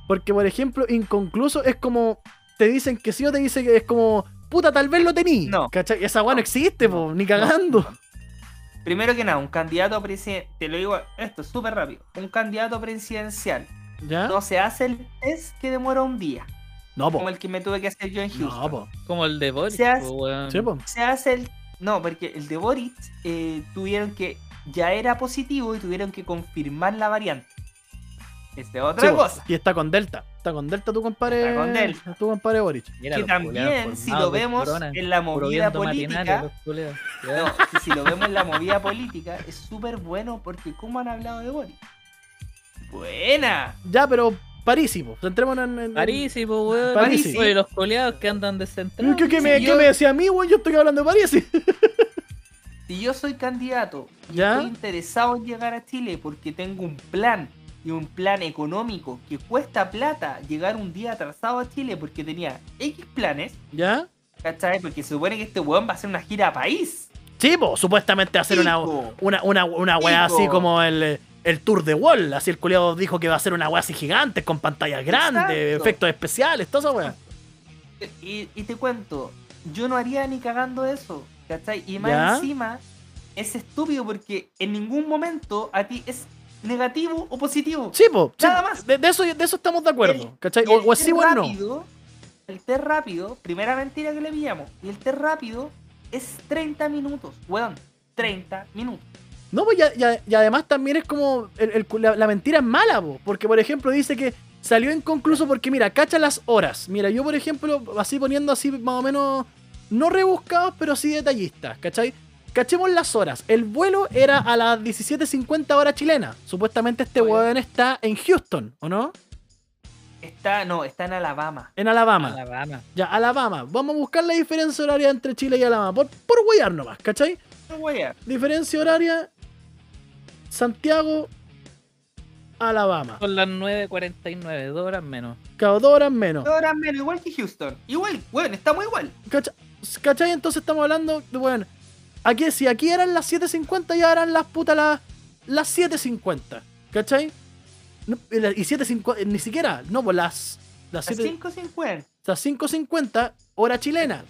A: Porque, por ejemplo, inconcluso es como. Te dicen que sí o te dicen que es como. Puta, tal vez lo tení.
C: No.
A: ¿Cachai? Esa weá no existe, po, ni cagando.
C: Primero que nada, un candidato presidencial, te lo digo esto súper rápido, un candidato presidencial
A: ¿Ya?
C: no se hace el test que demora un día,
A: No, ¿Ah? po.
C: como el que me tuve que hacer yo en Houston.
A: No, po.
B: Como el de Boris.
C: Seas-
B: po, weón.
A: Sí, po.
C: Se hace el... No, porque el de Boric eh, tuvieron que... Ya era positivo y tuvieron que confirmar la variante. Esta es otra
A: Sí, po.
C: cosa.
A: Y está con Delta. Está con Delta tu compadre.
C: Está con Delta.
A: Tu compadre Boric.
B: Mira,
C: que
B: los culeados
C: también, si
B: formados
C: lo
B: de
C: vemos
B: corona,
C: en la
B: puro
C: movida
B: viendo matinales,
C: política,
B: los culeados. Ya.
C: no, que si lo vemos en la movida política, es súper bueno porque ¿cómo han hablado de Boric? Buena.
A: Ya, pero Parisi, po. Centrémonos en. en-
B: Parisi, po, weón.
A: Parisi.
B: Oye, los coleados que andan descentrados.
A: ¿Qué, qué me,
C: Sí,
A: qué
C: yo-
A: me decía a mí, weón? Yo estoy hablando de Parisi.
C: Si yo soy candidato y
A: ¿Ya?
C: estoy interesado en llegar a Chile porque tengo un plan y un plan económico que cuesta plata llegar un día atrasado a Chile porque tenía X planes,
A: ¿Ya?
C: ¿cachai? Porque se supone que este weón va a hacer una gira a país.
A: Sí, po. Supuestamente hacer una.
C: Pico.
A: una, una, una weá
C: Pico.
A: así como el, el Tour de Wall. Así el culiado dijo que va a ser una weá así gigante, con pantallas grandes,
C: Exacto.
A: efectos especiales, toda esa weá.
C: Y, y te cuento, yo no haría ni cagando eso, ¿cachai? Y más
A: ¿Ya?
C: encima, es estúpido porque en ningún momento a ti es negativo o positivo.
A: Sí, po. sí,
C: Nada más.
A: De, de eso, de eso estamos de acuerdo,
C: El-
A: ¿cachai?
C: Y
A: O,
C: el
A: o es sí
C: té
A: o es no.
C: rápido- El té rápido, primera mentira que le pillamos, y el té rápido es 30 minutos, weón, 30 minutos.
A: No, pues ya, ya- y además también es como el- el cu- la, la mentira es mala, po, porque por ejemplo dice que salió inconcluso porque mira, cacha las horas. Mira, yo por ejemplo, así poniendo así más o menos, no rebuscados, pero sí detallistas, ¿cachai? Cachemos las horas. El vuelo era a las 17.50 hora chilena. Supuestamente este
C: Oye.
A: weón está en Houston, ¿o no?
C: Está, no, está en Alabama.
A: En Alabama.
B: Alabama.
A: Ya, Alabama. Vamos a buscar la diferencia horaria entre Chile y Alabama. Por, por huear nomás, ¿cachai?
C: No, weón.
A: Diferencia horaria. Santiago, Alabama.
B: Son las 9.49, dos horas menos.
A: Cada dos horas menos.
C: Dos horas menos, igual que Houston. Igual, weón, estamos igual.
A: ¿Cacha- ¿Cachai? Entonces estamos hablando de, bueno, aquí, si aquí eran las 7.50, ya eran las putas las, las 7.50. ¿Cachai? No, y la- y 7.50, ni siquiera, no, pues las, las,
C: A
A: 7
C: 5.50.
A: las 5.50, hora chilena.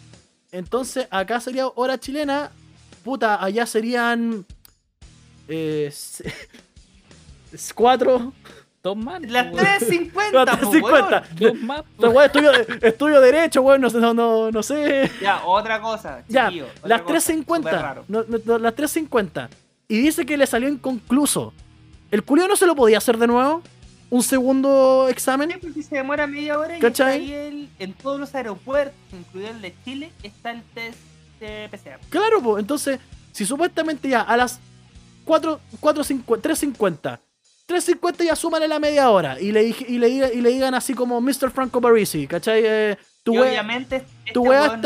A: Entonces acá sería hora chilena, puta, allá serían... Eh, 4,
B: Dos más.
C: Las
B: pues, weón.
C: 3.50, po, weón.
A: 50.
B: Dos más.
A: Entonces,
B: pues.
A: weón, estudio, estudio derecho, weón, no, sé, no, no, no sé.
C: Ya, otra cosa,
A: Ya,
C: chiquillo, otra
A: las
C: cosa, súper
A: 3.50.
C: raro.
A: No, no, no, las 3.50. Y dice que le salió inconcluso. ¿El culio no se lo podía hacer de nuevo? ¿Un segundo
C: Sí,
A: examen?
C: porque se demora media hora y está
A: ¿Cachai?
C: ahí el- en todos los aeropuertos, incluido el de Chile, está el test de PCR.
A: Claro, pues. Entonces, si supuestamente ya a las 4, 4.50, 3.50. 3.50 ya súmale la media hora. Y le, dije- y le, diga- y le digan así como Mr. Franco Parisi, ¿cachai? Eh, tu
C: Y
A: wea-
C: obviamente, este
A: tu wea
C: weón no es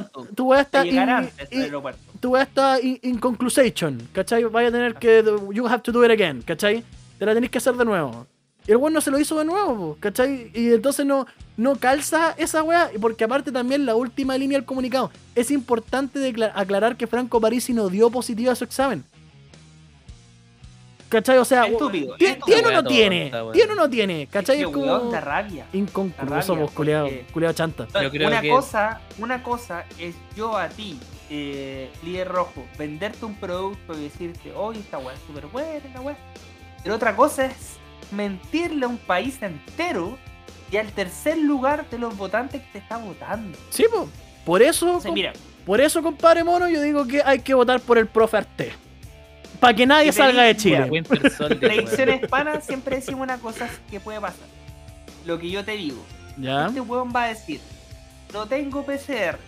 A: está.
C: tonto.
A: Tu wea
C: Te
A: está.
C: llegará
A: in-
C: antes
A: in-
C: del aeropuerto.
A: tu weá está in- inconclusation, ¿cachai? Vaya a tener que. You have to do it again, ¿cachai? Te la tenés que hacer de nuevo. Y el weón no se lo hizo de nuevo, po, ¿cachai? Y entonces no, no calza esa weá, y porque aparte también la última línea del comunicado. Es importante decla- aclarar que Franco Parisi no dio positiva a su examen. ¿Cachai? O sea,
C: Estúpido.
A: ¿tien-
C: estúpido.
A: ¿tiene o no
B: weá
A: tiene?
B: tonta, weón.
A: ¿Tiene o no tiene? ¿Cachai?
C: Es
A: Es
C: que, weón,
A: como.
C: da rabia. da
A: Inconcluso,
C: rabia,
A: vos, culeado,
C: porque-
A: culeado chanta.
B: Yo creo
C: una
B: que-
C: cosa, una cosa es yo a ti, eh, líder rojo, venderte un producto y decirte, oye, esta weá es súper buena, la weá. Pero otra cosa es mentirle a un país entero y al tercer lugar de los votantes que te está votando.
A: Sí, po. Por eso.
C: O sea, mira,
A: Por eso, compadre mono, yo digo que hay que votar por el profe Arte. Para que nadie
C: Y
A: salga de
C: tenéis-
B: Mira,
A: Chile.
B: Winter Soldier, weón.
C: predicción hispana siempre decimos una cosa que puede pasar. Lo que yo te digo,
A: ¿Ya?
C: este weón va a decir, no tengo PCR.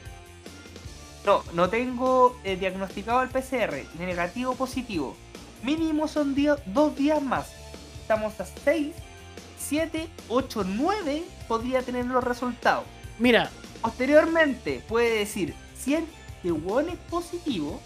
C: No, no tengo eh, diagnosticado el PCR, ni negativo o positivo. Mínimo son día- dos días más. Estamos a 6, 7, 8, 9 podría tener los resultados.
A: Mira,
C: Posteriormente puede decir, si el que weón es positivo,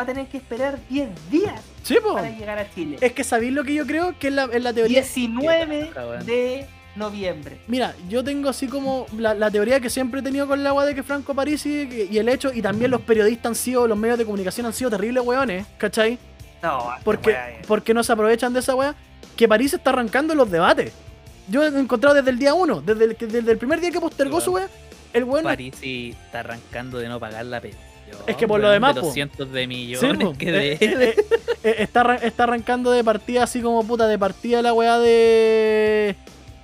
C: va a tener que esperar 10 días
A: sí, po.
C: para llegar a Chile.
A: Es que sabéis lo que yo creo que es la, es la teoría.
C: 19
B: Qué baja,
C: de noviembre.
A: Mira, yo tengo así como la, la teoría que siempre he tenido con la agua de que Franco Parisi y, y el hecho, y también los periodistas han sido, los medios de comunicación han sido terribles weones, ¿cachai?
C: No, esta
A: Porque,
C: weá es-
A: porque no se aprovechan de esa wea que París está arrancando en los debates. Yo he encontrado desde el día uno, desde el, que- desde el primer día que postergó
B: Sí,
A: su wea, el weón no
B: París y está arrancando de no pagar la pensión.
A: Es que por lo
B: weón,
A: demás,
B: de
A: po.
B: los cientos de
A: Sí,
B: millones
A: po.
B: que
A: Eh,
B: de.
A: eh, eh, está, arran- está arrancando de partida así como puta, de partida la weá de.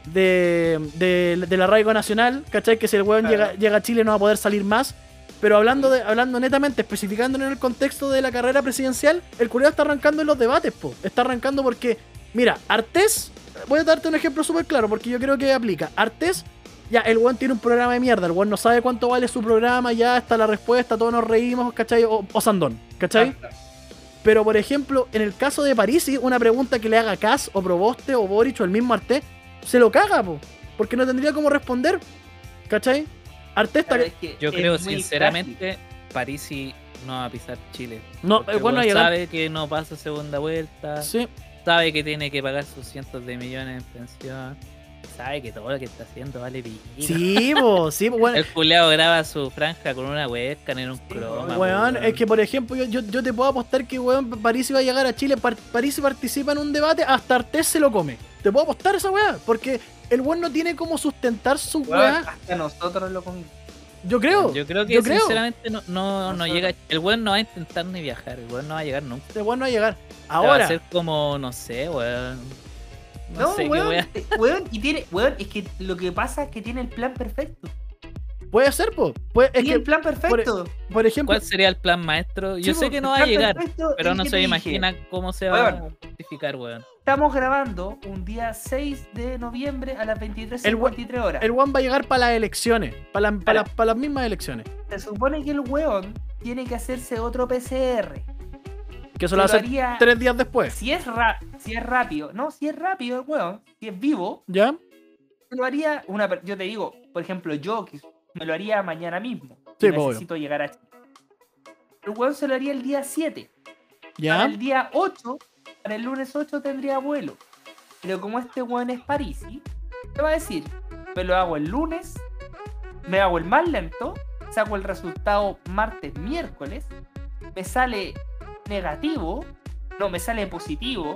A: De, de, del arraigo nacional, ¿cachai? Que si el weón
C: Claro.
A: llega, llega a Chile no va a poder salir más. Pero hablando de, hablando netamente, especificándolo en el contexto de la carrera presidencial, el culiao está arrancando en los debates, po. Está arrancando porque, mira, Artés, voy a darte un ejemplo súper claro, porque yo creo que aplica. Artés ya, el weón tiene un programa de mierda, el weón no sabe cuánto vale su programa, ya está la respuesta, todos nos reímos, ¿cachai? O, o Sandón, ¿cachai? Pero por ejemplo, en el caso de Parisi, una pregunta que le haga Kass o Proboste o Boric o el mismo Arte, se lo caga, po, porque no tendría cómo responder, ¿cachai? Arte está...
C: Claro, es que
B: Yo
C: es
B: creo
C: muy
B: sinceramente París y no va a pisar Chile.
A: No,
B: Porque
A: el weón no
B: weón
A: llega.
B: sabe que no pasa segunda vuelta,
A: Sí,
B: sabe que tiene que pagar sus cientos de millones en pensión, sabe que todo lo que está haciendo vale pico.
A: sí, po, sí, po, weón.
B: El culeado graba su franja con una webcam en un croma.
A: Weón,
B: po,
A: es que por ejemplo, yo, yo, yo te puedo apostar que weón, París va a llegar a Chile, par- París participa en un debate, hasta Artés se lo come. Te puedo apostar esa weá, porque el weón no tiene cómo sustentar su
C: Weón,
A: weá.
C: hasta nosotros lo comimos.
A: Yo creo.
B: Yo creo que
A: yo creo.
B: sinceramente no, no, no
C: Nosotros.
B: llega. El weón no va a intentar ni viajar, el weón no va a llegar nunca.
A: Este weón no va a llegar.
B: Va a
A: Ahora,
B: ser como, no sé, weón. No,
C: No,
B: sé qué
C: weón,
B: wea.
C: eh, weón, y tiene, weón, es que lo que pasa es que tiene el plan perfecto.
A: puede ser, po. Puede- es
C: Tiene
A: que,
C: el plan perfecto.
A: por ejemplo,
B: ¿Cuál sería el plan maestro? Yo
A: Sí,
B: sé
A: po,
B: que
C: pues, El
B: no va a
C: plan
B: llegar,
C: perfecto es
B: pero no
C: que
B: se
C: te
B: imagina
C: dije,
B: cómo se va a
C: Weón.
B: justificar, weón.
C: Estamos grabando un día 6 de noviembre a las 23
A: El we-
C: horas.
A: el weón va a llegar para las elecciones, para la- para
C: Para.
A: las- para las mismas elecciones.
C: Se supone que el weón tiene que hacerse otro PCR.
A: Que eso
C: Se
A: lo
C: lo
A: hace
C: haría-
A: tres días después.
C: Si es, ra- si es rápido, no, si es rápido el weón, si es vivo,
A: ¿Ya?
C: me lo haría una per- yo te digo por ejemplo yo que me lo haría mañana mismo
A: Sí,
C: que
A: pues, obvio.
C: necesito llegar a Chile. el weón se lo haría el día 7 para
A: ¿Ya?
C: el día 8 para el lunes 8 tendría vuelo pero como este weón es parisi te va a decir me lo hago el lunes me hago el más lento saco el resultado martes miércoles me sale negativo no me sale positivo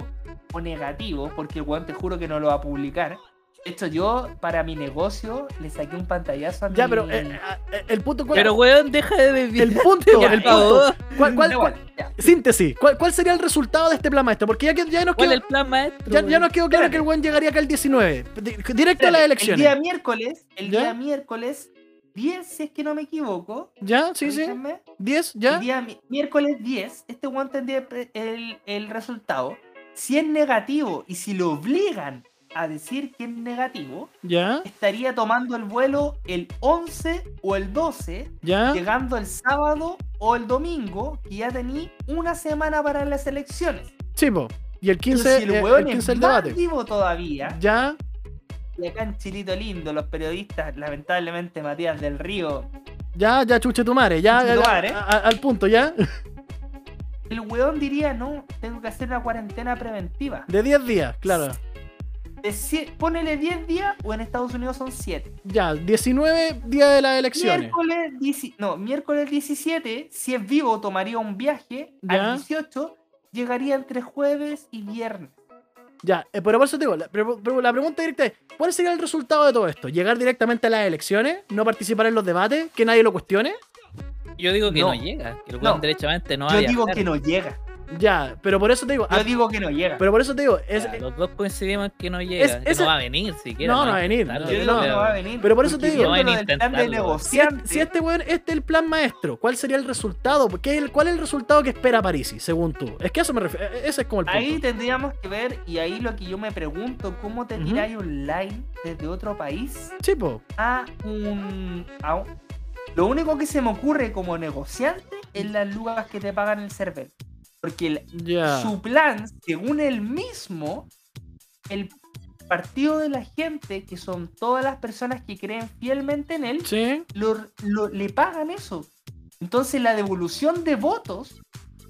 C: o negativo porque el weón te juro que no lo va a publicar De hecho, yo para mi negocio le saqué un pantallazo a mi...
A: Ya, pero eh, eh, el punto cuál
B: Pero, weón, deja de desviar.
A: el punto,
B: Ya,
A: el
B: por
A: punto.
B: favor.
A: ¿Cuál, cuál-
C: Da
A: cuál-
C: igual, ya.
A: síntesis, ¿cuál, cuál sería el resultado de este plan maestro? Porque ya, que- ya nos
B: ¿Cuál
A: quedó,
B: es el plan maestro?
A: ya, ya
B: weón?
A: nos quedó claro
C: Espérate.
A: que el buen llegaría acá el 19, di- directo a las
C: Espérate, El día
A: elecciones.
C: miércoles, el
A: ¿Ya?
C: día miércoles 10, si es que no me equivoco.
A: ¿Ya? Sí, sí.
C: corríjanme,
A: 10,
C: El
A: ¿ya?
C: día mi- miércoles 10, este one tendría pre- el, el resultado. Si es negativo y si lo obligan a decir que es negativo,
A: ¿Ya?
C: estaría tomando el vuelo el 11 o el 12,
A: ¿Ya?
C: llegando el sábado o el domingo, que ya tení una semana para las elecciones.
A: Sí, po. Y el 15,
C: Entonces, si
A: eh, el,
C: hueón
A: 15 el
C: más
A: debate.
C: vivo todavía,
A: ¿Ya?
C: y acá en Chilito Lindo, los periodistas, lamentablemente Matías del Río,
A: Ya, ya, chuche tu madre, ya,
C: Chuche tu
A: ya,
C: madre.
A: a- a- al punto, ¿ya?
C: el hueón diría, no, tengo que hacer una cuarentena preventiva.
A: De 10 días, claro.
C: De sie- ponele 10 días o en Estados Unidos son 7.
A: Ya, 19 días de las elecciones.
C: Miércoles, 10 no, miércoles 17, si es vivo, tomaría un viaje.
A: Ya.
C: Al 18 llegaría entre jueves y viernes.
A: Ya, eh, pero por eso te digo, la, pero- pero la pregunta directa es, ¿cuál sería el resultado de todo esto? ¿Llegar directamente a las elecciones? ¿No participar en los debates? ¿Que nadie lo cuestione?
B: Yo digo que
C: No.
B: no, llega. que El weón
C: No.
B: derechamente no va
C: Yo
B: a
C: digo
B: viajar.
C: que no llega.
A: Ya, pero por eso te digo,
C: Yo
A: ah,
C: digo que no llega.
A: pero por eso te digo, es-
B: Ya, los dos coincidimos en que no llega.
A: Es-
B: que
A: es-
B: no va a venir siquiera.
A: No, no va a venir,
B: intentarlo,
A: no,
C: Yo digo que
B: pero-
C: no va a venir.
A: pero por eso te
C: porque
A: digo-
C: viendo
B: No van a
C: lo del plan de
B: intentarlo.
A: si, es-
C: negociante,
A: si este weón, este es el plan maestro, ¿cuál sería el resultado? ¿Qué es el- ¿Cuál es el resultado que espera Parisi, según tú? Es que a eso me refiero, e- ese es como el punto.
C: ahí tendríamos que ver, y ahí lo que yo me pregunto, ¿cómo te
A: Ujú.
C: tiráis online desde otro país
A: Sí, po.
C: a un, a un- Lo único que se me ocurre como negociante es las lucas que te pagan el server. Porque el-
A: ya.
C: su plan, según él mismo, el partido de la gente, que son todas las personas que creen fielmente en él,
A: Sí,
C: lo- lo- le pagan eso. Entonces la devolución de votos,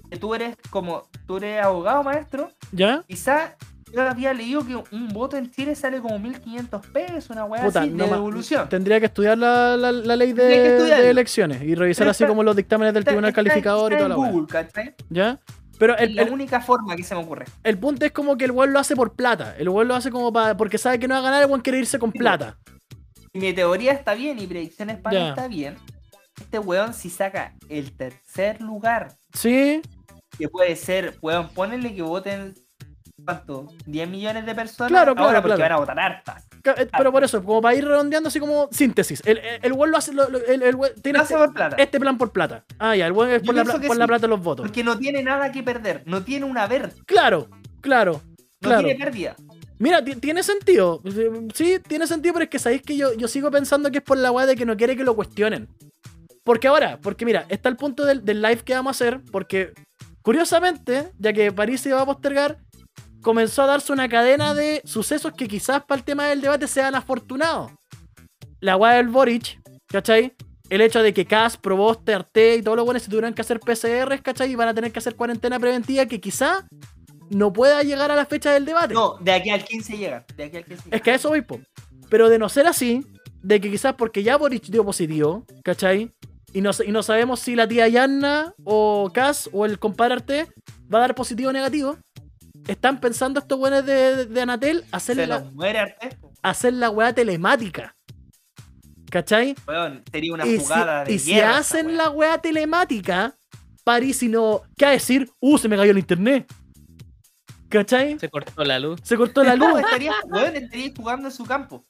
C: que tú eres como tú eres abogado maestro,
A: ya.
C: quizá yo había leído que un voto en Chile sale como 1500 pesos, una weá
A: Puta,
C: así, de
A: no ma-
C: devolución.
A: Tendría que estudiar la, la- la ley de,
C: Tendría que estudiarlo.
A: de elecciones y revisar
C: Pero
A: así
C: está-
A: como los dictámenes del
C: Está-
A: tribunal
C: está-
A: calificador y
C: está
A: toda la
C: en
A: weá.
C: Google, ¿cachai?
A: ¿Ya? Pero el,
C: la
A: el-
C: única forma que se me ocurre.
A: el punto es como que el weón lo hace por plata. El weón lo hace como para. Porque sabe que no va a ganar, el weón quiere irse con plata.
C: Mi teoría está bien y predicciones para
A: Ya.
C: está bien. Este weón si saca el tercer lugar,
A: Sí,
C: que puede ser, weón, ponele que voten ¿cuánto? 10 millones de personas.
A: Claro, claro,
C: Ahora porque
A: claro.
C: van a votar hartas.
A: ca- eh, pero por eso, como para ir redondeando así como síntesis. El, el, el weón lo hace. lo- lo- el, el weón tiene
C: No hace
A: este,
C: por plata.
A: este plan por plata. Ah, ya, el weón es
C: Yo
A: por, la,
C: pienso
A: pla-
C: que
A: por la
C: sí.
A: plata de los votos.
C: Porque no tiene nada que perder. No tiene una ver.
A: Claro, claro.
C: No
A: Claro.
C: tiene pérdida.
A: Mira, ti- tiene sentido. Sí, tiene sentido, pero es que sabéis que yo, yo sigo pensando que es por la weá de que no quiere que lo cuestionen. Porque ahora, porque mira, está el punto del, del live que vamos a hacer, porque curiosamente, ya que París se va a postergar, comenzó a darse una cadena de sucesos que quizás para el tema del debate sean afortunados. La weá del Boric, ¿cachai? El hecho de que Kass, Proboste, Arte y todos los buenos se tuvieran que hacer PCRs, ¿cachai? Y van a tener que hacer cuarentena preventiva que quizás no pueda llegar a la fecha del debate.
C: No, de aquí al 15 llegan. De aquí al 15 llegan.
A: Es que a eso voy, po. Pero de no ser así, de que quizás porque ya Boric dio positivo, ¿cachai? Y no, sa- y no sabemos si la tía Yanna o Cass o el compadre Arte va a dar positivo o negativo. Están pensando estos güeyes de, de- de Anatel hacerle
C: Se nos
A: la,
C: muere Artesco.
A: hacer la weá telemática. ¿Cachai?
C: Weón, sería una
A: y si,
C: jugada de
A: y si
C: guerra esa
A: hacen
C: weá.
A: la weá telemática, París si no. ¿Qué va a decir? Uh, se me cayó el internet. ¿Cachai?
B: Se cortó la luz.
A: Se cortó la
C: No,
A: luz.
C: estaría, weón, estaría jugando en su campo.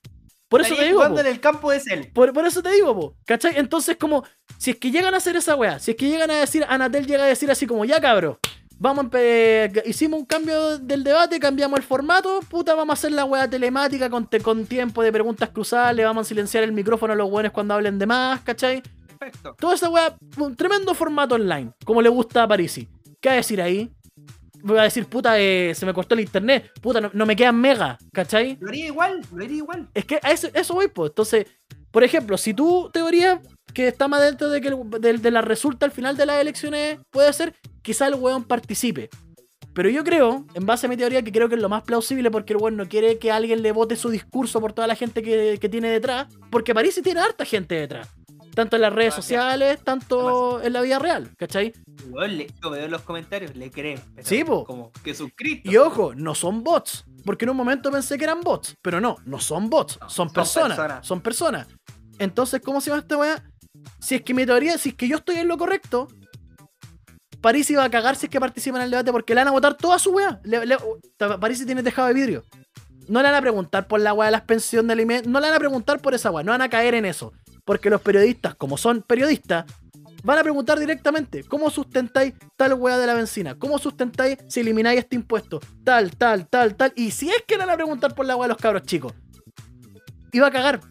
A: Por eso te
C: estaría
A: digo. po.
C: jugando en el campo de Cell.
A: Por, por eso te digo, po, ¿cachai? Entonces, como, si es que llegan a hacer esa weá, si es que llegan a decir, Anatel llega a decir así como, ya cabro, vamos a empe- eh, hicimos un cambio del debate, cambiamos el formato, puta, vamos a hacer la weá telemática con, te- con tiempo de preguntas cruzadas, le vamos a silenciar el micrófono a los weones cuando hablen de más, ¿cachai?
C: Perfecto.
A: Toda esa weá, un tremendo formato online, como le gusta a Parisi. ¿Qué va a decir ahí? Voy a decir, puta, eh, se me cortó el internet, puta, no, no me quedan mega, ¿cachai?
C: Lo haría igual, lo haría igual.
A: Es que a eso, eso voy, pues. Entonces, por ejemplo, si tu teoría que está más dentro de que el- de, de la resulta al final de las elecciones puede ser, quizá el weón participe. Pero yo creo, en base a mi teoría, que creo que es lo más plausible porque el weón no quiere que alguien le vote su discurso por toda la gente que, que tiene detrás, porque París sí tiene harta gente detrás. Tanto en las redes
C: Demasiado.
A: sociales, tanto en la vida real, ¿cachai?
C: Weón, le, lo veo en los comentarios, le creen. pero
A: Sí, po.
C: Como que suscrito.
A: Y ojo, no son bots. Porque en un momento pensé que eran bots, pero no, no son bots,
D: No,
A: son
D: son
A: personas.
D: personas.
A: Son personas. Entonces, ¿cómo se llama esta weá? Si es que mi teoría, si es que yo estoy en lo correcto, París iba a cagar si es que participa en el debate porque le van a votar toda su weá. Le- le- ta- París tiene tejado de vidrio. No le van a preguntar por la weá de las pensiones de alimentos, no le van a preguntar por esa weá, no van a caer en eso. Porque los periodistas, como son periodistas, van a preguntar directamente, ¿cómo sustentáis tal weá de la benzina? ¿Cómo sustentáis si elimináis este impuesto? Tal, tal, tal, tal. Y si es que le van a preguntar por la weá de los cabros chicos, iba a cagar.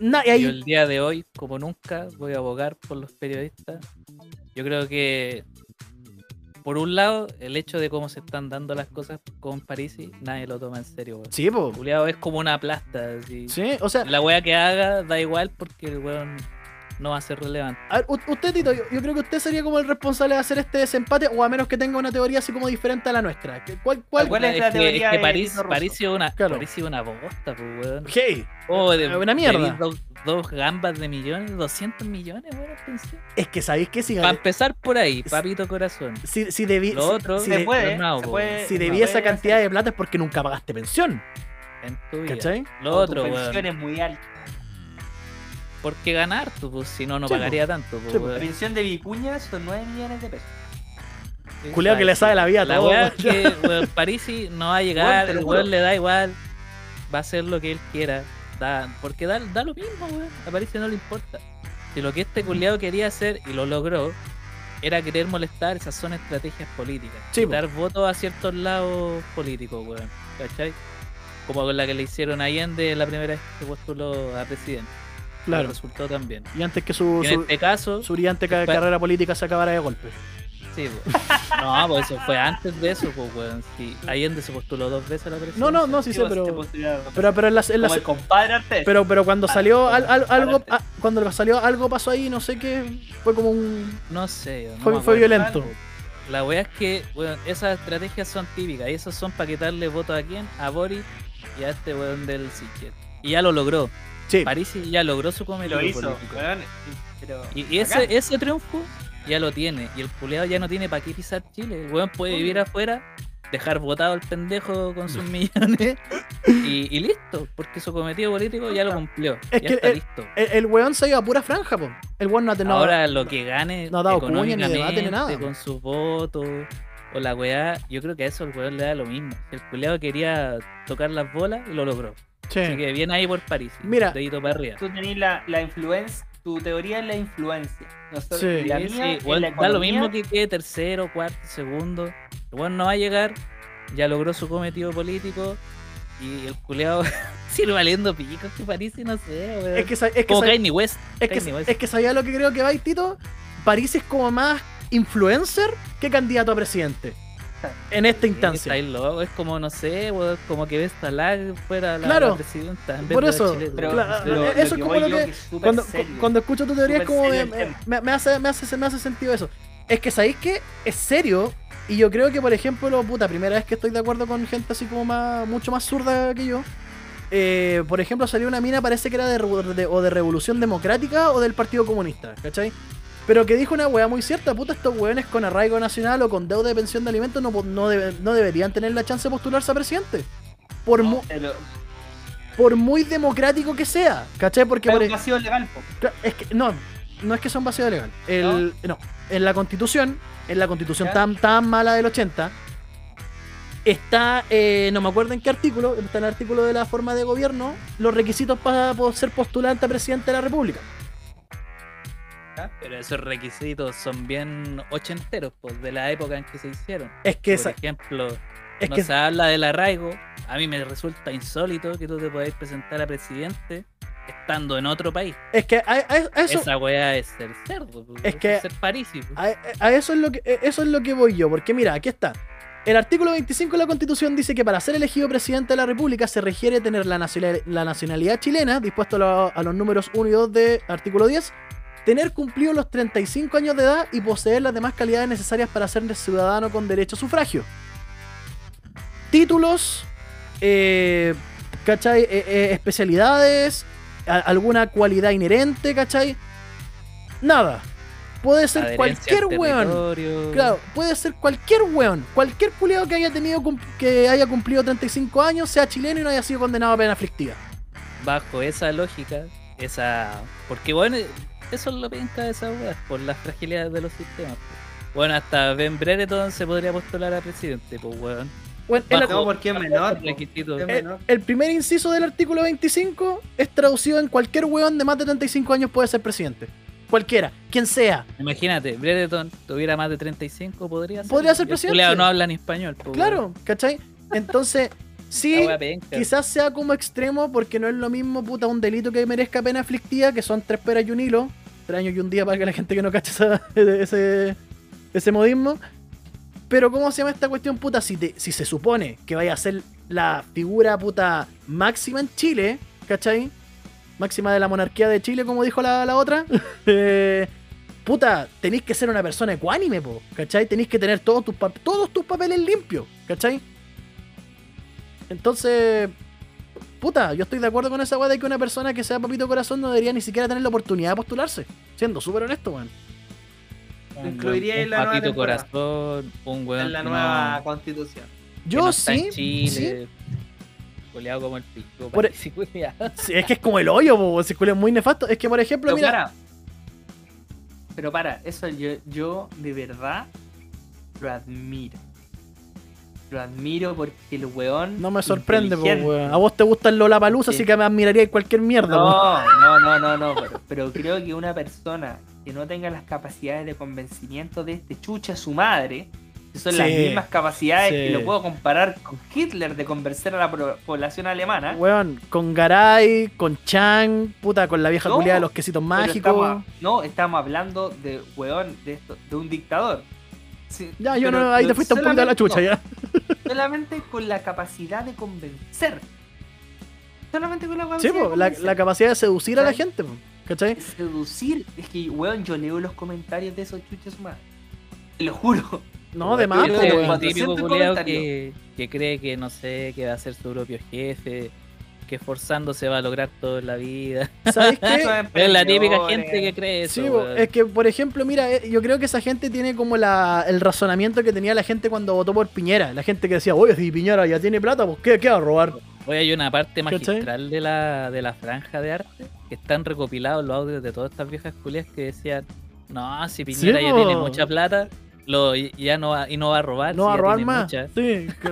A: Na- y ahí-
B: Yo el día de hoy, como nunca, voy a abogar por los periodistas. Yo creo que, por un lado, el hecho de cómo se están dando las cosas con Parisi, nadie lo toma en serio. weón.
A: Sí, po.
B: Culeado es como una plasta. así.
A: Sí, o sea,
B: La wea que haga da igual porque el weón no va a ser relevante.
A: a ver, u- usted, Tito, yo, yo creo que usted sería como el responsable de hacer este desempate, o a menos que tenga una teoría así como diferente a la nuestra. ¿Qué- ¿Cuál? cuál?
D: ¿Cuál es la
B: que,
D: teoría
B: que
D: de
B: París,
D: Tito Russo?
B: París es una,
A: Claro.
B: París es una bosta, pues, weón.
A: Hey,
B: Oh, de,
A: una mierda.
B: debí Dos, dos gambas de millones, 200 millones, weón, pensión.
A: es que sabéis que si,
B: Para empezar por ahí, papito corazón.
A: si, si debí-
B: Lo
A: si-
B: otro-
A: si
B: Se
A: de- eh,
D: se puede,
B: no,
D: se
B: po.
D: puede.
A: si
D: se
A: debí
D: puede
A: esa cantidad de plata es porque nunca pagaste pensión,
B: En tu vida.
A: ¿cachai?
B: Lo
D: hacer.
B: otro,
D: Tu
B: weón.
D: pensión es muy alta.
B: ¿Por qué ganar tú? Pues si no, no
A: Sí,
B: pagaría tanto. Pues,
A: Sí, po.
D: La
B: weón.
D: pensión de Vicuña son 9 millones de pesos.
B: Sí,
A: Culeado que le sabe la vida a
B: La
A: todo,
B: weá
A: weón.
B: es que weón, Parisi no va a llegar,
D: Weón, te lo
B: el
D: juro.
B: weón le da igual, va a hacer lo que él quiera. Da, porque da, da lo mismo, weón. A Parisi no le importa. Si lo que este culiado quería hacer y lo logró, era querer molestar, esas son estrategias políticas.
A: Sí, po.
B: dar votos a ciertos lados políticos, weón. ¿Cachai? Como con la que le hicieron a Allende la primera vez que postuló a presidente.
A: Claro.
B: Resultó también.
A: Y antes que su,
B: Y en
A: su,
B: este caso,
A: su brillante ca-
B: Pa-
A: carrera política se acabara de golpe.
B: Sí, pues. No, pues eso fue antes de eso, pues, weón. Sí, Allende se postuló dos veces a la presidencia.
A: No, no, no, sí sé,
B: pues,
A: pero. Pero, pero en las- en
D: Como
A: las-
D: el compadre Artés.
A: pero, pero cuando
D: Ah,
A: salió al- al- algo,
B: este.
D: adelante.
A: ah, cuando salió algo pasó ahí, no sé qué, fue como un,
B: No sé, no me
A: fue, fue
B: acuerdo.
A: violento.
B: La wea es que, weón, esas estrategias son típicas. Y esos son para quitarle votos a quién? A Boris y a este weón del Sichel. Y ya lo logró.
A: Sí,
B: Parisi ya logró su cometido
D: lo hizo,
B: político.
D: weón. Pero
B: Y, y
D: bacán.
B: ese, ese triunfo ya lo tiene. Y el puleado ya no tiene para qué pisar Chile. El weón puede vivir afuera, dejar votado al pendejo con sus millones y, y listo. Porque su cometido político ya lo cumplió.
A: Ah. Es
B: ya
A: que
B: está
A: el-
B: listo.
A: el, el weón se iba a pura franja, po. El weón no ha tenido.
B: Ahora lo que gane
A: no ha dado cuña, ni debate, ni
B: económicamente
A: nada.
B: con sus votos o la weá, yo creo que a eso el weón le da lo mismo. El puleado quería tocar las bolas y lo logró.
A: Sí.
B: Así que viene ahí por París.
A: Mira.
B: Dedito para arriba.
D: tú tenés la, la influencia, tu teoría es la influencia. Nosotros,
A: Sí.
D: y la
B: Sí,
D: mía
B: sí,
D: es
B: weón,
D: la
B: da lo
D: economía.
B: mismo que quede tercero, cuarto, segundo. El weón no va a llegar, ya logró su cometido político y el culeado sigue valiendo picos que parece, no sé, weón.
A: Es que, sa- es que,
B: como
A: sa-
B: Kanye West.
A: es que-
B: Kanye West.
A: es que sabía lo que creo que va, Tito. París es como más influencer que candidato a presidente. En esta
B: Está
A: instancia.
B: ahí loco, es como, no sé, weón, como que ves Talag fuera la,
A: Claro.
B: la presidenta. en vez
A: Por
B: de
A: eso,
B: Bachelet,
D: Pero
B: weón.
A: Claro,
D: lo- lo
A: eso es como
D: voy
A: lo
D: yo,
A: que-
D: es súper
A: Cuando, cu-
D: serio.
A: cuando escucho tu teoría es
D: Súper
A: como me,
D: serio el tema.
A: me- me hace, me, hace, me hace sentido eso. Es que sabéis que es serio. Y yo creo que, por ejemplo, puta, primera vez que estoy de acuerdo con gente así como más, mucho más zurda que yo. Eh, por ejemplo, salió una mina, parece que era de, revo- de- o de Revolución Democrática o del Partido Comunista, ¿cachai? Pero que dijo una weá muy cierta, puta, estos weones con arraigo nacional o con deuda de pensión de alimentos no, po- no, debe- no deberían tener la chance de postularse a presidente. Por, mu-
D: Te lo-
A: por muy democrático que sea, ¿cachai? Porque
D: Pero
A: por,
D: un vacío legal, po.
A: Claro, Es que, no, no es que sea un vacío legal. El, ¿No? en la constitución, en la constitución
D: ¿Ya?
A: tan, tan mala del 80, está, eh, no me acuerdo en qué artículo, está en el artículo de la forma de gobierno, los requisitos para po- ser postulante a presidente de la república.
B: Pero esos requisitos son bien ochenteros, pues, de la época en que se hicieron.
A: Es que,
B: Por
A: esa-
B: ejemplo,
A: es
B: no
A: que
B: se habla del arraigo. A mí me resulta insólito que tú te podáis presentar a presidente estando en otro país.
A: es que a, a- a eso,
B: Esa weá es ser cerdo. pues,
A: Es que-
B: es ser parisi. pues.
A: a, a eso es lo que e, eso es lo que voy yo, porque mira, aquí está. El artículo 25 de la Constitución dice que para ser elegido presidente de la República se requiere tener la, nacional- la nacionalidad chilena, dispuesto a, lo- a los números 1 y 2 de artículo 10, tener cumplido los 35 años de edad y poseer las demás calidades necesarias para ser ciudadano con derecho a sufragio. Títulos, eh, ¿cachai? Eh, eh, especialidades, a- alguna cualidad inherente, ¿cachai? Nada. Puede ser
B: Adherencia
A: cualquier
B: al
A: weón.
B: territorio.
A: Claro, puede ser cualquier weón. Cualquier culiado que haya tenido cum- que haya cumplido 35 años, sea chileno y no haya sido condenado a pena aflictiva.
B: Bajo esa lógica, esa. Porque bueno, eso es lo penca de esa weá, por las fragilidades de los sistemas. pues. Bueno, hasta Ben Brereton se podría postular a presidente, pues weón.
A: Bueno, el,
B: Bajo-
C: No, porque es menor.
B: Menor
C: po.
B: requisito.
C: Es
A: el-
C: menor.
A: el primer inciso del artículo 25 es traducido en cualquier weón de más de 35 años puede ser presidente. Cualquiera, quien sea.
B: Imagínate, Brereton tuviera más de 35, podría ser.
A: Podría ser
B: Y el
A: presidente.
B: culiao no habla ni español, pues, weón.
A: Claro, ¿cachai? Entonces,
B: La
A: sí,
B: weá penca.
A: quizás sea como extremo porque no es lo mismo, puta, un delito que merezca pena aflictiva, que son tres peras y un hilo, tres años y un día para que la gente que no cache esa- ese, ese modismo. Pero ¿cómo se llama esta cuestión, puta? Si, te- si se supone que vaya a ser la figura, puta, máxima en Chile, ¿cachai? Máxima de la monarquía de Chile, como dijo la, la otra. eh, puta, tenéis que ser una persona ecuánime, po, ¿cachai? Tenéis que tener todos tus, pa- todos tus papeles limpios, ¿cachai? Entonces, puta, yo estoy de acuerdo con esa weá de que una persona que sea papito corazón no debería ni siquiera tener la oportunidad de postularse. Siendo súper honesto, weón.
B: Un
C: incluiría
B: weón-
C: en la
B: un
C: nueva
B: Papito
C: temporada.
B: Corazón, un weón.
C: en la
B: que no-
C: nueva constitución.
B: que no
A: Yo
B: está
A: sí,
B: en Chile,
A: sí.
B: Culeado como el pico.
A: Por- e-
B: parece, culiao.
A: Sí, Es que es como el hoyo, po, ese culo es muy nefasto. Es que, por ejemplo,
C: Pero
A: mira,
C: para. Pero para, eso yo, yo de verdad lo admiro. Lo admiro porque el weón.
A: no me sorprende, po,
C: inteligente.
A: weón. A vos te gustan los Palusa,
C: Sí.
A: así que me admiraría cualquier mierda, po.
C: No, no, no, no, no. Pero, pero creo que una persona que no tenga las capacidades de convencimiento de este chucha su madre, que son las
A: Sí,
C: mismas capacidades
A: sí.
C: que lo puedo comparar con Hitler de convencer a la pro- población alemana.
A: Weón, con Garay, con Chang, puta, con la vieja
C: No,
A: culiada de los quesitos
C: pero
A: mágicos.
C: estamos- no, estamos hablando de weón, de, esto, de un dictador. Sí,
A: Ya, yo
C: pero
A: no, ahí
C: lo-
A: te fuiste un poquito a la chucha,
C: solamente- no,
A: ya.
C: Solamente con la capacidad de convencer. Solamente con la
A: Sí,
C: capacidad
A: po,
C: de
A: la,
C: convencer.
A: la capacidad de seducir a la
C: Sí.
A: gente, po, ¿cachai?
C: Seducir. Es que, weón, yo leo los comentarios de esos chuches más. Te lo juro.
A: No, de más,
B: Yo
A: po,
B: creo que
A: weón.
B: el
C: 400
B: Este, típico culiao
C: comentarios.
B: que, que cree que no sé, que va a ser su propio jefe, que esforzándose va a lograr todo en la vida.
A: ¿Sabes qué?
C: Esos
B: Es la típica
C: emprendedores.
B: gente que cree eso.
A: Sí, po,
B: weón.
A: es que por ejemplo, mira, eh, yo creo que esa gente tiene como la, el razonamiento que tenía la gente cuando votó por Piñera. La gente que decía, oye, si Piñera ya tiene plata, pues ¿qué, qué va a robar?
B: Hoy hay una parte
A: ¿Cachai?
B: magistral de la, de la franja de arte que están recopilados los audios de todas estas viejas culias que decían: No, si Piñera ya
A: po.
B: tiene mucha plata lo, ya no va, y no va a robar.
A: No
B: si
A: va a
B: Ah, ya
A: robar
B: tiene
A: más.
B: mucha".
A: Sí,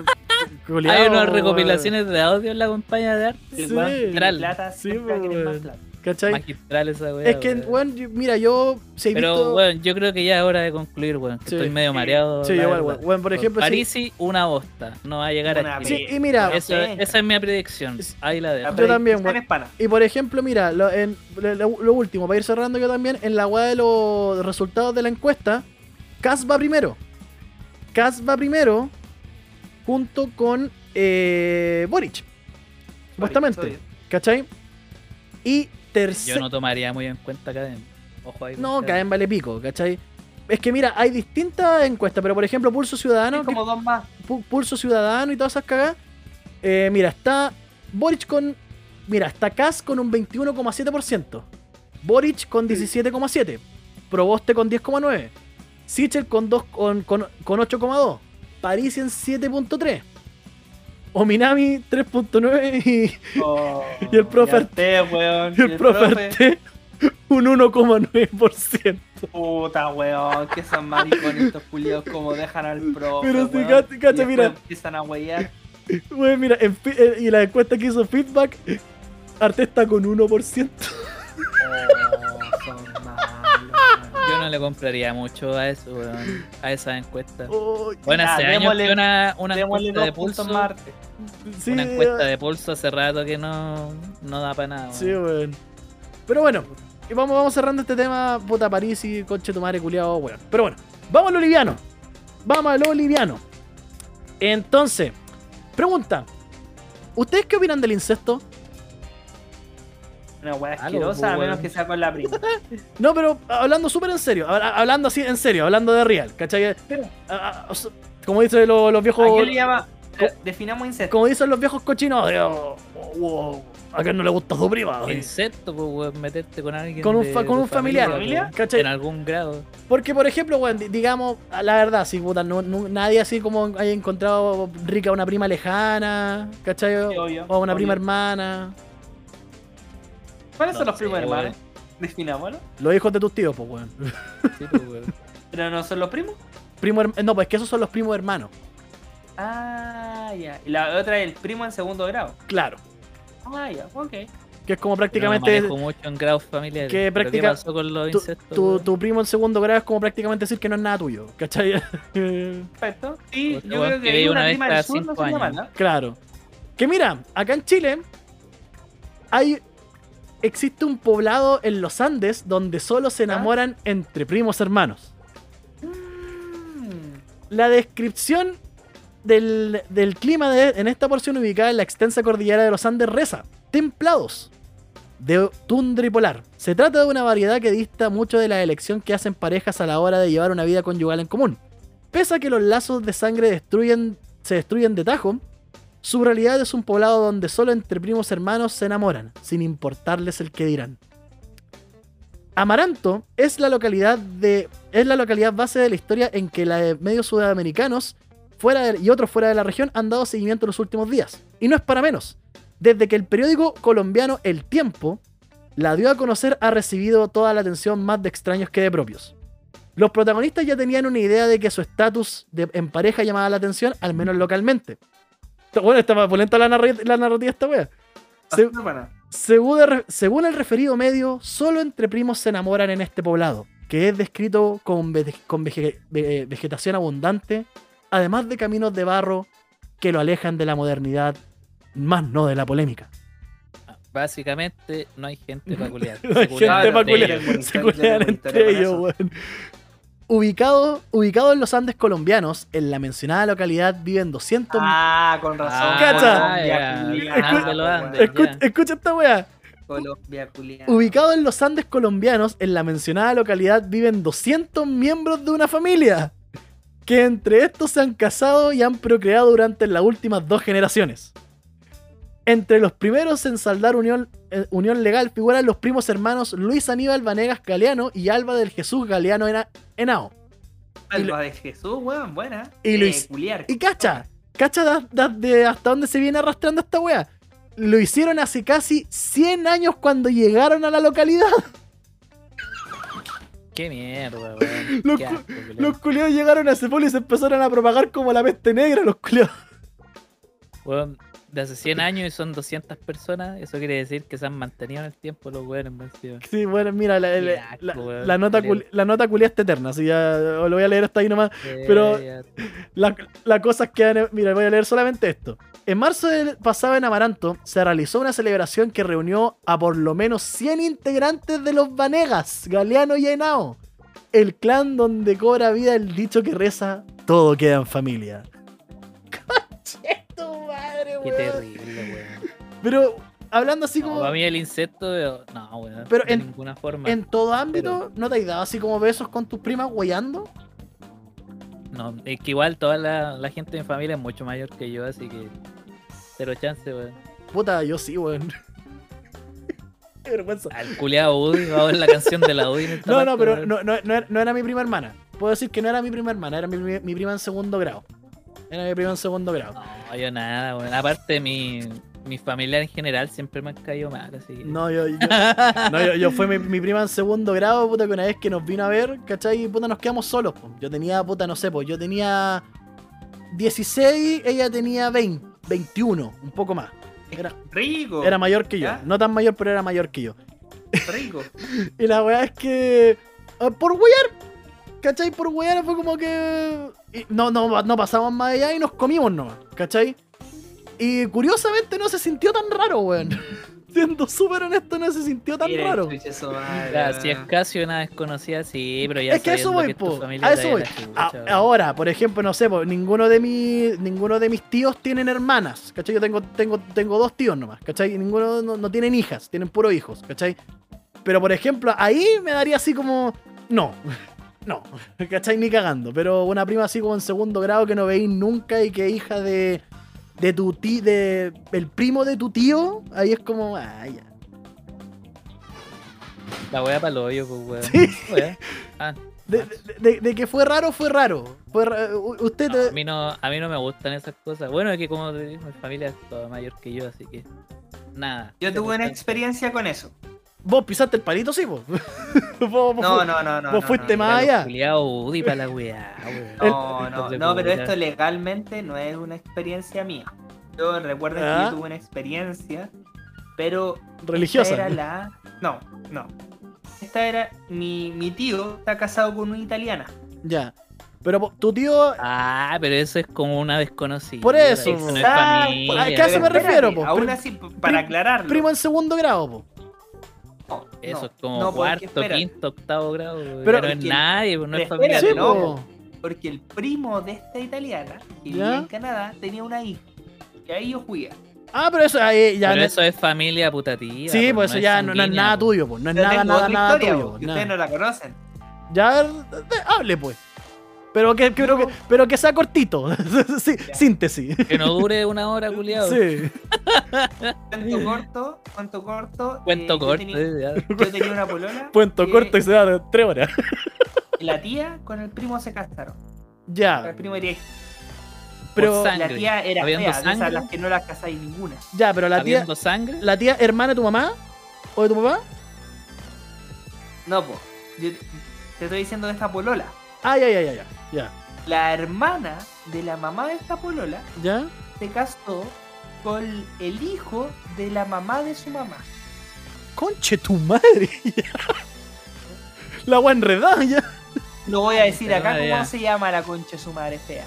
A: cu- culiao,
B: Hay unas
A: weón.
B: recopilaciones de audio en la compañía de arte.
C: El
A: Sí.
C: weón tiene
B: Literal.
C: plata,
A: Sí, pues,
C: siempre va a querer más
A: weón.
C: plata.
A: ¿Cachai?
B: Magistral esa weá.
A: es que,
B: weón.
A: weón, yo- mira, yo si he
B: Pero
A: visto.
B: bueno, yo creo que ya es hora de concluir, weón. que
A: Sí.
B: estoy medio mareado.
A: sí,
B: la
A: igual,
B: verdad.
A: weón. Weón, por ejemplo, sí-
B: París y una bosta. No va a llegar
C: Una
B: a
A: sí,
B: Chile.
A: y mira,
C: Una
B: Eso-
C: pena.
B: esa es mi predicción. Ahí la
C: La
B: dejo.
A: Yo también,
C: predisposición
A: weón.
C: es pana.
A: Y por ejemplo, mira, lo, en- lo- lo último, para ir cerrando yo también, en la guada de los resultados de la encuesta, Cas va primero. Cas va primero junto con eh, Boric. Supuestamente.
C: Sorry.
A: ¿Cachai? Y
B: Yo
A: tercero.
B: no tomaría muy en cuenta Cadem. Ojo ahí. con
A: No,
B: Cadem.
A: caen vale pico, ¿cachai? Es que mira, hay distintas encuestas, pero por ejemplo, Pulso
B: Ah,
A: Ciudadano.
C: Es como dos más.
A: Pu- Pulso Ciudadano y todas esas cagadas. Eh, mira, está Boric con. Mira, está Kass con un 21,7%. Boric con 17,7%. Proboste con 10,9%. Sichel con, dos- con, con, con 8,2%. París en 7,3%. Ominami 3,9%. Y,
C: Oh,
A: Y el profe
C: ya
A: Arte-
C: sé, weón.
A: y el profe Arte un 1,9%.
C: Puta, weón, que son maricones estos culiados como dejan al profe.
A: Pero sí,
C: weón.
A: cacha,
C: Y
A: cacha,
C: después
A: mira.
C: Empiezan a huellar.
A: Güey, mira, en fi- eh, y la encuesta que hizo Feedback, Arte está con 1%.
C: Oh, son malos. weón.
B: Yo no le compraría mucho a eso, weón. A esa encuesta.
A: Oh,
B: Bueno,
C: Ya,
B: hace años
C: démosle-
B: que una, una
C: Démosle
B: encuesta
C: dos
B: de
C: puntos
B: pulso.
C: más Arte.
A: sí,
B: Una encuesta
A: eh,
B: de pulso hace rato que no, no da para nada.
A: Sí,
B: weón.
A: weón. Pero bueno, y vamos, vamos cerrando este tema. Puta París y coche tu madre culiado, weón. Pero bueno, vamos a lo liviano. Vamos a lo liviano. Entonces, pregunta. ¿Ustedes qué opinan del incesto?
C: Una weá
B: Algo,
C: asquerosa, a
B: Ah, weón.
C: menos que sea con la prima.
A: No, pero hablando súper en serio. habla- Hablando así en serio, hablando de real. ¿Cachai? Ah, ah, o sea, Como dicen los,
D: Ah,
A: los
C: ¿A
A: viejos.
C: qué le llama?
A: Co-
C: Definamos incesto.
A: Como dicen los viejos cochinos. de, oh, oh, oh, ¿A quién no le gusta su prima?
B: Insecto, pues, weón, meterte con alguien.
A: Con un
B: de
A: fa- con
B: tu
A: un familiar,
B: familia, weón,
A: ¿cachai?
B: En algún grado.
A: Porque, por ejemplo, weón, di- digamos, a la verdad, si puta, no, no- nadie así como haya encontrado rica una prima lejana, ¿cachai?
D: Sí, obvio,
A: o una prima
D: obvio.
A: hermana.
D: ¿Cuáles son
B: No
D: los primos
B: sé,
D: hermanos? Definámoslo.
A: Los hijos de tus tíos, pues, weón.
B: Sí, pues, weón.
D: ¿Pero no son los primos?
A: Primo herma- no, pues es que esos son los primos hermanos.
D: Ah, ya. Y la otra es el primo en segundo grado.
A: Claro.
D: Ah, ya, ok.
A: Que es como
B: Pero no
A: prácticamente.
B: manejo mucho en grados familiares.
A: que
B: ¿Pero
A: practica-
B: ¿Qué pasó con los
A: tu,
B: insectos?
A: tu-
B: weón?
A: tu primo en segundo grado es como prácticamente decir que no es nada tuyo, ¿cachai?
D: Perfecto. Sí,
B: Porque,
D: yo
B: bueno,
D: creo
B: que vi
D: que una
B: una vez
D: prima
B: cada
D: del sur no
B: cinco
D: sería
B: años.
D: mala.
A: claro. Que mira, acá en Chile hay. Existe un poblado en los Andes donde solo se enamoran entre primos hermanos.
D: Mm.
A: La descripción del, del clima de- en esta porción ubicada en la extensa cordillera de los Andes reza: templados de tundra y polar. Se trata de una variedad que dista mucho de la elección que hacen parejas a la hora de llevar una vida conyugal en común. Pese a que los lazos de sangre destruyen, se destruyen de tajo, su realidad es un poblado donde solo entre primos hermanos se enamoran, sin importarles el que dirán. Amaranto es la localidad de es la localidad base de la historia en que la de medios sudamericanos fuera de- y otros fuera de la región han dado seguimiento en los últimos días y no es para menos. Desde que el periódico colombiano El Tiempo la dio a conocer ha recibido toda la atención más de extraños que de propios. Los protagonistas ya tenían una idea de que su estatus de- en pareja llamaba la atención, al menos localmente. Está- Bueno, está más polenta la, narra- la narrativa esta wea.
C: Ah,
A: Se-
D: Bastante buena.
A: según el, según el referido medio, solo entre primos se enamoran en este poblado, que es descrito con, ve- con vege- ve- eh, vegetación abundante, además de caminos de barro que lo alejan de la modernidad, más no de la polémica.
B: Básicamente, no hay gente para culiar.
A: No hay
B: Se culean
A: gente pa'
B: entre
A: culiar.
B: ellos.
A: Se culean entre ellos, weón. Ubicado, ubicado en los Andes colombianos, en la mencionada localidad viven 200...
D: Ah, con razón.
B: Ah,
A: Cacha.
B: ya.
D: Colombia,
B: Ah,
D: culiao,
B: te lo dan.
D: weón.
A: Escu- escucha esta weá.
D: Colombia, culiao.
A: Ubicado en los Andes colombianos, en la mencionada localidad viven 200 miembros de una familia, que entre estos se han casado y han procreado durante las últimas dos generaciones. Entre los primeros en saldar unión, eh, unión legal figuran los primos hermanos Luis Aníbal Vanegas Galeano y Alba del Jesús Galeano Ena- Henao.
D: Alba de Jesús, weón, buena.
A: Y
D: Eh,
A: Luis-
D: culiar.
A: Y cacha, cacha da- da- de hasta dónde se viene arrastrando esta wea. Lo hicieron hace casi 100 años cuando llegaron a la localidad.
B: Qué mierda, weón.
A: Los
B: Qué
A: cu-
B: asco, culiao.
A: Los culeos llegaron a Cepol y se empezaron a propagar como la peste negra, los culeos.
B: Weón, de hace 100 años y son 200 personas. Eso quiere decir que se han mantenido en el tiempo los weones, más encima.
A: Sí, bueno, mira, la, la-
B: Qué asco,
A: la-
B: weón,
A: la nota,
B: culeo.
A: culi- la nota culia está eterna, así ya lo voy a leer hasta ahí nomás.
B: Eh,
A: Pero-
B: ya.
A: La, la cosa es que, han- mira, voy a leer solamente esto. En marzo del pasado en Amaranto se realizó una celebración que reunió a por lo menos 100 integrantes de los Vanegas, Galeano y Henao, el clan donde cobra vida el dicho que reza, todo queda en familia. ¡Caché tu madre,
B: Qué
A: weón!
B: terrible, weón.
A: Pero hablando así como...
B: No, para mí el insecto, eh, no, weón.
A: Pero
B: de
A: en-
B: ninguna forma.
A: En todo ámbito, ¿no te has dado así como besos con tus primas guayando?
B: No, es que igual toda la, la gente de mi familia es mucho mayor que yo, así que. Cero chance, weón.
A: Puta, yo sí, weón. Qué vergüenza.
B: Al culiado Udi, va a ver la canción de la Udi. en esta
A: No, no,
B: parte,
A: pero
B: weón.
A: no, no- no era, no era mi prima hermana. Puedo decir que no era mi prima hermana, era mi, mi- mi prima en segundo grado. Era mi prima en segundo grado.
B: No, yo nada, weón. Aparte, mi, mi familia en general siempre me han caído mal, así que.
A: No, yo, yo, no, yo, yo fue mi, mi prima en segundo grado, puta, que una vez que nos vino a ver, ¿cachai? Puta, nos quedamos solos. po. Yo tenía, puta, no sé, pues yo tenía 16, ella tenía 20, 21, un poco más. Era,
D: Rico.
A: era mayor que yo.
D: ¿Ya?
A: No tan mayor, pero era mayor que yo.
D: rico.
A: Y la weá es que. ah, Por wear. ¿Cachai? Por wear fue como que. y no, no, no pasamos más allá y nos comimos nomás. ¿Cachai? Y curiosamente no se sintió tan raro, weón. Siendo súper honesto, no se sintió tan
D: Mira,
A: raro.
D: chucha su madre,
B: Ya, si es
D: weón.
B: casi una desconocida, sí, pero ya
A: Es que a eso
B: sabiendo
A: voy,
B: es tu
A: po.
B: familia
A: A eso
B: te da
A: voy.
B: la chucha,
A: A-
B: weón.
A: ahora, por ejemplo, no sé, po, ninguno de mis ninguno de mis tíos tienen hermanas, ¿cachai? Yo tengo, tengo, tengo dos tíos nomás, ¿cachai? Y ninguno no, no tienen hijas, tienen puro hijos, ¿cachai? Pero por ejemplo, ahí me daría así como no. No, ¿cachai? Ni cagando. Pero una prima así como en segundo grado que no veí nunca y que hija de, de tu tío, de el primo de tu tío, ahí es como, ah, ya.
B: La wea para el hoyo, pues, weón. Wea. Ah,
A: De, de- de- de que fue raro, fue raro. Fue ra- u- usted
B: no,
A: eh,
B: a, mí no, a mí no me gustan esas cosas. Bueno, es que como te digo, mi familia es toda mayor que yo, así que. Nada.
C: Yo tuve una
B: experiencia
C: experiencia con eso.
A: vos pisaste el palito, sí, vos. Vos- vos-
C: No, no, no, no.
A: vos
C: no,
A: fuiste
C: no,
A: más allá.
B: para la weá,
C: No,
B: weón.
C: no,
B: Entonces,
C: no, pero
B: puta.
C: esto legalmente no es una experiencia mía. Yo recuerdo
A: ¿Ah?
C: que yo tuve una experiencia, pero
A: religiosa.
C: Esta era la. No, no. Esta era. Mi, mi tío está casado con una italiana.
A: Ya. Pero po- tu tío.
B: Ah, pero eso es como una desconocida.
A: Por eso,
B: No es
A: Exacto.
B: familia.
A: ¿A qué hace
C: Pero
A: me
C: espérate,
A: refiero, po?
C: Aún
A: Pri-
C: así, p- para
A: pri-
C: aclararlo.
A: Primo en segundo grado, po.
C: no,
B: Eso
C: no,
B: es como
C: no, porque
B: cuarto,
C: espérate,
B: quinto, octavo grado. weón.
A: Pero-
B: Ya no es
C: porque-
B: nadie, pues, no es
C: pero
B: familia.
C: espérate,
A: Sí,
B: de
C: no,
B: nadie.
A: po.
C: Porque el primo de esta italiana,
A: ¿Ya?
C: que vivía en Canadá, tenía una hija. Y ahí yo jugué.
A: Ah, pero eso ahí ya.
B: Pero
A: no-
B: eso es familia putativa.
A: sí,
B: po,
A: pues eso ya no, no es
B: sanguínea,
A: nada
B: po.
A: tuyo, pues. No es
C: Yo
A: nada,
C: tengo
A: nada,
C: otra
A: nada
C: historia,
A: tuyo.
C: vos,
A: po,
C: que
A: nada.
C: Ustedes no la conocen.
A: Ya eh, hable, pues. Pero que, que- pero que, pero que sea cortito. Sí,
C: Ya.
A: Síntesis.
B: Que no dure una hora, culiado.
A: Sí.
C: Cuento corto, cuento corto.
B: Cuento
C: eh, yo
B: corto.
C: tenía-
B: eh, ya.
C: Yo tenía una polola.
A: Puento
C: que
A: corto y se da tres horas.
C: La tía con el primo se casaron. El
A: Ya,
C: primo era
A: pero.
B: sangre.
C: La tía era
B: Habiendo
C: fea, de esas
B: sangre.
C: las que no las casáis ninguna.
A: Ya, pero la tía.
B: ¿Habiendo sangre?
A: ¿La tía hermana de tu mamá? ¿O de tu papá?
C: No, po. Yo te- te estoy diciendo de esta polola.
A: Ah, ya, ya, ya, ya. Ya.
C: La hermana de la mamá de esta polola
A: ¿Ya?
C: se casó con el hijo de la mamá de su mamá.
A: Conche tu madre. ya. La agua enredada ya.
C: No voy a decir acá
B: Ah,
C: cómo
B: ya.
C: se llama la concha de su madre fea.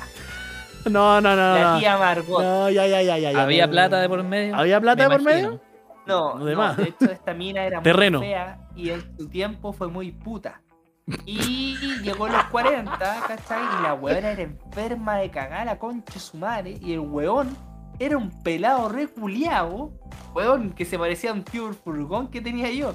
A: No, no, no.
C: La
A: no.
C: tía Margot.
A: No, ya, ya, ya, ya. ya,
B: ¿Había
A: no, no,
B: plata de
A: no.
B: por medio?
A: ¿Había plata
B: Me
A: de por
B: imagino.
A: medio?
C: No,
A: Lo de
C: no,
A: más.
C: de hecho esta mina era
A: Terreno.
C: muy fea y en su tiempo fue muy puta. Y llegó a los 40, ¿cachai? Y la weona era enferma de cagar la concha de su madre. Y el weón era un pelado reculeado, weón, que se parecía a un tío del furgón que tenía yo.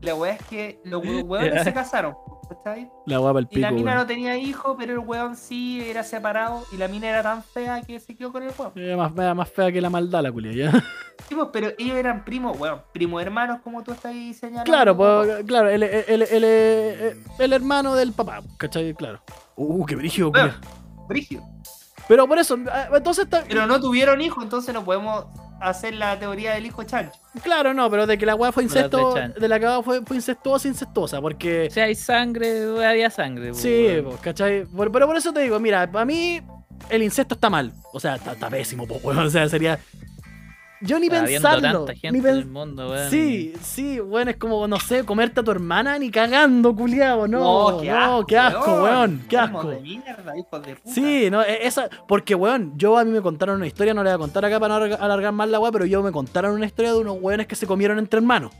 C: La weá es que los we- weones
B: Ya.
C: se casaron, ¿cachai?
A: La agua el
C: Y la
A: pico.
C: mina
A: weón.
C: no tenía hijo, pero el weón sí era separado. Y la mina era tan fea que se quedó con el weón.
A: Era más, era más fea que la maldad la culia, ya.
C: Sí, pues, pero ellos eran primos, weón, primo hermanos, como tú estás señalando.
A: Claro,
C: weón.
A: pues, claro, el, el, el, el, el- el hermano del papá, ¿cachai? Claro. Uh, qué brígido,
C: Bueno,
A: culia.
C: brígido.
A: Pero por eso, ah, entonces está.
C: Pero no tuvieron hijo, entonces no podemos hacer la teoría del hijo chancho.
A: Claro, no, pero de que la weá fue
B: No la
A: incesto,
B: trechan.
A: de la que fue, fue incestuosa, incestuosa, porque.
B: Si hay sangre, había sangre. po,
A: Sí,
B: weón.
A: pues, ¿cachai? Por- pero por eso te digo, mira, para mí el incesto está mal. O sea, está, está pésimo, po, weón. O sea, sería. Yo ni
B: Está habiendo
A: pensarlo.
B: tanta gente
A: Ni
B: en el
A: pen-
B: mundo, weón.
A: Sí, sí, bueno, es como, no sé, comerte a tu hermana ni cagando, culiao. No,
C: Oh,
A: no, qué asco, weón. Qué
C: Enfermos
A: asco.
C: de mierda, hijos de puta.
A: Sí, no, e- esa, porque weón, yo a mí me contaron una historia, no la voy a contar acá para no alarga- alargar más la weá, pero yo me contaron una historia de unos weones que se comieron entre hermanos.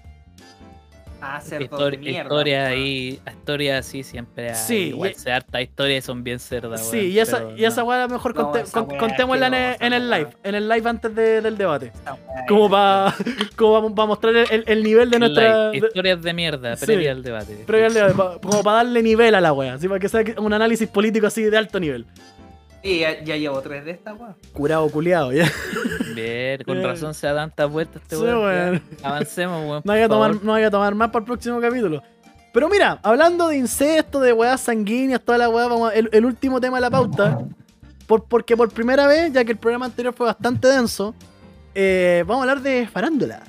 C: Ah, cerdos de
B: Histori-
C: mierda.
B: historia
C: weón.
B: ahí, historia así siempre hay.
A: Sí,
B: igual
A: y-
B: se harta historia y son bien cerdas.
A: Sí,
B: weón,
A: y esa,
B: pero
A: y esa
B: no.
A: weá a lo mejor
C: No,
A: conté-
C: esa
A: con-
C: weá
A: contémosla en el,
C: asquerosa,
A: en el live,
C: weón.
A: en el live antes de- del debate.
C: Esta weá
A: Como
C: es-
A: para como pa mostrar el, el nivel de nuestra.
B: Like,
A: de-
B: historias de mierda,
A: Sí.
B: previa al debate.
A: previo al debate, pa- como para darle nivel a la wea, así para que sea que- un análisis político así de alto nivel.
C: Sí, ya, ya llevo tres de estas, weón.
A: Curado, culiado, ya.
B: Bien, con
A: Bien.
B: razón se da tantas vueltas este
A: Sí,
B: weón,
A: weón.
B: ya. Avancemos, weón.
A: No voy, a
B: por
A: tomar,
B: favor.
A: no voy a tomar más para el próximo capítulo. Pero mira, hablando de incesto, de weas sanguíneas, toda la wea, vamos a- el, el último tema de la pauta. Por, porque por primera vez, ya que el programa anterior fue bastante denso, eh, vamos a hablar de farándula.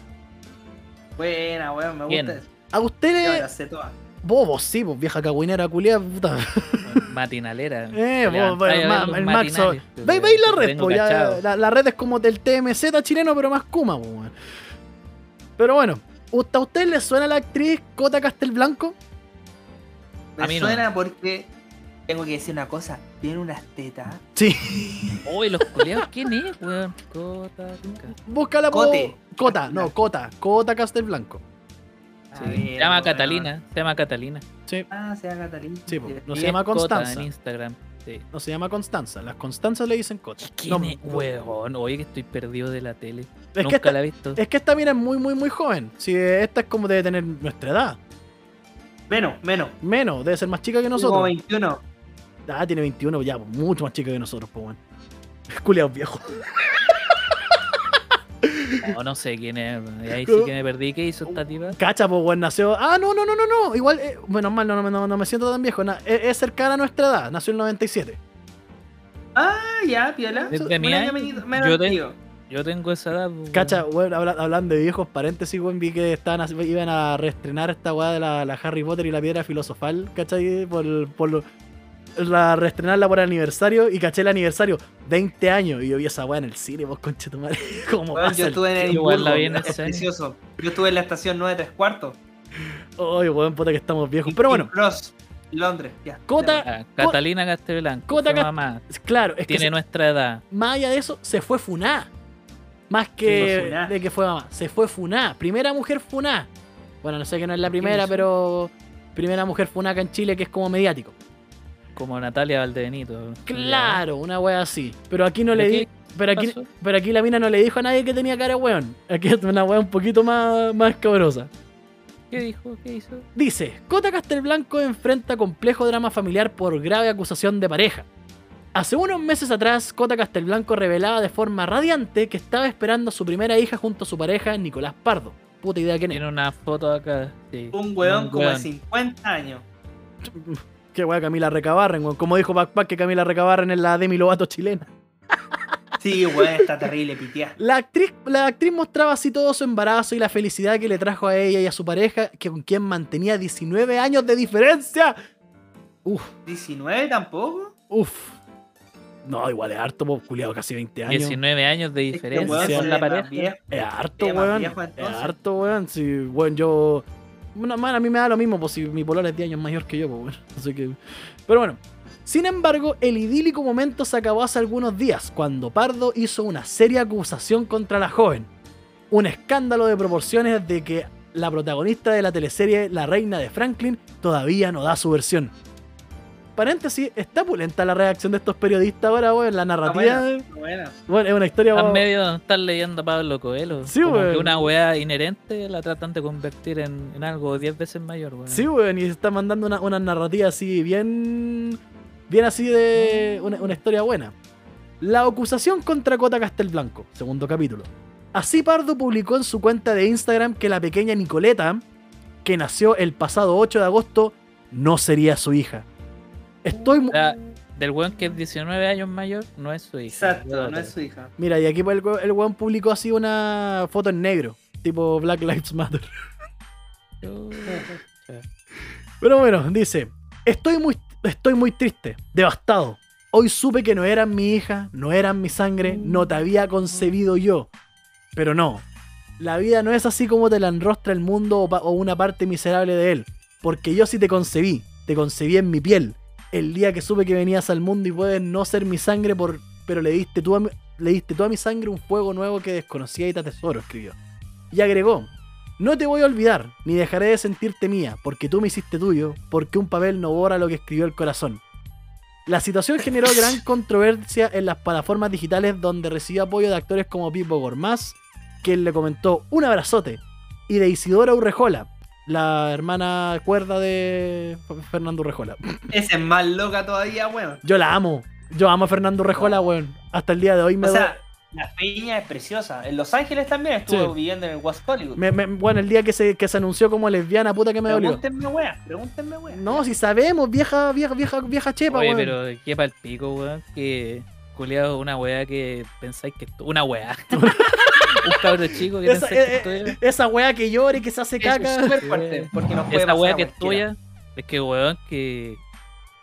C: Buena, weón, me
B: Bien.
C: gusta eso.
A: A
C: Ya me
A: ustedes.
C: la sé toda.
A: Bobos, sí, pues vieja cagüinera culia, puta.
B: Matinalera.
A: Eh,
B: Te
A: vos,
B: levantáis
A: el,
B: a ver
A: ma-
B: los
A: el Maxo.
B: matinales, te-
A: Ve, veis la
B: te
A: red,
B: tengo
A: po, ya,
B: cachado.
A: la, la red es como del TMZ chileno, pero más Kuma, po, weón. Pero bueno, ¿a usted le suena la actriz Cota Castelblanco?
C: Me
B: A mí no.
C: suena porque tengo que decir una cosa. Tiene unas tetas.
A: Sí.
B: Uy, los culiados, ¿quién es, weón? Cota, tinca.
A: Búscala por.
C: Cote.
A: Cota, no, Cota. Cota Castelblanco.
C: A
B: Sí.
C: ver,
B: Se llama
C: weón.
B: Catalina, se llama Catalina.
A: Sí.
C: Ah, se llama Catalina.
A: Sí, po. No
B: Y
A: se
B: es
A: llama
B: Cota
A: Constanza.
B: en Instagram. Sí.
A: No se llama Constanza. Las Constanzas le dicen Cota.
B: ¿Quién
A: No,
B: es, weón? Oye, que estoy perdido de la tele.
A: Es que,
B: Nunca
A: esta,
B: la he visto.
A: es que esta mira es muy, muy, muy joven. Si esta es como debe tener nuestra edad.
C: Menos, menos.
A: Menos, debe ser más chica que
C: Como
A: nosotros.
C: 21.
A: Ah, tiene 21, ya, pues, mucho más chica que nosotros, pues, weón. Es culiao viejo.
B: O no sé quién es. y Ahí sí que me perdí. ¿Qué hizo esta tipa?
A: Cacha, pues, weón, nació. Ah, no, no, no, no, no. Igual, eh, menos mal, no, no, no, no me siento tan viejo. na- eh, es, es cercana a nuestra edad. Nació en el 97.
D: Ah, ya, piola.
B: De- de
D: Un
B: mi
D: año
B: año,
D: menos- menos
B: yo te-
D: contigo.
B: Yo tengo esa edad. pues, weón.
A: Cacha, weón, habla- hablando de viejos paréntesis, weón, vi que estaban, así- iban a reestrenar esta weá de la, la Harry Potter y la piedra filosofal, ¿cachai? Por, por lo- la reestrenarla por aniversario y caché el aniversario, 20 años, y yo vi esa weá en el cine, vos concha tu madre. ¿Cómo
D: Weón,
A: pasa
D: yo
A: el
D: estuve en el
A: tiempo?
B: Igual la vi en
D: es
B: escena.
D: precioso. Yo estuve en la estación 9 3 cuartos.
A: Ay, weón, puta que estamos viejos.
D: Y-
A: Pero
D: y
A: bueno,
D: Cross, Londres, ya.
A: Cota,
B: Ah, Catalina Castellblanco.
A: Cota
B: su
A: Cast-
B: mamá.
A: claro, es que
B: Tiene
A: se-
B: nuestra edad.
A: más allá de eso, se fue funá. Más
D: Se fue
A: que
D: funá.
A: de que fue mamá, se fue funá. Primera mujer funá. Bueno, no sé que no es la primera,
D: hizo?
A: pero primera mujer funá acá en Chile que es como mediático.
B: Como Natalia Valdebenito.
A: Claro, una wea así. Pero aquí no
B: ¿Pero
A: le
B: qué
A: di. Pero aquí,
B: pasó?
A: pero aquí la mina no le dijo a nadie que tenía cara de weón. Aquí es una wea un poquito más, más cabrosa.
B: ¿Qué dijo? ¿Qué hizo?
A: Dice: Cota Castelblanco enfrenta complejo drama familiar por grave acusación de pareja. Hace unos meses atrás, Cota Castelblanco revelaba de forma radiante que estaba esperando a su primera hija junto a su pareja, Nicolás Pardo. Puta idea quién es.
B: Tiene una foto acá. sí.
D: Un weón como de
B: weón.
D: 50 años.
A: Qué wea Camila Recabarren, weón. Como dijo Backpack que Camila Recabarren es la Demi Lovato chilena.
D: Sí, weón, está terrible, pitear.
A: La actriz, la actriz mostraba así todo su embarazo y la felicidad que le trajo a ella y a su pareja, que con quien mantenía 19 años de diferencia. Uf,
D: 19 tampoco.
A: uf. No, igual es harto, po, culiado, casi 20 años.
B: 19 años de
D: Este
B: diferencia
D: weón
A: sí,
D: se
B: con
D: ve
B: la
D: más
B: pareja.
D: viejo.
A: Es harto,
D: Eh, más
A: weón.
D: viejo,
A: Es
D: entonces.
A: harto, weón. Si, weón, yo. Bueno, man, a mí me da lo mismo, pues si mi polola es 10 años mayor que yo, pues, weón. Así que. Pero bueno. Sin embargo, el idílico momento se acabó hace algunos días, cuando Pardo hizo una seria acusación contra la joven. Un escándalo de proporciones de que la protagonista de la teleserie La Reina de Franklin todavía no da su versión. Paréntesis, está pulenta la reacción de estos periodistas ahora, weón. La
D: Está
A: narrativa.
D: buena, está buena.
A: Bueno, es una historia.
B: Están
A: weón.
B: medio donde están leyendo a Pablo Coelho.
A: Sí,
B: Como
A: weón.
B: que una weá inherente la tratan de convertir en, en algo 10 veces mayor, weón.
A: Sí, weón, y se está mandando una, una narrativa así bien. Bien así de. Una, una historia buena. La acusación contra Cota Castelblanco, segundo capítulo. Así Pardo publicó en su cuenta de Instagram que la pequeña Nicoleta, que nació el pasado 8 de agosto, no sería su hija. Estoy. mu-
B: O sea, del weón que es 19 años mayor, no es su hija.
D: Exacto,
B: eh.
D: no es su hija.
A: Mira, y aquí el, we- el weón publicó así una foto en negro, tipo Black Lives Matter. Pero bueno, dice, estoy muy, estoy muy triste, devastado. Hoy supe que no eran mi hija, no eran mi sangre, no te había concebido yo. Pero no, la vida no es así como te la enrostra el mundo o, pa- o una parte miserable de él. Porque yo sí te concebí, te concebí en mi piel. El día que supe que venías al mundo y puedes no ser mi sangre, por, pero le diste, tú a mi- le diste tú a mi sangre un fuego nuevo que desconocía y te atesoro, escribió. Y agregó, no te voy a olvidar, ni dejaré de sentirte mía, porque tú me hiciste tuyo, porque un papel no borra lo que escribió el corazón. La situación generó gran controversia en las plataformas digitales donde recibió apoyo de actores como Pipo Gormaz, quien le comentó un abrazote, y de Isidora Urrejola, la hermana cuerda de Fernando Urrejola.
D: Esa es más loca todavía, weón.
A: Yo la amo, yo amo a Fernando Urrejola, weón. Hasta el día de hoy me,
D: O
A: duele-
D: sea, la peña es preciosa. En Los Ángeles también estuvo
A: Sí.
D: viviendo en el West Hollywood.
A: me- me- bueno, el día que se, que se anunció como lesbiana, puta que me dolió.
D: pregúntenme, weón. Pregúntenme, weón.
A: No, si sabemos, vieja, vieja, vieja, vieja chepa,
B: Oye,
A: pues, weón.
B: pero qué pa'l pico, weón, que culiado una weá que pensáis que esto- una weá. Un cabro chico que
A: Esa-
B: pensáis que
A: eh,
B: esto es-
A: Esa weá que llora y que se hace
D: Es
A: caca.
D: súper fuerte. Porque nos puede
B: Esa
D: pasar
B: weá
D: a
B: que es
D: cualquiera.
B: tuya, es que weón que,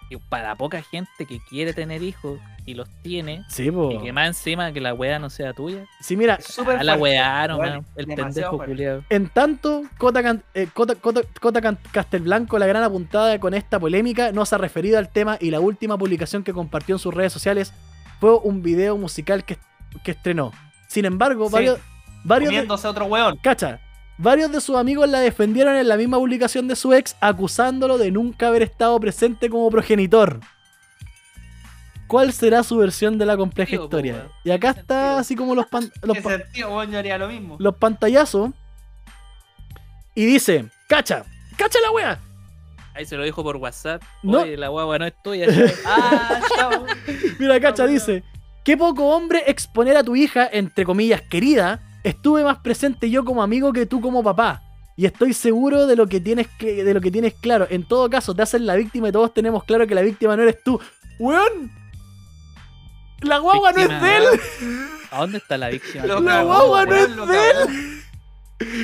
B: que para poca gente que quiere tener hijos y los tiene,
A: Sí, po.
B: y que más encima que la weá no sea tuya,
A: Sí, mira,
D: Es súper
B: a la
D: fuerte.
B: weá nomás,
D: weón,
B: el
D: demasiado
B: pendejo
D: fuerte.
B: culiado.
A: en tanto, Cota, Can- eh, Cota- Cota- Cota Can- Castelblanco, la gran apuntada con esta polémica, no se ha referido al tema y la última publicación que compartió en sus redes sociales fue un video musical que, que estrenó. Sin embargo,
D: Sí.
A: varios, varios, de-
D: Comiéndose a otro weón.
A: Cacha. Varios de sus amigos la defendieron en la misma publicación de su ex, acusándolo de nunca haber estado presente como progenitor. ¿Cuál será su versión de la compleja
B: Sentido, po,
A: historia?
B: weón.
A: Y acá
B: Tiene
A: está
B: sentido.
A: así como los, pan- los
D: Ese
A: pa-
D: tío, weón, yo haría lo mismo.
A: los pantallazos. Y dice, cacha, cacha la wea.
B: Ahí se lo dijo por WhatsApp,
A: No.
B: oye, la guagua no es tuya. ya.
D: Ah, chao.
A: Mira, Cacha
D: bueno.
A: dice, qué poco hombre exponer a tu hija, entre comillas, querida, Estuve más presente yo como amigo que tú como papá. Y estoy seguro de lo que tienes que, de lo que tienes claro. En todo caso, te hacen la víctima y todos tenemos claro que la víctima no eres tú. ¡Weón! La guagua no es
B: Víctima,
A: de él.
B: ¿A dónde está la víctima?
D: Lo
A: La
D: cagó,
A: guagua no
D: weón,
A: es
D: lo
A: de
D: cagó.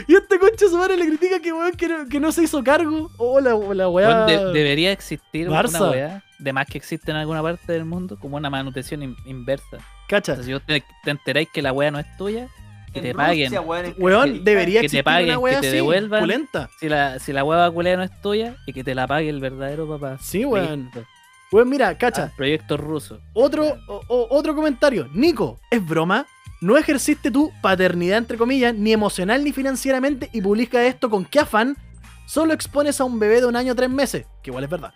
A: Y este concha de su madre le critica que, weón, que, no, que no se hizo cargo. Oh, la, la weá.
B: Weón, de- debería existir
A: Barça.
B: una weá, de más que existe en alguna parte del mundo, como una manutención in- inversa. O
A: Cacha.
B: sea, si vos te, te enteráis que la weá no es tuya, que
D: En
B: te
D: Rusia,
B: paguen.
D: weón, en
A: Weón,
D: Castellón.
A: debería
B: te
A: existir
B: paguen,
A: una weá
B: que te
A: así,
B: devuelvan.
A: Pulenta.
B: Si la, si la hueva culea no es tuya y que te la pague el verdadero papá.
A: Sí, weón.
B: Listo.
A: Weón, mira, cacha.
B: Ah, proyecto ruso.
A: Otro, o- o- otro comentario. Nico, ¿es broma? ¿No ejerciste tu paternidad, entre comillas, ni emocional ni financieramente y publica esto con qué afán? Solo expones a un bebé de un año tres meses, que igual es verdad.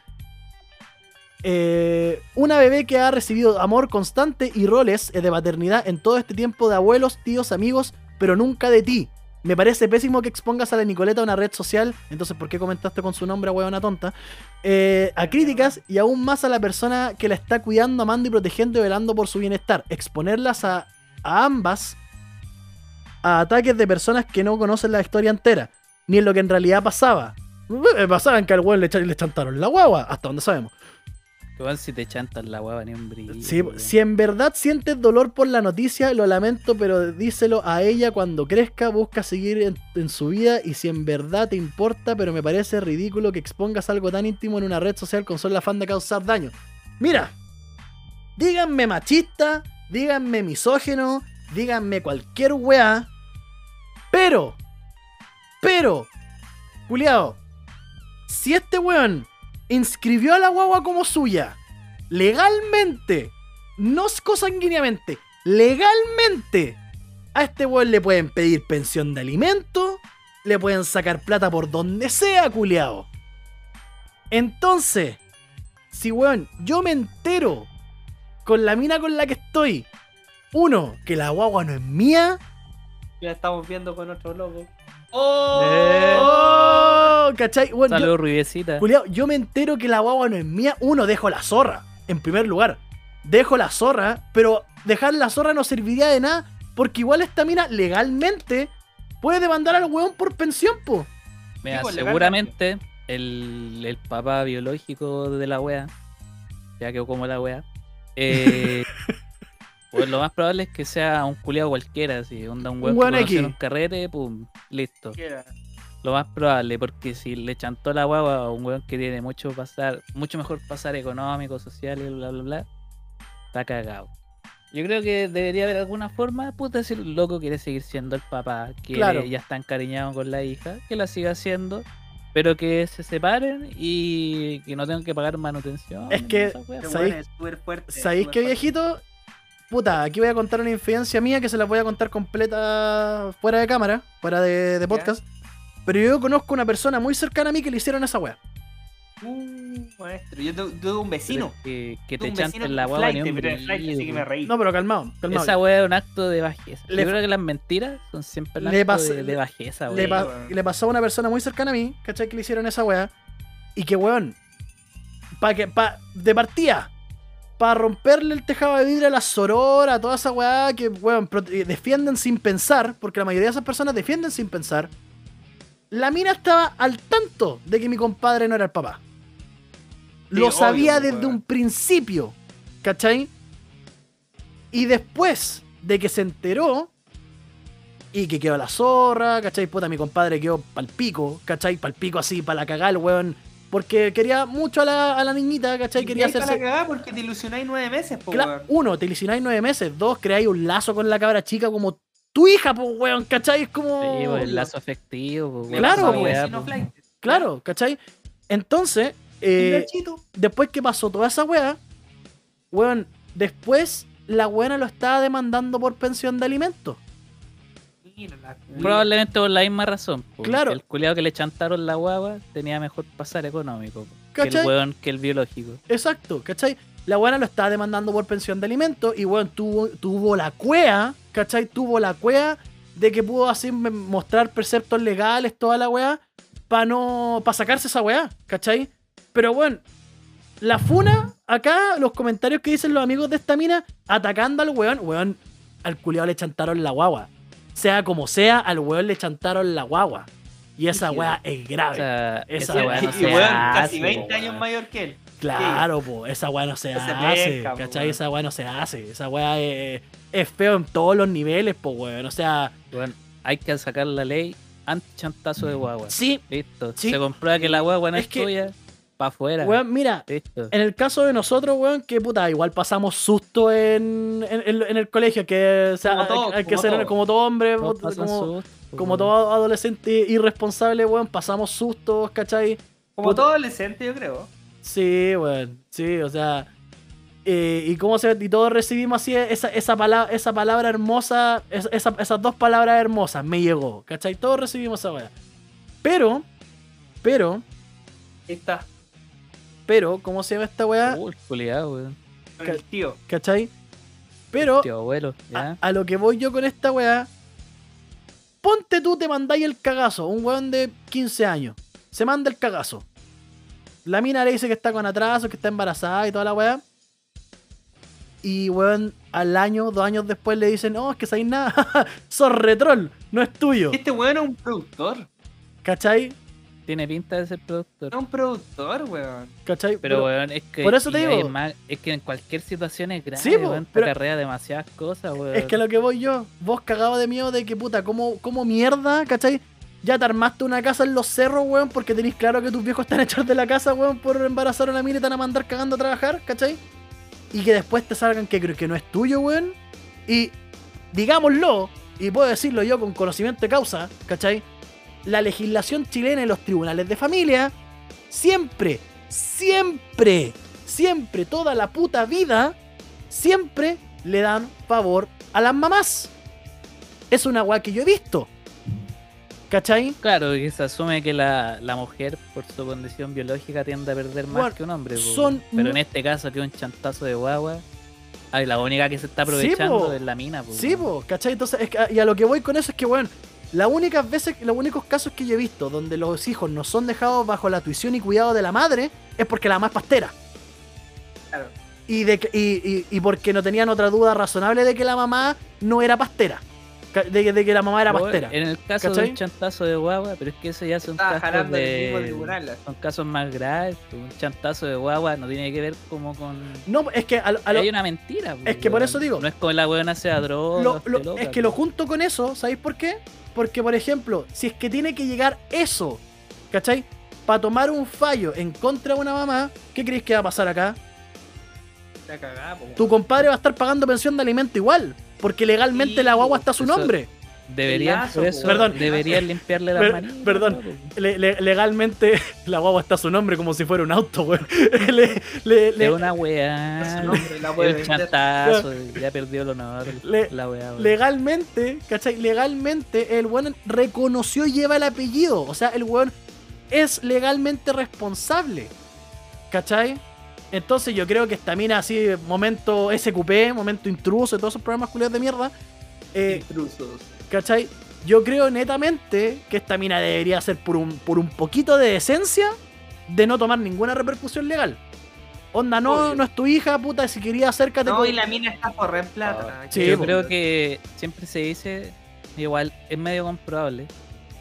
A: Eh, una bebé que ha recibido amor constante y roles eh, de paternidad en todo este tiempo de abuelos, tíos, amigos, pero nunca de ti. Me parece pésimo que expongas a la Nicoleta a una red social, entonces ¿por qué comentaste con su nombre, huevona tonta? Eh, a críticas y aún más a la persona que la está cuidando, amando y protegiendo y velando por su bienestar. Exponerlas a, a ambas a ataques de personas que no conocen la historia entera, ni en lo que en realidad pasaba. Eh, Pasaba en que al weón le, ch- le chantaron la guagua, hasta donde sabemos.
B: Que weón, si te chantan la hueva ni un brillo.
A: Sí,
B: weón.
A: si en verdad sientes dolor por la noticia, lo lamento, pero díselo a ella cuando crezca, busca seguir en, en su vida y si en verdad te importa, pero me parece ridículo que expongas algo tan íntimo en una red social con solo el afán de causar daño. Mira, díganme machista, díganme misógeno, díganme cualquier weá, pero, pero, culiao, si este weón inscribió a la guagua como suya, legalmente, no es cosanguíneamente, legalmente, a este weón le pueden pedir pensión de alimento, le pueden sacar plata por donde sea, culeado. Entonces, si weón, yo me entero con la mina con la que estoy, uno, que la guagua no es mía,
D: Ya estamos viendo con otro loco.
B: Eh.
A: ¡Oh! ¿cachai? Weón, yo-
B: Saludos, Rubiecita.
A: Culiao, yo me entero que la guagua no es mía. Uno, dejo la zorra. En primer lugar, dejo la zorra, ¿eh? pero dejar la zorra no serviría de nada porque igual esta mina legalmente puede demandar al weón por pensión, po.
B: Mira,
D: Sí, pues,
B: seguramente el, el papá biológico de la wea, ya que como la wea, eh, pues lo más probable es que sea un culiado cualquiera, así, onda un weón
A: Un
B: que
A: weón
B: conoció
A: X.
B: en un carrete, pum, listo.
D: Cualquiera.
B: Lo más probable, porque si le chantó la guagua a un weón que tiene mucho pasar, mucho mejor pasar económico, social y bla bla bla, está cagado. Yo creo que debería haber alguna forma, puta, decir, loco quiere seguir siendo el papá, que
A: Claro.
B: ya está encariñado con la hija, que la siga haciendo, pero que se separen y que no tengan que pagar manutención.
A: Es
B: y
A: que-
B: esas weas.
D: Este
A: ¿Sabéis-
D: weón es súper fuerte.
A: ¿Sabéis
D: súper
A: qué,
D: fuerte.
A: viejito? Puta, aquí voy a contar una infidencia mía que se la voy a contar completa fuera de cámara, fuera de, de podcast. Pero yo conozco una persona muy cercana a mí que le hicieron esa wea.
D: Uh, maestro, yo tu- tuve un
B: Pero
D: vecino.
B: es Que, que
D: Tuve
B: te
D: un vecino
B: chanten la guagua ni
D: flight,
B: un
D: pero era flight, así que
B: brillo,
D: me reí.
A: No, pues, pero calmado, calmado.
B: Esa wea es un acto de bajeza.
A: Le-
B: Yo creo que las mentiras son siempre el
A: Le
B: acto
A: pas-
B: de, de bajeza,
A: le,
B: wea.
A: pa-
D: weón.
A: le pasó a una persona muy cercana a mí, ¿cachai? Que le hicieron esa weá. Y que, weón, pa que, pa, de partida, para romperle el tejado de vidrio a la sorora, a toda esa weá que, weón, pro- eh, defienden sin pensar, porque la mayoría de esas personas defienden sin pensar. La mina estaba al tanto de que mi compadre no era el papá.
D: Sí,
A: Lo
D: obvio,
A: sabía
D: pues,
A: desde
D: weón.
A: un principio, ¿cachai? Y después de que se enteró, y que quedó la zorra, ¿cachai? Puta, mi compadre quedó pal pico, ¿cachai? Pal pico así, para la cagada el weón. Porque quería mucho a la, a la niñita, ¿cachai?
D: Y
A: Quería
D: ahí pa'
A: hacerse.
D: la cagada porque te ilusionáis nueve meses, po,
A: Cla-
D: weón.
A: uno, te ilusionáis nueve meses. Dos, creáis un lazo con la cabra chica como tu hija, pues weón, ¿cachai? Es como.
B: Sí, pues, el lazo afectivo. pues,
D: Le
A: claro,
D: pasó a mi
A: weá,
D: vecino flight.
A: Claro, ¿cachai? Entonces,
D: Un
A: eh,
D: ganchito.
A: después que pasó toda esa weá, weón, después la weona lo estaba demandando por pensión de alimentos.
D: Mira la culia.
B: Probablemente por la misma razón. po,
A: Claro.
B: que El culiado que le chantaron la guagua tenía mejor pasar económico po, que
A: ¿Cachai?
B: el hueón que el biológico.
A: Exacto, ¿cachai? La buena lo estaba demandando por pensión de alimentos y bueno, tuvo, tuvo la cuea, ¿cachai? Tuvo la cuea de que pudo así me- mostrar preceptos legales, toda la weá, para no. para sacarse esa weá, ¿cachai? Pero bueno, la funa, acá, los comentarios que dicen los amigos de esta mina, atacando al weón, weón, al culiao le chantaron la guagua. sea como sea, al weón le chantaron la guagua. Y esa
C: Rígido.
A: weá es
B: O
A: grave.
B: sea, esa
A: Esa
B: weá no
A: weá,
C: y
B: se
C: weón,
B: hace,
C: casi
B: po,
C: 20 años
B: ah, weón.
C: mayor que él.
A: Claro, po, esa weá no se
C: No se
A: hace,
C: pesca, po,
A: ¿cachai?
C: weón.
A: Esa weá no se hace, esa weá es, es feo en todos los niveles, po, weón. O sea,
B: Weón, hay que sacar la ley anti-chantazo de guagua.
A: sí,
B: Listo.
A: Mm. Sí.
B: Se comprueba que la guagua no
A: Es
B: es,
A: que-
B: tuya. Para afuera.
A: weón, mira,
B: Listo.
A: en el caso de nosotros, weón, que puta, igual pasamos susto en, en, en- en el colegio, que o sea,
C: Como todos,
A: hay, hay que
C: como
A: ser
C: todos.
A: como todo hombre,
B: Todos
A: puta,
B: pasan
A: como,
B: susto,
A: como
B: weón.
A: todo adolescente irresponsable, weón, pasamos sustos, ¿cachai?
C: Como
A: Puta.
C: todo adolescente, yo creo.
A: Sí, weón, sí, o sea. eh, y cómo se y todos recibimos así esa, esa, palabra, esa palabra hermosa, es- esa- esas dos palabras hermosas, me llegó, ¿cachai? Todos recibimos esa weá. Pero, pero,
C: Ahí está,
A: pero, ¿cómo se llama esta weá?
B: Uh, el culiao, weón.
C: con el tío.
A: ¿Cachai? Pero,
B: Tío abuelo.
A: a,
B: ¿ya?
A: a lo que voy yo con esta weá, ponte tú, te mandáis el cagazo, un weón de 15 años, se manda el cagazo. La mina le dice que está con atraso, que está embarazada y toda la weá. Y weón, al año, dos años después le dicen, no, es que sabéis nada, sos retrol, no es tuyo.
C: Este weón es un productor.
A: ¿Cachai?
B: Tiene pinta de ser productor.
C: Es un productor, weón.
A: ¿Cachai?
B: Pero, weón, es que.
A: por eso te
B: y
A: digo.
B: hay más- es que en cualquier situación es grave,
A: Sí, po,
B: weón. Te
A: pero-
B: acarrea demasiadas cosas, weón.
A: Es que a lo que voy yo, vos cagado de miedo de que puta, ¿cómo, cómo mierda? ¿Cachai? Ya te armaste una casa en los cerros, weón, porque tenéis claro que tus viejos están echados de la casa, weón, por embarazar a la mina y te van a mandar cagando a trabajar, ¿cachai? Y que después te salgan que creo que no es tuyo, weón. Y digámoslo, y puedo decirlo yo con conocimiento de causa, ¿cachai? La legislación chilena y los tribunales de familia siempre, siempre, siempre, toda la puta vida, siempre le dan favor a las mamás. Es una weá que yo he visto. ¿Cachai?
B: Claro, que se asume que la, la mujer, por su condición biológica, tiende a perder más
A: Bueno,
B: que un hombre. po,
A: son
B: weón. Pero en
A: mu-
B: este caso, que es un chantazo de guagua. Ay, la única que se está aprovechando
A: po.
B: es la mina, po,
A: Sí,
B: weón.
A: po, ¿cachai? Entonces, es que- y a lo que voy con eso es que, weón, las únicas veces, los únicos casos que yo he visto donde los hijos no son dejados bajo la tuición y cuidado de la madre es porque la mamá es pastera.
C: Claro.
A: Y, de, que- y, y- y porque no tenían otra duda razonable de que la mamá no era pastera. Ca- De, que- de que la mamá era
B: Pero,
A: pastera.
B: En el caso de
A: ¿Cachai?
B: un chantazo de guagua, pero es que eso ya son
C: Estaba
B: casos
C: jalando en el mismo
B: de...
C: tribunal. así.
B: Son casos más graves. po. Un chantazo de guagua no tiene que ver como con...
A: No, es que a, lo- a lo-
B: Hay una mentira. po,
A: es que por
B: weón.
A: eso digo.
B: No es como la weona sea droga.
A: lo-
B: esté
A: lo-
B: loca,
A: es que
B: po.
A: lo junto con eso, ¿sabéis por qué? Porque, por ejemplo, si es que tiene que llegar eso, ¿cachai? Para tomar un fallo en contra de una mamá, ¿qué creéis que va a pasar acá?
C: Está cagada, po, weón.
A: Tu compadre va a estar pagando pensión de alimento igual, porque legalmente
C: Sí,
A: la guagua está a su
B: eso-
A: nombre.
B: Deberían,
C: Lazo,
B: por
C: po.
B: eso,
A: Perdón.
B: deberían limpiarle
A: Per-
B: las manitas.
A: perdón.
B: po.
A: Le- le- legalmente la guagua está a su nombre como si fuera un auto, güey. Le- le- le-
B: Es una weá.
C: Su nombre la puede
B: El
C: vender.
B: chantazo, ya perdió el honor.
A: Le-
B: la weá, weón.
A: legalmente, ¿cachai? Legalmente el weón reconoció y lleva el apellido. O sea, el weón es legalmente responsable. ¿Cachai? Entonces yo creo que esta mina así, momento SQP, momento intruso, todos esos programas culiados de mierda. eh,
C: Intrusos.
A: ¿Cachai? Yo creo netamente que esta mina debería ser por un, por un poquito de decencia de no tomar ninguna repercusión legal. Onda, no,
C: Obvio.
A: no es tu hija, puta, si quería acércate.
C: No,
A: con-
C: y la mina está por en plata.
A: Sí,
B: Ah, Yo
A: po.
B: creo que siempre se dice, igual es medio comprobable,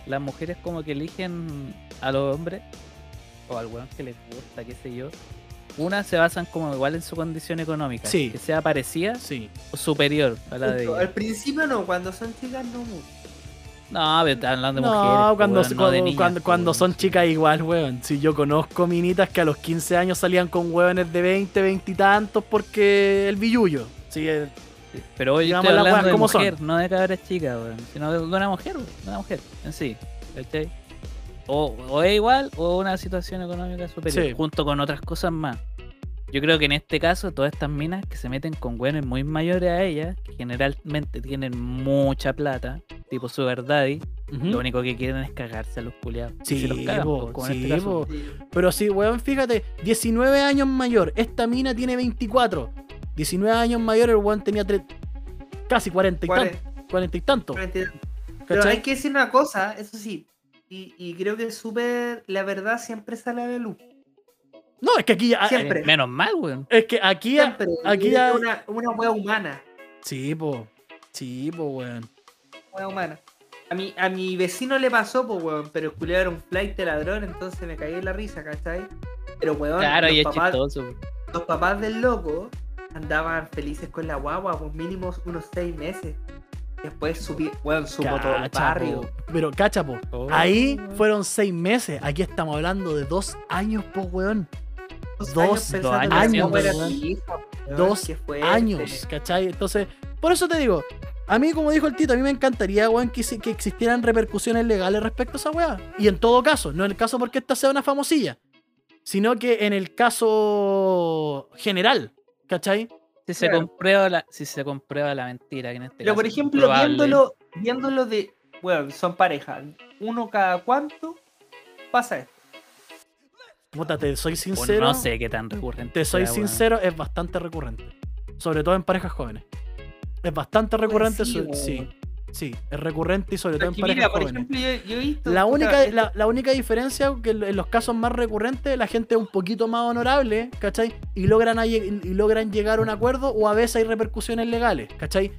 B: las mujeres como que eligen a los hombres, o al weón que les gusta, qué sé yo, una se basan como igual en su condición económica,
A: Sí.
B: que sea parecida
A: Sí.
B: o superior a la de
C: Al
B: ellos.
C: principio no, cuando son chicas no mucho.
B: No, pero están hablando de mujeres.
A: No,
B: po,
A: cuando,
B: weón, no
A: cuando,
B: de niñas,
A: cuando-
B: po,
A: cuando
B: weón.
A: son chicas igual, weón. Si yo conozco minitas que a los 15 años salían con weones de 20, 20 y tantos porque el billullo. Sí, el-
B: Sí, Pero hoy
A: Digamos
B: estoy
A: las
B: hablando
A: weas
B: de
A: como son.
B: mujer, no de cabras chicas, weón, sino de de una mujer, weón, de una mujer en sí. ¿cachai? O, o es igual o una situación económica superior,
A: Sí.
B: junto con otras cosas más. Yo creo que en este caso, todas estas minas que se meten con güenes muy mayores a ellas, que generalmente tienen mucha plata, tipo Sugar Daddy, lo único que quieren es cagarse a los culiados. Y
A: ¿Mm? Sí,
B: se los cagan,
A: po,
B: po, como en
A: sí,
B: este caso.
A: po. Pero sí, weón, fíjate, 19 años mayor. Esta mina tiene 24. 19 años mayor, el weón tenía tre- casi 40 y tantos. 40 y tantos.
C: Pero
A: ¿cachai?
C: hay que decir una cosa, eso sí. Y, y creo que súper, la verdad siempre sale a la luz.
A: No, es que aquí ya.
C: Siempre.
B: Eh, Menos mal, weón.
A: Es que aquí ya.
C: Siempre.
A: aquí
C: es
A: ya-
C: Una, una wea humana.
A: Sí, po. Sí, po, weón.
C: wea humana. A mi, a mi vecino le pasó, pues, weón, pero el culiao era un flight de ladrón, entonces me caí en la risa, ¿cachai? Pero, weón,
B: Claro, y
C: los,
B: es
C: papás,
B: chistoso.
C: los papás del loco andaban felices con la guagua, pues mínimo unos seis meses. Después subí, weón, subo todo el
A: Cacha,
C: barrio.
A: po. Pero cacha, po.
B: Oh.
A: Ahí fueron seis meses. Aquí estamos hablando de dos años, po, weón.
C: Dos,
A: Dos-
C: años pensando
B: dos
C: que la
B: años,
C: guagua era
A: weón.
C: mi hija, weón,
A: Dos
C: qué fuerte.
A: Años, ¿cachai? Entonces, por eso te digo, a mí, como dijo el Tito, a mí me encantaría, weón, que, si- que existieran repercusiones legales respecto a esa weá. Y en todo caso, no en el caso porque esta sea una famosilla, sino que en el caso general, ¿cachai?
B: Si se,
C: Claro.
B: comprueba la, si se comprueba la mentira, que en este
C: Pero por
B: caso es
C: ejemplo,
B: probable.
C: viéndolo, viéndolo de. Bueno, son pareja. Uno cada cuánto pasa esto.
A: Puta, te soy
B: Pues
A: sincero.
B: no sé qué tan recurrente.
A: Te soy
B: sea, weón.
A: sincero, es bastante recurrente. Sobre todo en parejas jóvenes. Es bastante recurrente.
C: Pues sí,
A: so-
C: weón.
A: sí, sí, es recurrente y sobre todo en
C: Porque
A: parejas
C: mira, por
A: jóvenes.
C: ejemplo, yo, yo he visto.
A: La
C: puta,
A: única,
C: esto-
A: la, la única diferencia que en los casos más recurrentes la gente es un poquito más honorable, ¿cachai? Y logran, a lleg- y logran llegar a un acuerdo o a veces hay repercusiones legales, ¿cachai?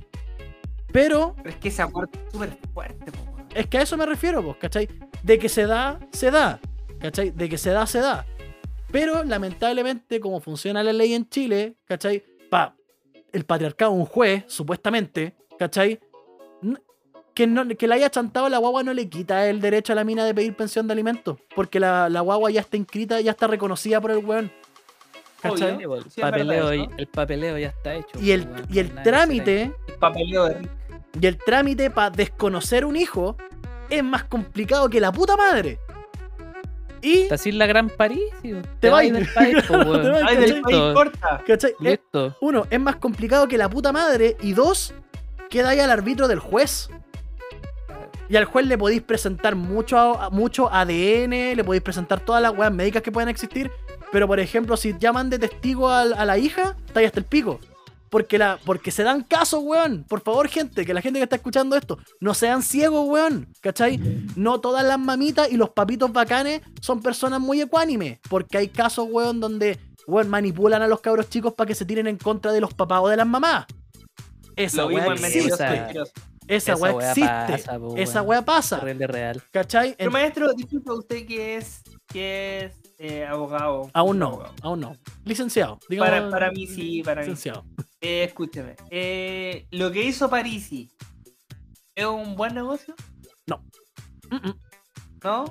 A: Pero
C: Pero es que esa parte es súper fuerte, po, weón.
A: es que a eso me refiero, pues, ¿cachai? De que se da, se da, ¿cachai? De que se da, se da. Pero lamentablemente, como funciona la ley en Chile, ¿cachai? Pa, el patriarcado, un juez, supuestamente, ¿cachai? N- Que, no, que le haya chantado a la guagua no le quita el derecho a la mina de pedir pensión de alimentos. Porque la, la guagua ya está inscrita, ya está reconocida por el weón. ¿Cachai?
C: Obvio.
B: Sí, weón, el
C: Sí, es verdad
B: papeleo
C: eso.
B: y- El papeleo ya está hecho. pues,
A: Y el,
B: weón,
A: y el
B: nada que hacer ahí.
A: trámite.
C: El papeleo de rico.
A: Y el trámite para desconocer un hijo es más complicado que la puta madre. Y,
B: Estás en la Gran París, y te,
A: Te
B: vas
A: vais.
B: del país, po, weón.
A: Te vais
C: Ay,
A: del
C: del país
B: Listo,
C: corta.
A: ¿cachai? Es-
B: listo.
A: uno, es más complicado que la puta madre. Y dos, queda ahí al arbitrio del juez. Y al juez le podéis presentar mucho, a- mucho ADN, le podéis presentar todas las weas médicas que puedan existir. Pero, por ejemplo, si llaman de testigo al- a, la hija, está ahí hasta el pico. Porque, la, porque se dan caso, weón. Por favor, gente, que la gente que está escuchando esto, no sean ciegos, weón. ¿Cachai? No todas las mamitas y los papitos bacanes son personas muy ecuánimes. Porque hay casos, weón, donde, weón, manipulan a los cabros chicos para que se tiren en contra de los papás o de las mamás. Esa
C: Lo
A: weá
C: mismo en
A: existe.
C: mentiroso.
B: Mendoza.
C: mentiroso.
A: Esa weá
B: weá
A: existe.
B: pasa, po,
A: Esa
B: weón.
A: weá pasa.
B: Real de real.
A: ¿Cachai?
C: Pero
A: En-
C: maestro, disculpa usted que es, que es eh, abogado.
A: aún no,
C: Abogado.
A: aún no. Licenciado. digamos,
C: Para, para mí sí, para mí. sí.
A: Licenciado.
C: Eh, escúcheme. Eh, lo que hizo Parisi, ¿es un buen negocio?
A: Mm, mm.
C: ¿No?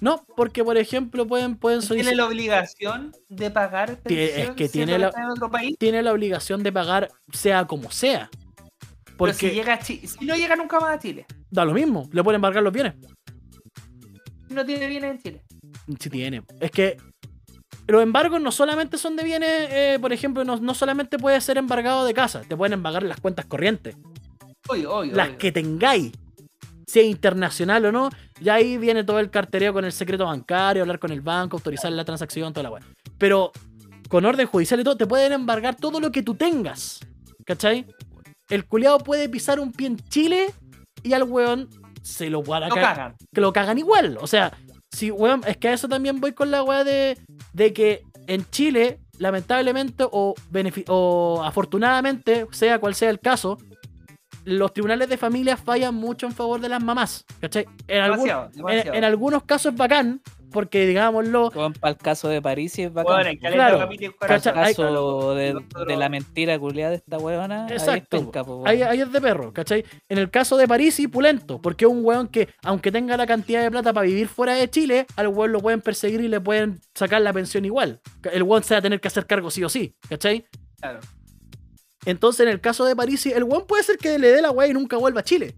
A: No, porque por ejemplo pueden, pueden
C: ¿Tiene
A: solicitar.
C: la obligación de pagar
A: Tie- es
C: pensión
A: que tiene
C: siendo
A: la-
C: está en otro país?
A: Tiene la obligación de pagar sea como sea.
C: Pero
A: Porque
C: si, llega a Chi- si no llega nunca más a Chile,
A: da lo mismo. Le pueden embargar los bienes.
C: si no tiene bienes en Chile.
A: Si tiene. Es que los embargos no solamente son de bienes, eh, por ejemplo, no, no solamente puede ser embargado de casa. Te pueden embargar las cuentas corrientes.
C: Obvio, obvio.
A: las
C: obvio.
A: que tengáis, sea internacional o no, ya ahí viene todo el cartereo con el secreto bancario, hablar con el banco, autorizar la transacción, toda la weá. Pero con orden judicial y todo, te pueden embargar todo lo que tú tengas. ¿Cachai? El culiado puede pisar un pie en Chile y al weón se lo van a
C: No
A: ca-
C: cagan.
A: que lo cagan igual. O sea, si, weón, es que a eso también voy con la weá de, de que en Chile, lamentablemente o, benefi- o afortunadamente, sea cual sea el caso, los tribunales de familia fallan mucho en favor de las mamás. ¿Cachai? En, algún-
C: Demasiado, demasiado.
A: en- en algunos casos es bacán, porque digámoslo,
B: para el caso de París y es bacán.
C: Bueno, el
A: Claro,
C: caleta capítulo
B: Para el
A: cacha- hay-
B: caso de,
C: nosotros-
B: de la mentira culiada de esta weona. ahí es
A: Exacto,
B: penca, po, weón.
A: ahí, ahí es de perro, ¿cachai? En el caso de París y Pulento, porque es un weón que, aunque tenga la cantidad de plata para vivir fuera de Chile, al weón lo pueden perseguir y le pueden sacar la pensión igual. El weón se va a tener que hacer cargo sí o sí, ¿cachai?
C: Claro.
A: Entonces, en el caso de Parisi, el weón puede ser que le dé la weá y nunca vuelva a Chile.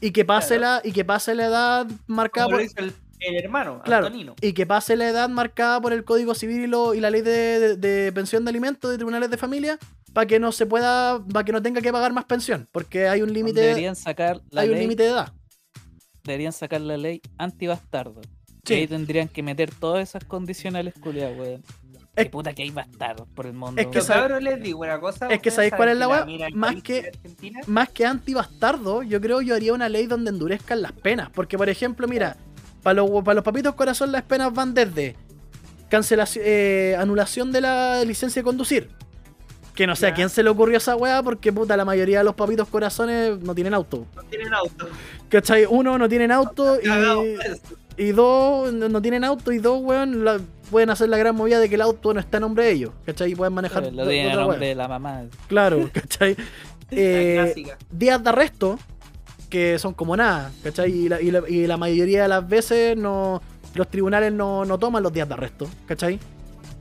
A: Y que pase, la, y que pase la edad marcada
C: Como
A: por.
C: lo hizo el, el hermano,
A: Claro.
C: Antonino.
A: Y que pase la edad marcada por el Código Civil y, lo- y la ley de, de- de pensión de alimentos de tribunales de familia para que no se pueda, para que no tenga que pagar más pensión, porque hay un límite,
B: Deberían sacar la
A: hay un
B: ley-
A: límite de edad.
B: deberían sacar la ley antibastardo.
A: Sí.
B: Y ahí tendrían que meter todas esas condicionales culiadas, weón.
A: Es-
B: Qué puta que hay bastardos por el mundo.
A: es que
B: weón.
C: Los
A: sabe-
C: cabros les digo una cosa.
A: es que
C: ustedes
A: ¿sabéis
C: saben
A: cuál es la
C: que
A: weá?
C: mina en
A: Más
C: París
A: que-
C: de Argentina,
A: Más que anti-bastardo, yo creo yo haría una ley donde endurezcan las penas, porque por ejemplo, mira, para los, para los papitos corazón las penas van desde cancelación, eh, anulación de la licencia de conducir, Que no sé a quién se le ocurrió esa weá, porque puta, la mayoría de los papitos corazones no tienen auto.
C: No tienen auto.
A: ¿Cachai? Uno, no tienen auto
C: Cagado,
A: y,
C: pues.
A: y dos, no no tienen auto y dos, weón, la- pueden hacer la gran movida de que el auto no está a nombre de ellos. ¿Cachai? Y pueden manejar.
B: Eh, Lo
A: otra
B: tiene el
A: weá.
B: nombre de la mamá.
A: Claro, ¿cachai? Eh,
C: La clásica.
A: días de arresto que son como nada, ¿cachai? Y la, y la- y la mayoría de las veces no, los tribunales no, no toman los días de arresto, ¿cachai?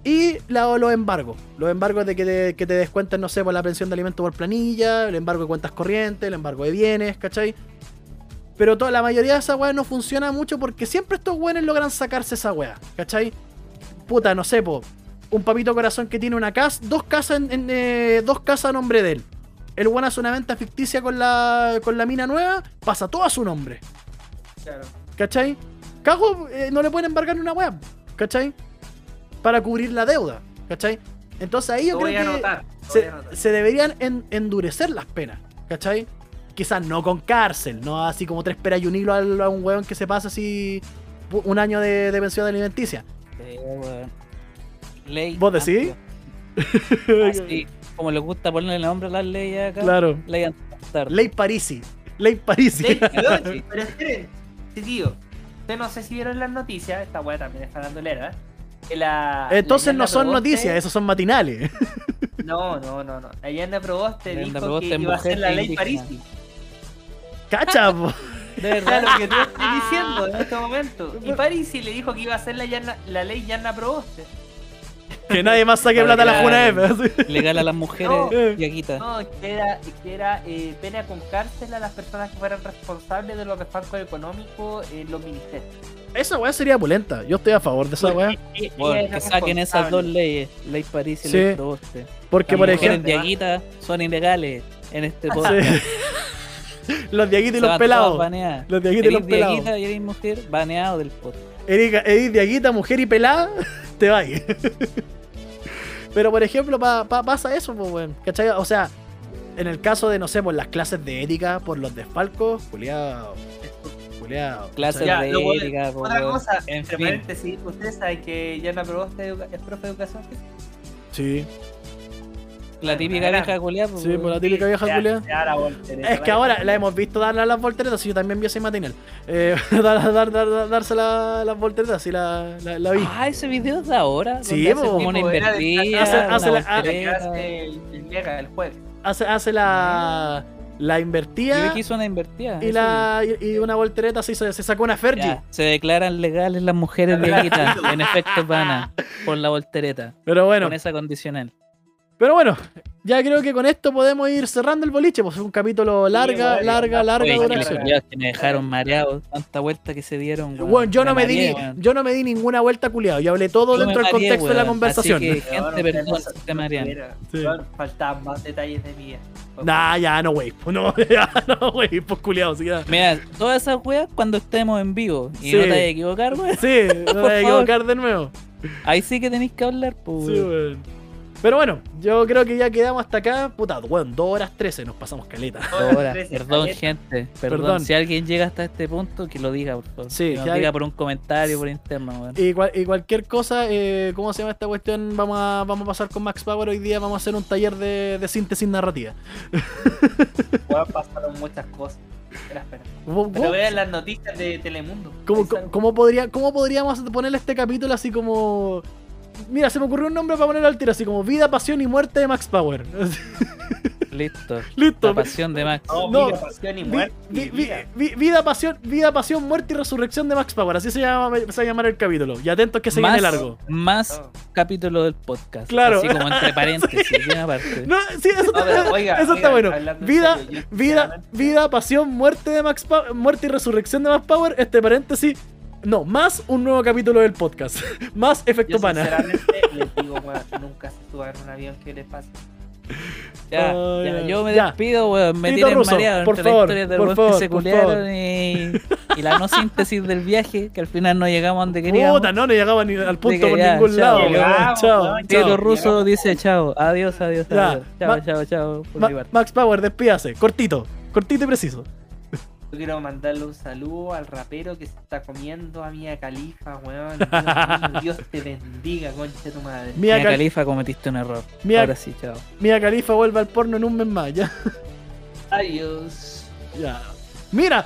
A: Y la- los embargos. Los embargos de que te, que te descuenten, no sé, por la pensión de alimento por planilla, el embargo de cuentas corrientes, el embargo de bienes, ¿cachai? Pero toda, la mayoría de esas weas no funciona mucho porque siempre estos weones logran sacarse esa wea, ¿cachai? Puta, no sé, po. Un papito corazón que tiene una casa, dos casas en, en, eh, dos casas a nombre de él. El weón hace una venta ficticia con la, con la mina nueva, pasa todo a su nombre.
C: Claro.
A: ¿Cachai? Cago, eh, no le pueden embargar ni una web. ¿Cachai? Para cubrir la deuda. ¿Cachai? Entonces ahí yo
C: Lo voy a
A: creo que
C: anotar. lo voy
A: se,
C: a anotar.
A: se deberían en- endurecer las penas, ¿cachai? Quizás no con cárcel, no así como tres peras y un hilo al- a un weón que se pasa así u- un año de, de pensión alimenticia.
B: Sí, weón. Ley.
A: ¿Vos decís?
B: amplia. Así, como les gusta ponerle nombre a las leyes acá.
A: Claro.
B: Ley antitarde.
A: Ley Parisi. Ley Parisi.
C: Ley 18, Pero esperen, sí, tío. Ustedes no sé si vieron las noticias. Esta weá también está ¿eh? dando lera.
A: Entonces no son noticias, esos son matinales.
C: No, no, no, no. Allende Proboste
B: Allende
C: dijo
B: Proboste
C: que
B: es
C: iba a ser
B: mujer
C: la
B: e
C: ley
B: indígena.
C: París.
A: Cacha, po.
B: De verdad.
C: Claro lo que tú estás diciendo en este momento. Y París le dijo que iba a ser la, Yana- la ley Yanna Proboste.
A: Que nadie más saque plata a la Juna
B: Claro.
A: F.
B: Legal a las mujeres
A: No.
B: y aguita.
C: No, que era, que era eh, pena con cárcel a las personas que fueran responsables de los desfalcos económicos en los ministerios.
A: Esa weá sería pulenta. Yo estoy a favor de esa weá.
C: Y- y
B: Weón,
C: era
B: que saquen esas dos
C: responsable.
B: leyes, ley París y
A: Sí.
B: ley Proboste.
A: Porque,
B: Las
A: por
B: mujeres
A: ejemplo,
B: de Aguita son ilegales en este podcast.
A: sí. los diaguitos y los
B: Se van todas
A: pelados.
B: baneadas.
A: Los diaguitos y los
B: Eres de
A: pelados.
B: Aguita y eres mujer, baneado del podcast.
A: Erika, Edith Diaguita, mujer y pelada, te va ahí. Pero por ejemplo, pa- pa- pasa eso, pues, weón. ¿Cachai? O sea, en el caso de, no sé, por las clases de ética, por los desfalcos, culiao. Culiao.
B: Clases
C: Ya,
B: de
C: lo voy a-
B: ética, po,
C: Otra
B: weón.
C: cosa,
B: En
C: entre
B: fin.
C: paréntesis, ustedes saben que Yanna Proboste educa- es profe de educación física.
A: Sí.
B: La típica
C: Gran.
B: vieja culiá, po,
A: Sí,
B: weón.
A: por la típica vieja
C: Ya,
A: culiao.
C: ya la voltereta,
A: Es que
C: vaya.
A: ahora la hemos visto darle a las volteretas, sí, yo también vi ese matinal. Eh, dar, dar, dar- dar- darse la- las volteretas, sí la, la, la vi.
B: Ah, ese video es de ahora.
A: Sí,
B: donde hace
A: po.
B: como una
C: Sí, po, pues, era de-
B: invertida.
A: hace-
B: una
A: hace la- ah,
C: La que
B: voltereta.
C: hace el, el Mega el jueves.
A: Hace, hace la, la
B: Yo
A: invertida
B: vi que hizo una invertida.
A: y,
B: eso
A: la, y, y una voltereta, sí, se, se sacó una
B: vi.
A: Fergie.
B: Ya, se declaran legales las mujeres de Aguita, en efecto pana, por la voltereta,
A: Pero bueno,
B: con esa condicional.
A: pero bueno, ya creo que con esto podemos ir cerrando el boliche, pues es un capítulo larga,
C: bueno,
A: larga, larga
B: Oye, que los
A: duración.
B: culiados que me dejaron mareado, tanta vuelta que se dieron. weón.
A: Bueno, yo no me di
B: mareé,
A: ni-
B: weón.
A: yo no me di ninguna vuelta culiado, yo hablé todo
B: Yo me
A: dentro del
B: mareé,
A: contexto de la
B: weón,
A: conversación.
B: Así que, gente,
C: Weón,
B: perdón,
C: ustedes
B: si te marean.
C: Mira,
A: Sí.
C: weón, faltaban más detalles de mía.
A: Nah, ya no, wey. pues, No, ya no, wey, pues culiado, sí, ya.
B: Mira, todas esas weas cuando estemos en vivo y
A: Sí.
B: no te vayas a equivocar, weón.
A: Sí, no me voy a
B: Por favor.
A: equivocar de nuevo.
B: Ahí sí que tenéis que hablar, pues.
A: Sí, weón. Pero bueno, yo creo que ya quedamos hasta acá. Puta, weón, 2 horas 13 nos pasamos caleta.
B: Ahora,
C: Tres
B: perdón,
C: escaleras.
B: gente. Perdón.
A: Perdón.
B: Si alguien llega hasta este punto, que lo diga, por favor.
A: Sí,
B: que nos
A: ya-
B: diga por un comentario, por interno, weón.
A: Y, cual- y cualquier cosa, eh, ¿cómo se llama esta cuestión? Vamos a, vamos a pasar con Max Power. Hoy día vamos a hacer un taller de, de síntesis narrativa.
C: Weón, pasaron muchas cosas. Espera, espera.
A: ¿Cómo,
C: Pero vean las noticias de Telemundo.
A: cómo-
C: Ahí
A: cómo-
C: están.
A: cómo podría, ¿Cómo podríamos ponerle este capítulo así como... Mira, se me ocurrió un nombre para poner al tiro, así como Vida, Pasión y Muerte de Max Power.
B: Listo. La
A: Listo.
B: pasión de Max.
C: No,
A: no,
C: mira, pasión y
A: Vi-
C: muerte.
A: vi- vi-
C: mira.
A: vi- vida, pasión, vida, pasión, muerte y resurrección de Max Power. Así se, llama, se va a llamar el capítulo. Y atentos que se viene
B: más,
A: largo.
B: más
C: No.
B: capítulo del podcast.
A: Claro.
B: Así como entre paréntesis, bien aparte.
A: No, sí, eso,
C: No, pero oiga,
A: eso está
C: oiga,
A: bueno.
C: hablando en
A: Vida,
C: serio, yo
A: vida,
C: sinceramente-
A: vida, pasión, muerte de Max Power, muerte y resurrección de Max Power, este paréntesis. No, más un nuevo capítulo del podcast. Más efecto
C: Yo
A: pana.
C: sinceramente les digo, weón, nunca se suban a un avión que les pase.
B: Ya,
A: Oh,
B: ya,
A: ya.
B: yo me
A: Ya.
B: despido, weón. Me
A: Tito
B: tienen
A: Russo,
B: mareado
A: por
B: entre la
A: favor,
B: historia de
A: por
B: los que
A: favor,
B: se
A: por
B: culearon y, y la no síntesis del viaje, que al final no llegamos donde queríamos.
A: Puta, no, no llegaba ni al punto
B: Diga,
A: por
B: ya,
A: ningún
B: chao,
A: lado. weón.
C: llegamos,
A: Chao.
C: weón,
B: Tito
A: chao.
B: Russo dice chao, adiós, adiós,
A: Ya.
B: adiós. Chao,
A: Ma-
B: chao, chao. por
A: Ma-
B: mi parte.
A: Max Power, despídase. Cortito, cortito y preciso.
C: Yo quiero mandarle un saludo al rapero que se está comiendo a Mia Califa, weón. Dios, mío, Dios te bendiga, concha de tu madre.
B: Mira,
A: Mia, Cal-
B: Califa, cometiste un error.
A: Mira-
B: Ahora sí, chao.
A: Mia Khalifa vuelve al porno en un mes más, ya.
C: Adiós.
A: Ya. Mira.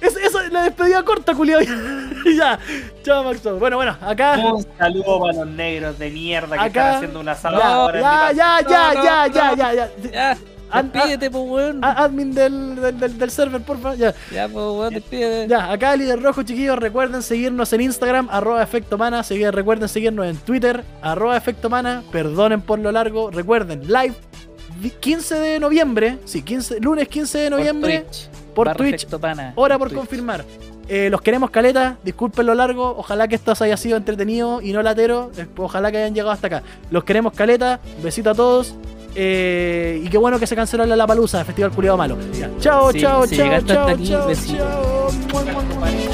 A: Es, esa es la despedida corta, culiao. ya. Chao, Maxo. Bueno, bueno, acá.
C: Un saludo para los negros de mierda que
A: Acá-
C: están haciendo una
A: Ya,
C: sala ahora en mi
A: ya,
C: casa.
A: ya, ya, ya,
B: No, no,
A: ya,
B: no.
A: ya, ya,
B: Ya,
A: An-
B: despídete, pues, weón.
A: A- Admin del, del, del, del server, porfa. Ya,
B: Ya, pues, weón, despídete.
A: ya. Acá, líder rojo, chiquillos. Recuerden seguirnos en Instagram, arroba efecto mana. Segui- recuerden seguirnos en Twitter, arroba efecto mana. Perdonen por lo largo. Recuerden, live di- 15 de noviembre. Sí, 15, lunes 15 de
B: Por
A: noviembre.
B: Twitch.
A: Por
B: Barra
A: Twitch
B: Efecto Pana.
A: Hora por
B: Twitch.
A: confirmar. Eh, los queremos caleta, disculpen lo largo, ojalá que esto haya sido entretenido y no latero, eh, ojalá que hayan llegado hasta acá. Los queremos caleta, besito a todos. eh, y qué bueno que se canceló la Palusa, Festival Culiado Malo. Ya. Chao,
B: Sí,
A: chao,
B: si
A: chao,
B: llegaste hasta
A: chao,
B: aquí,
A: chao,
B: besito.
A: chao. Mua, mua, mua.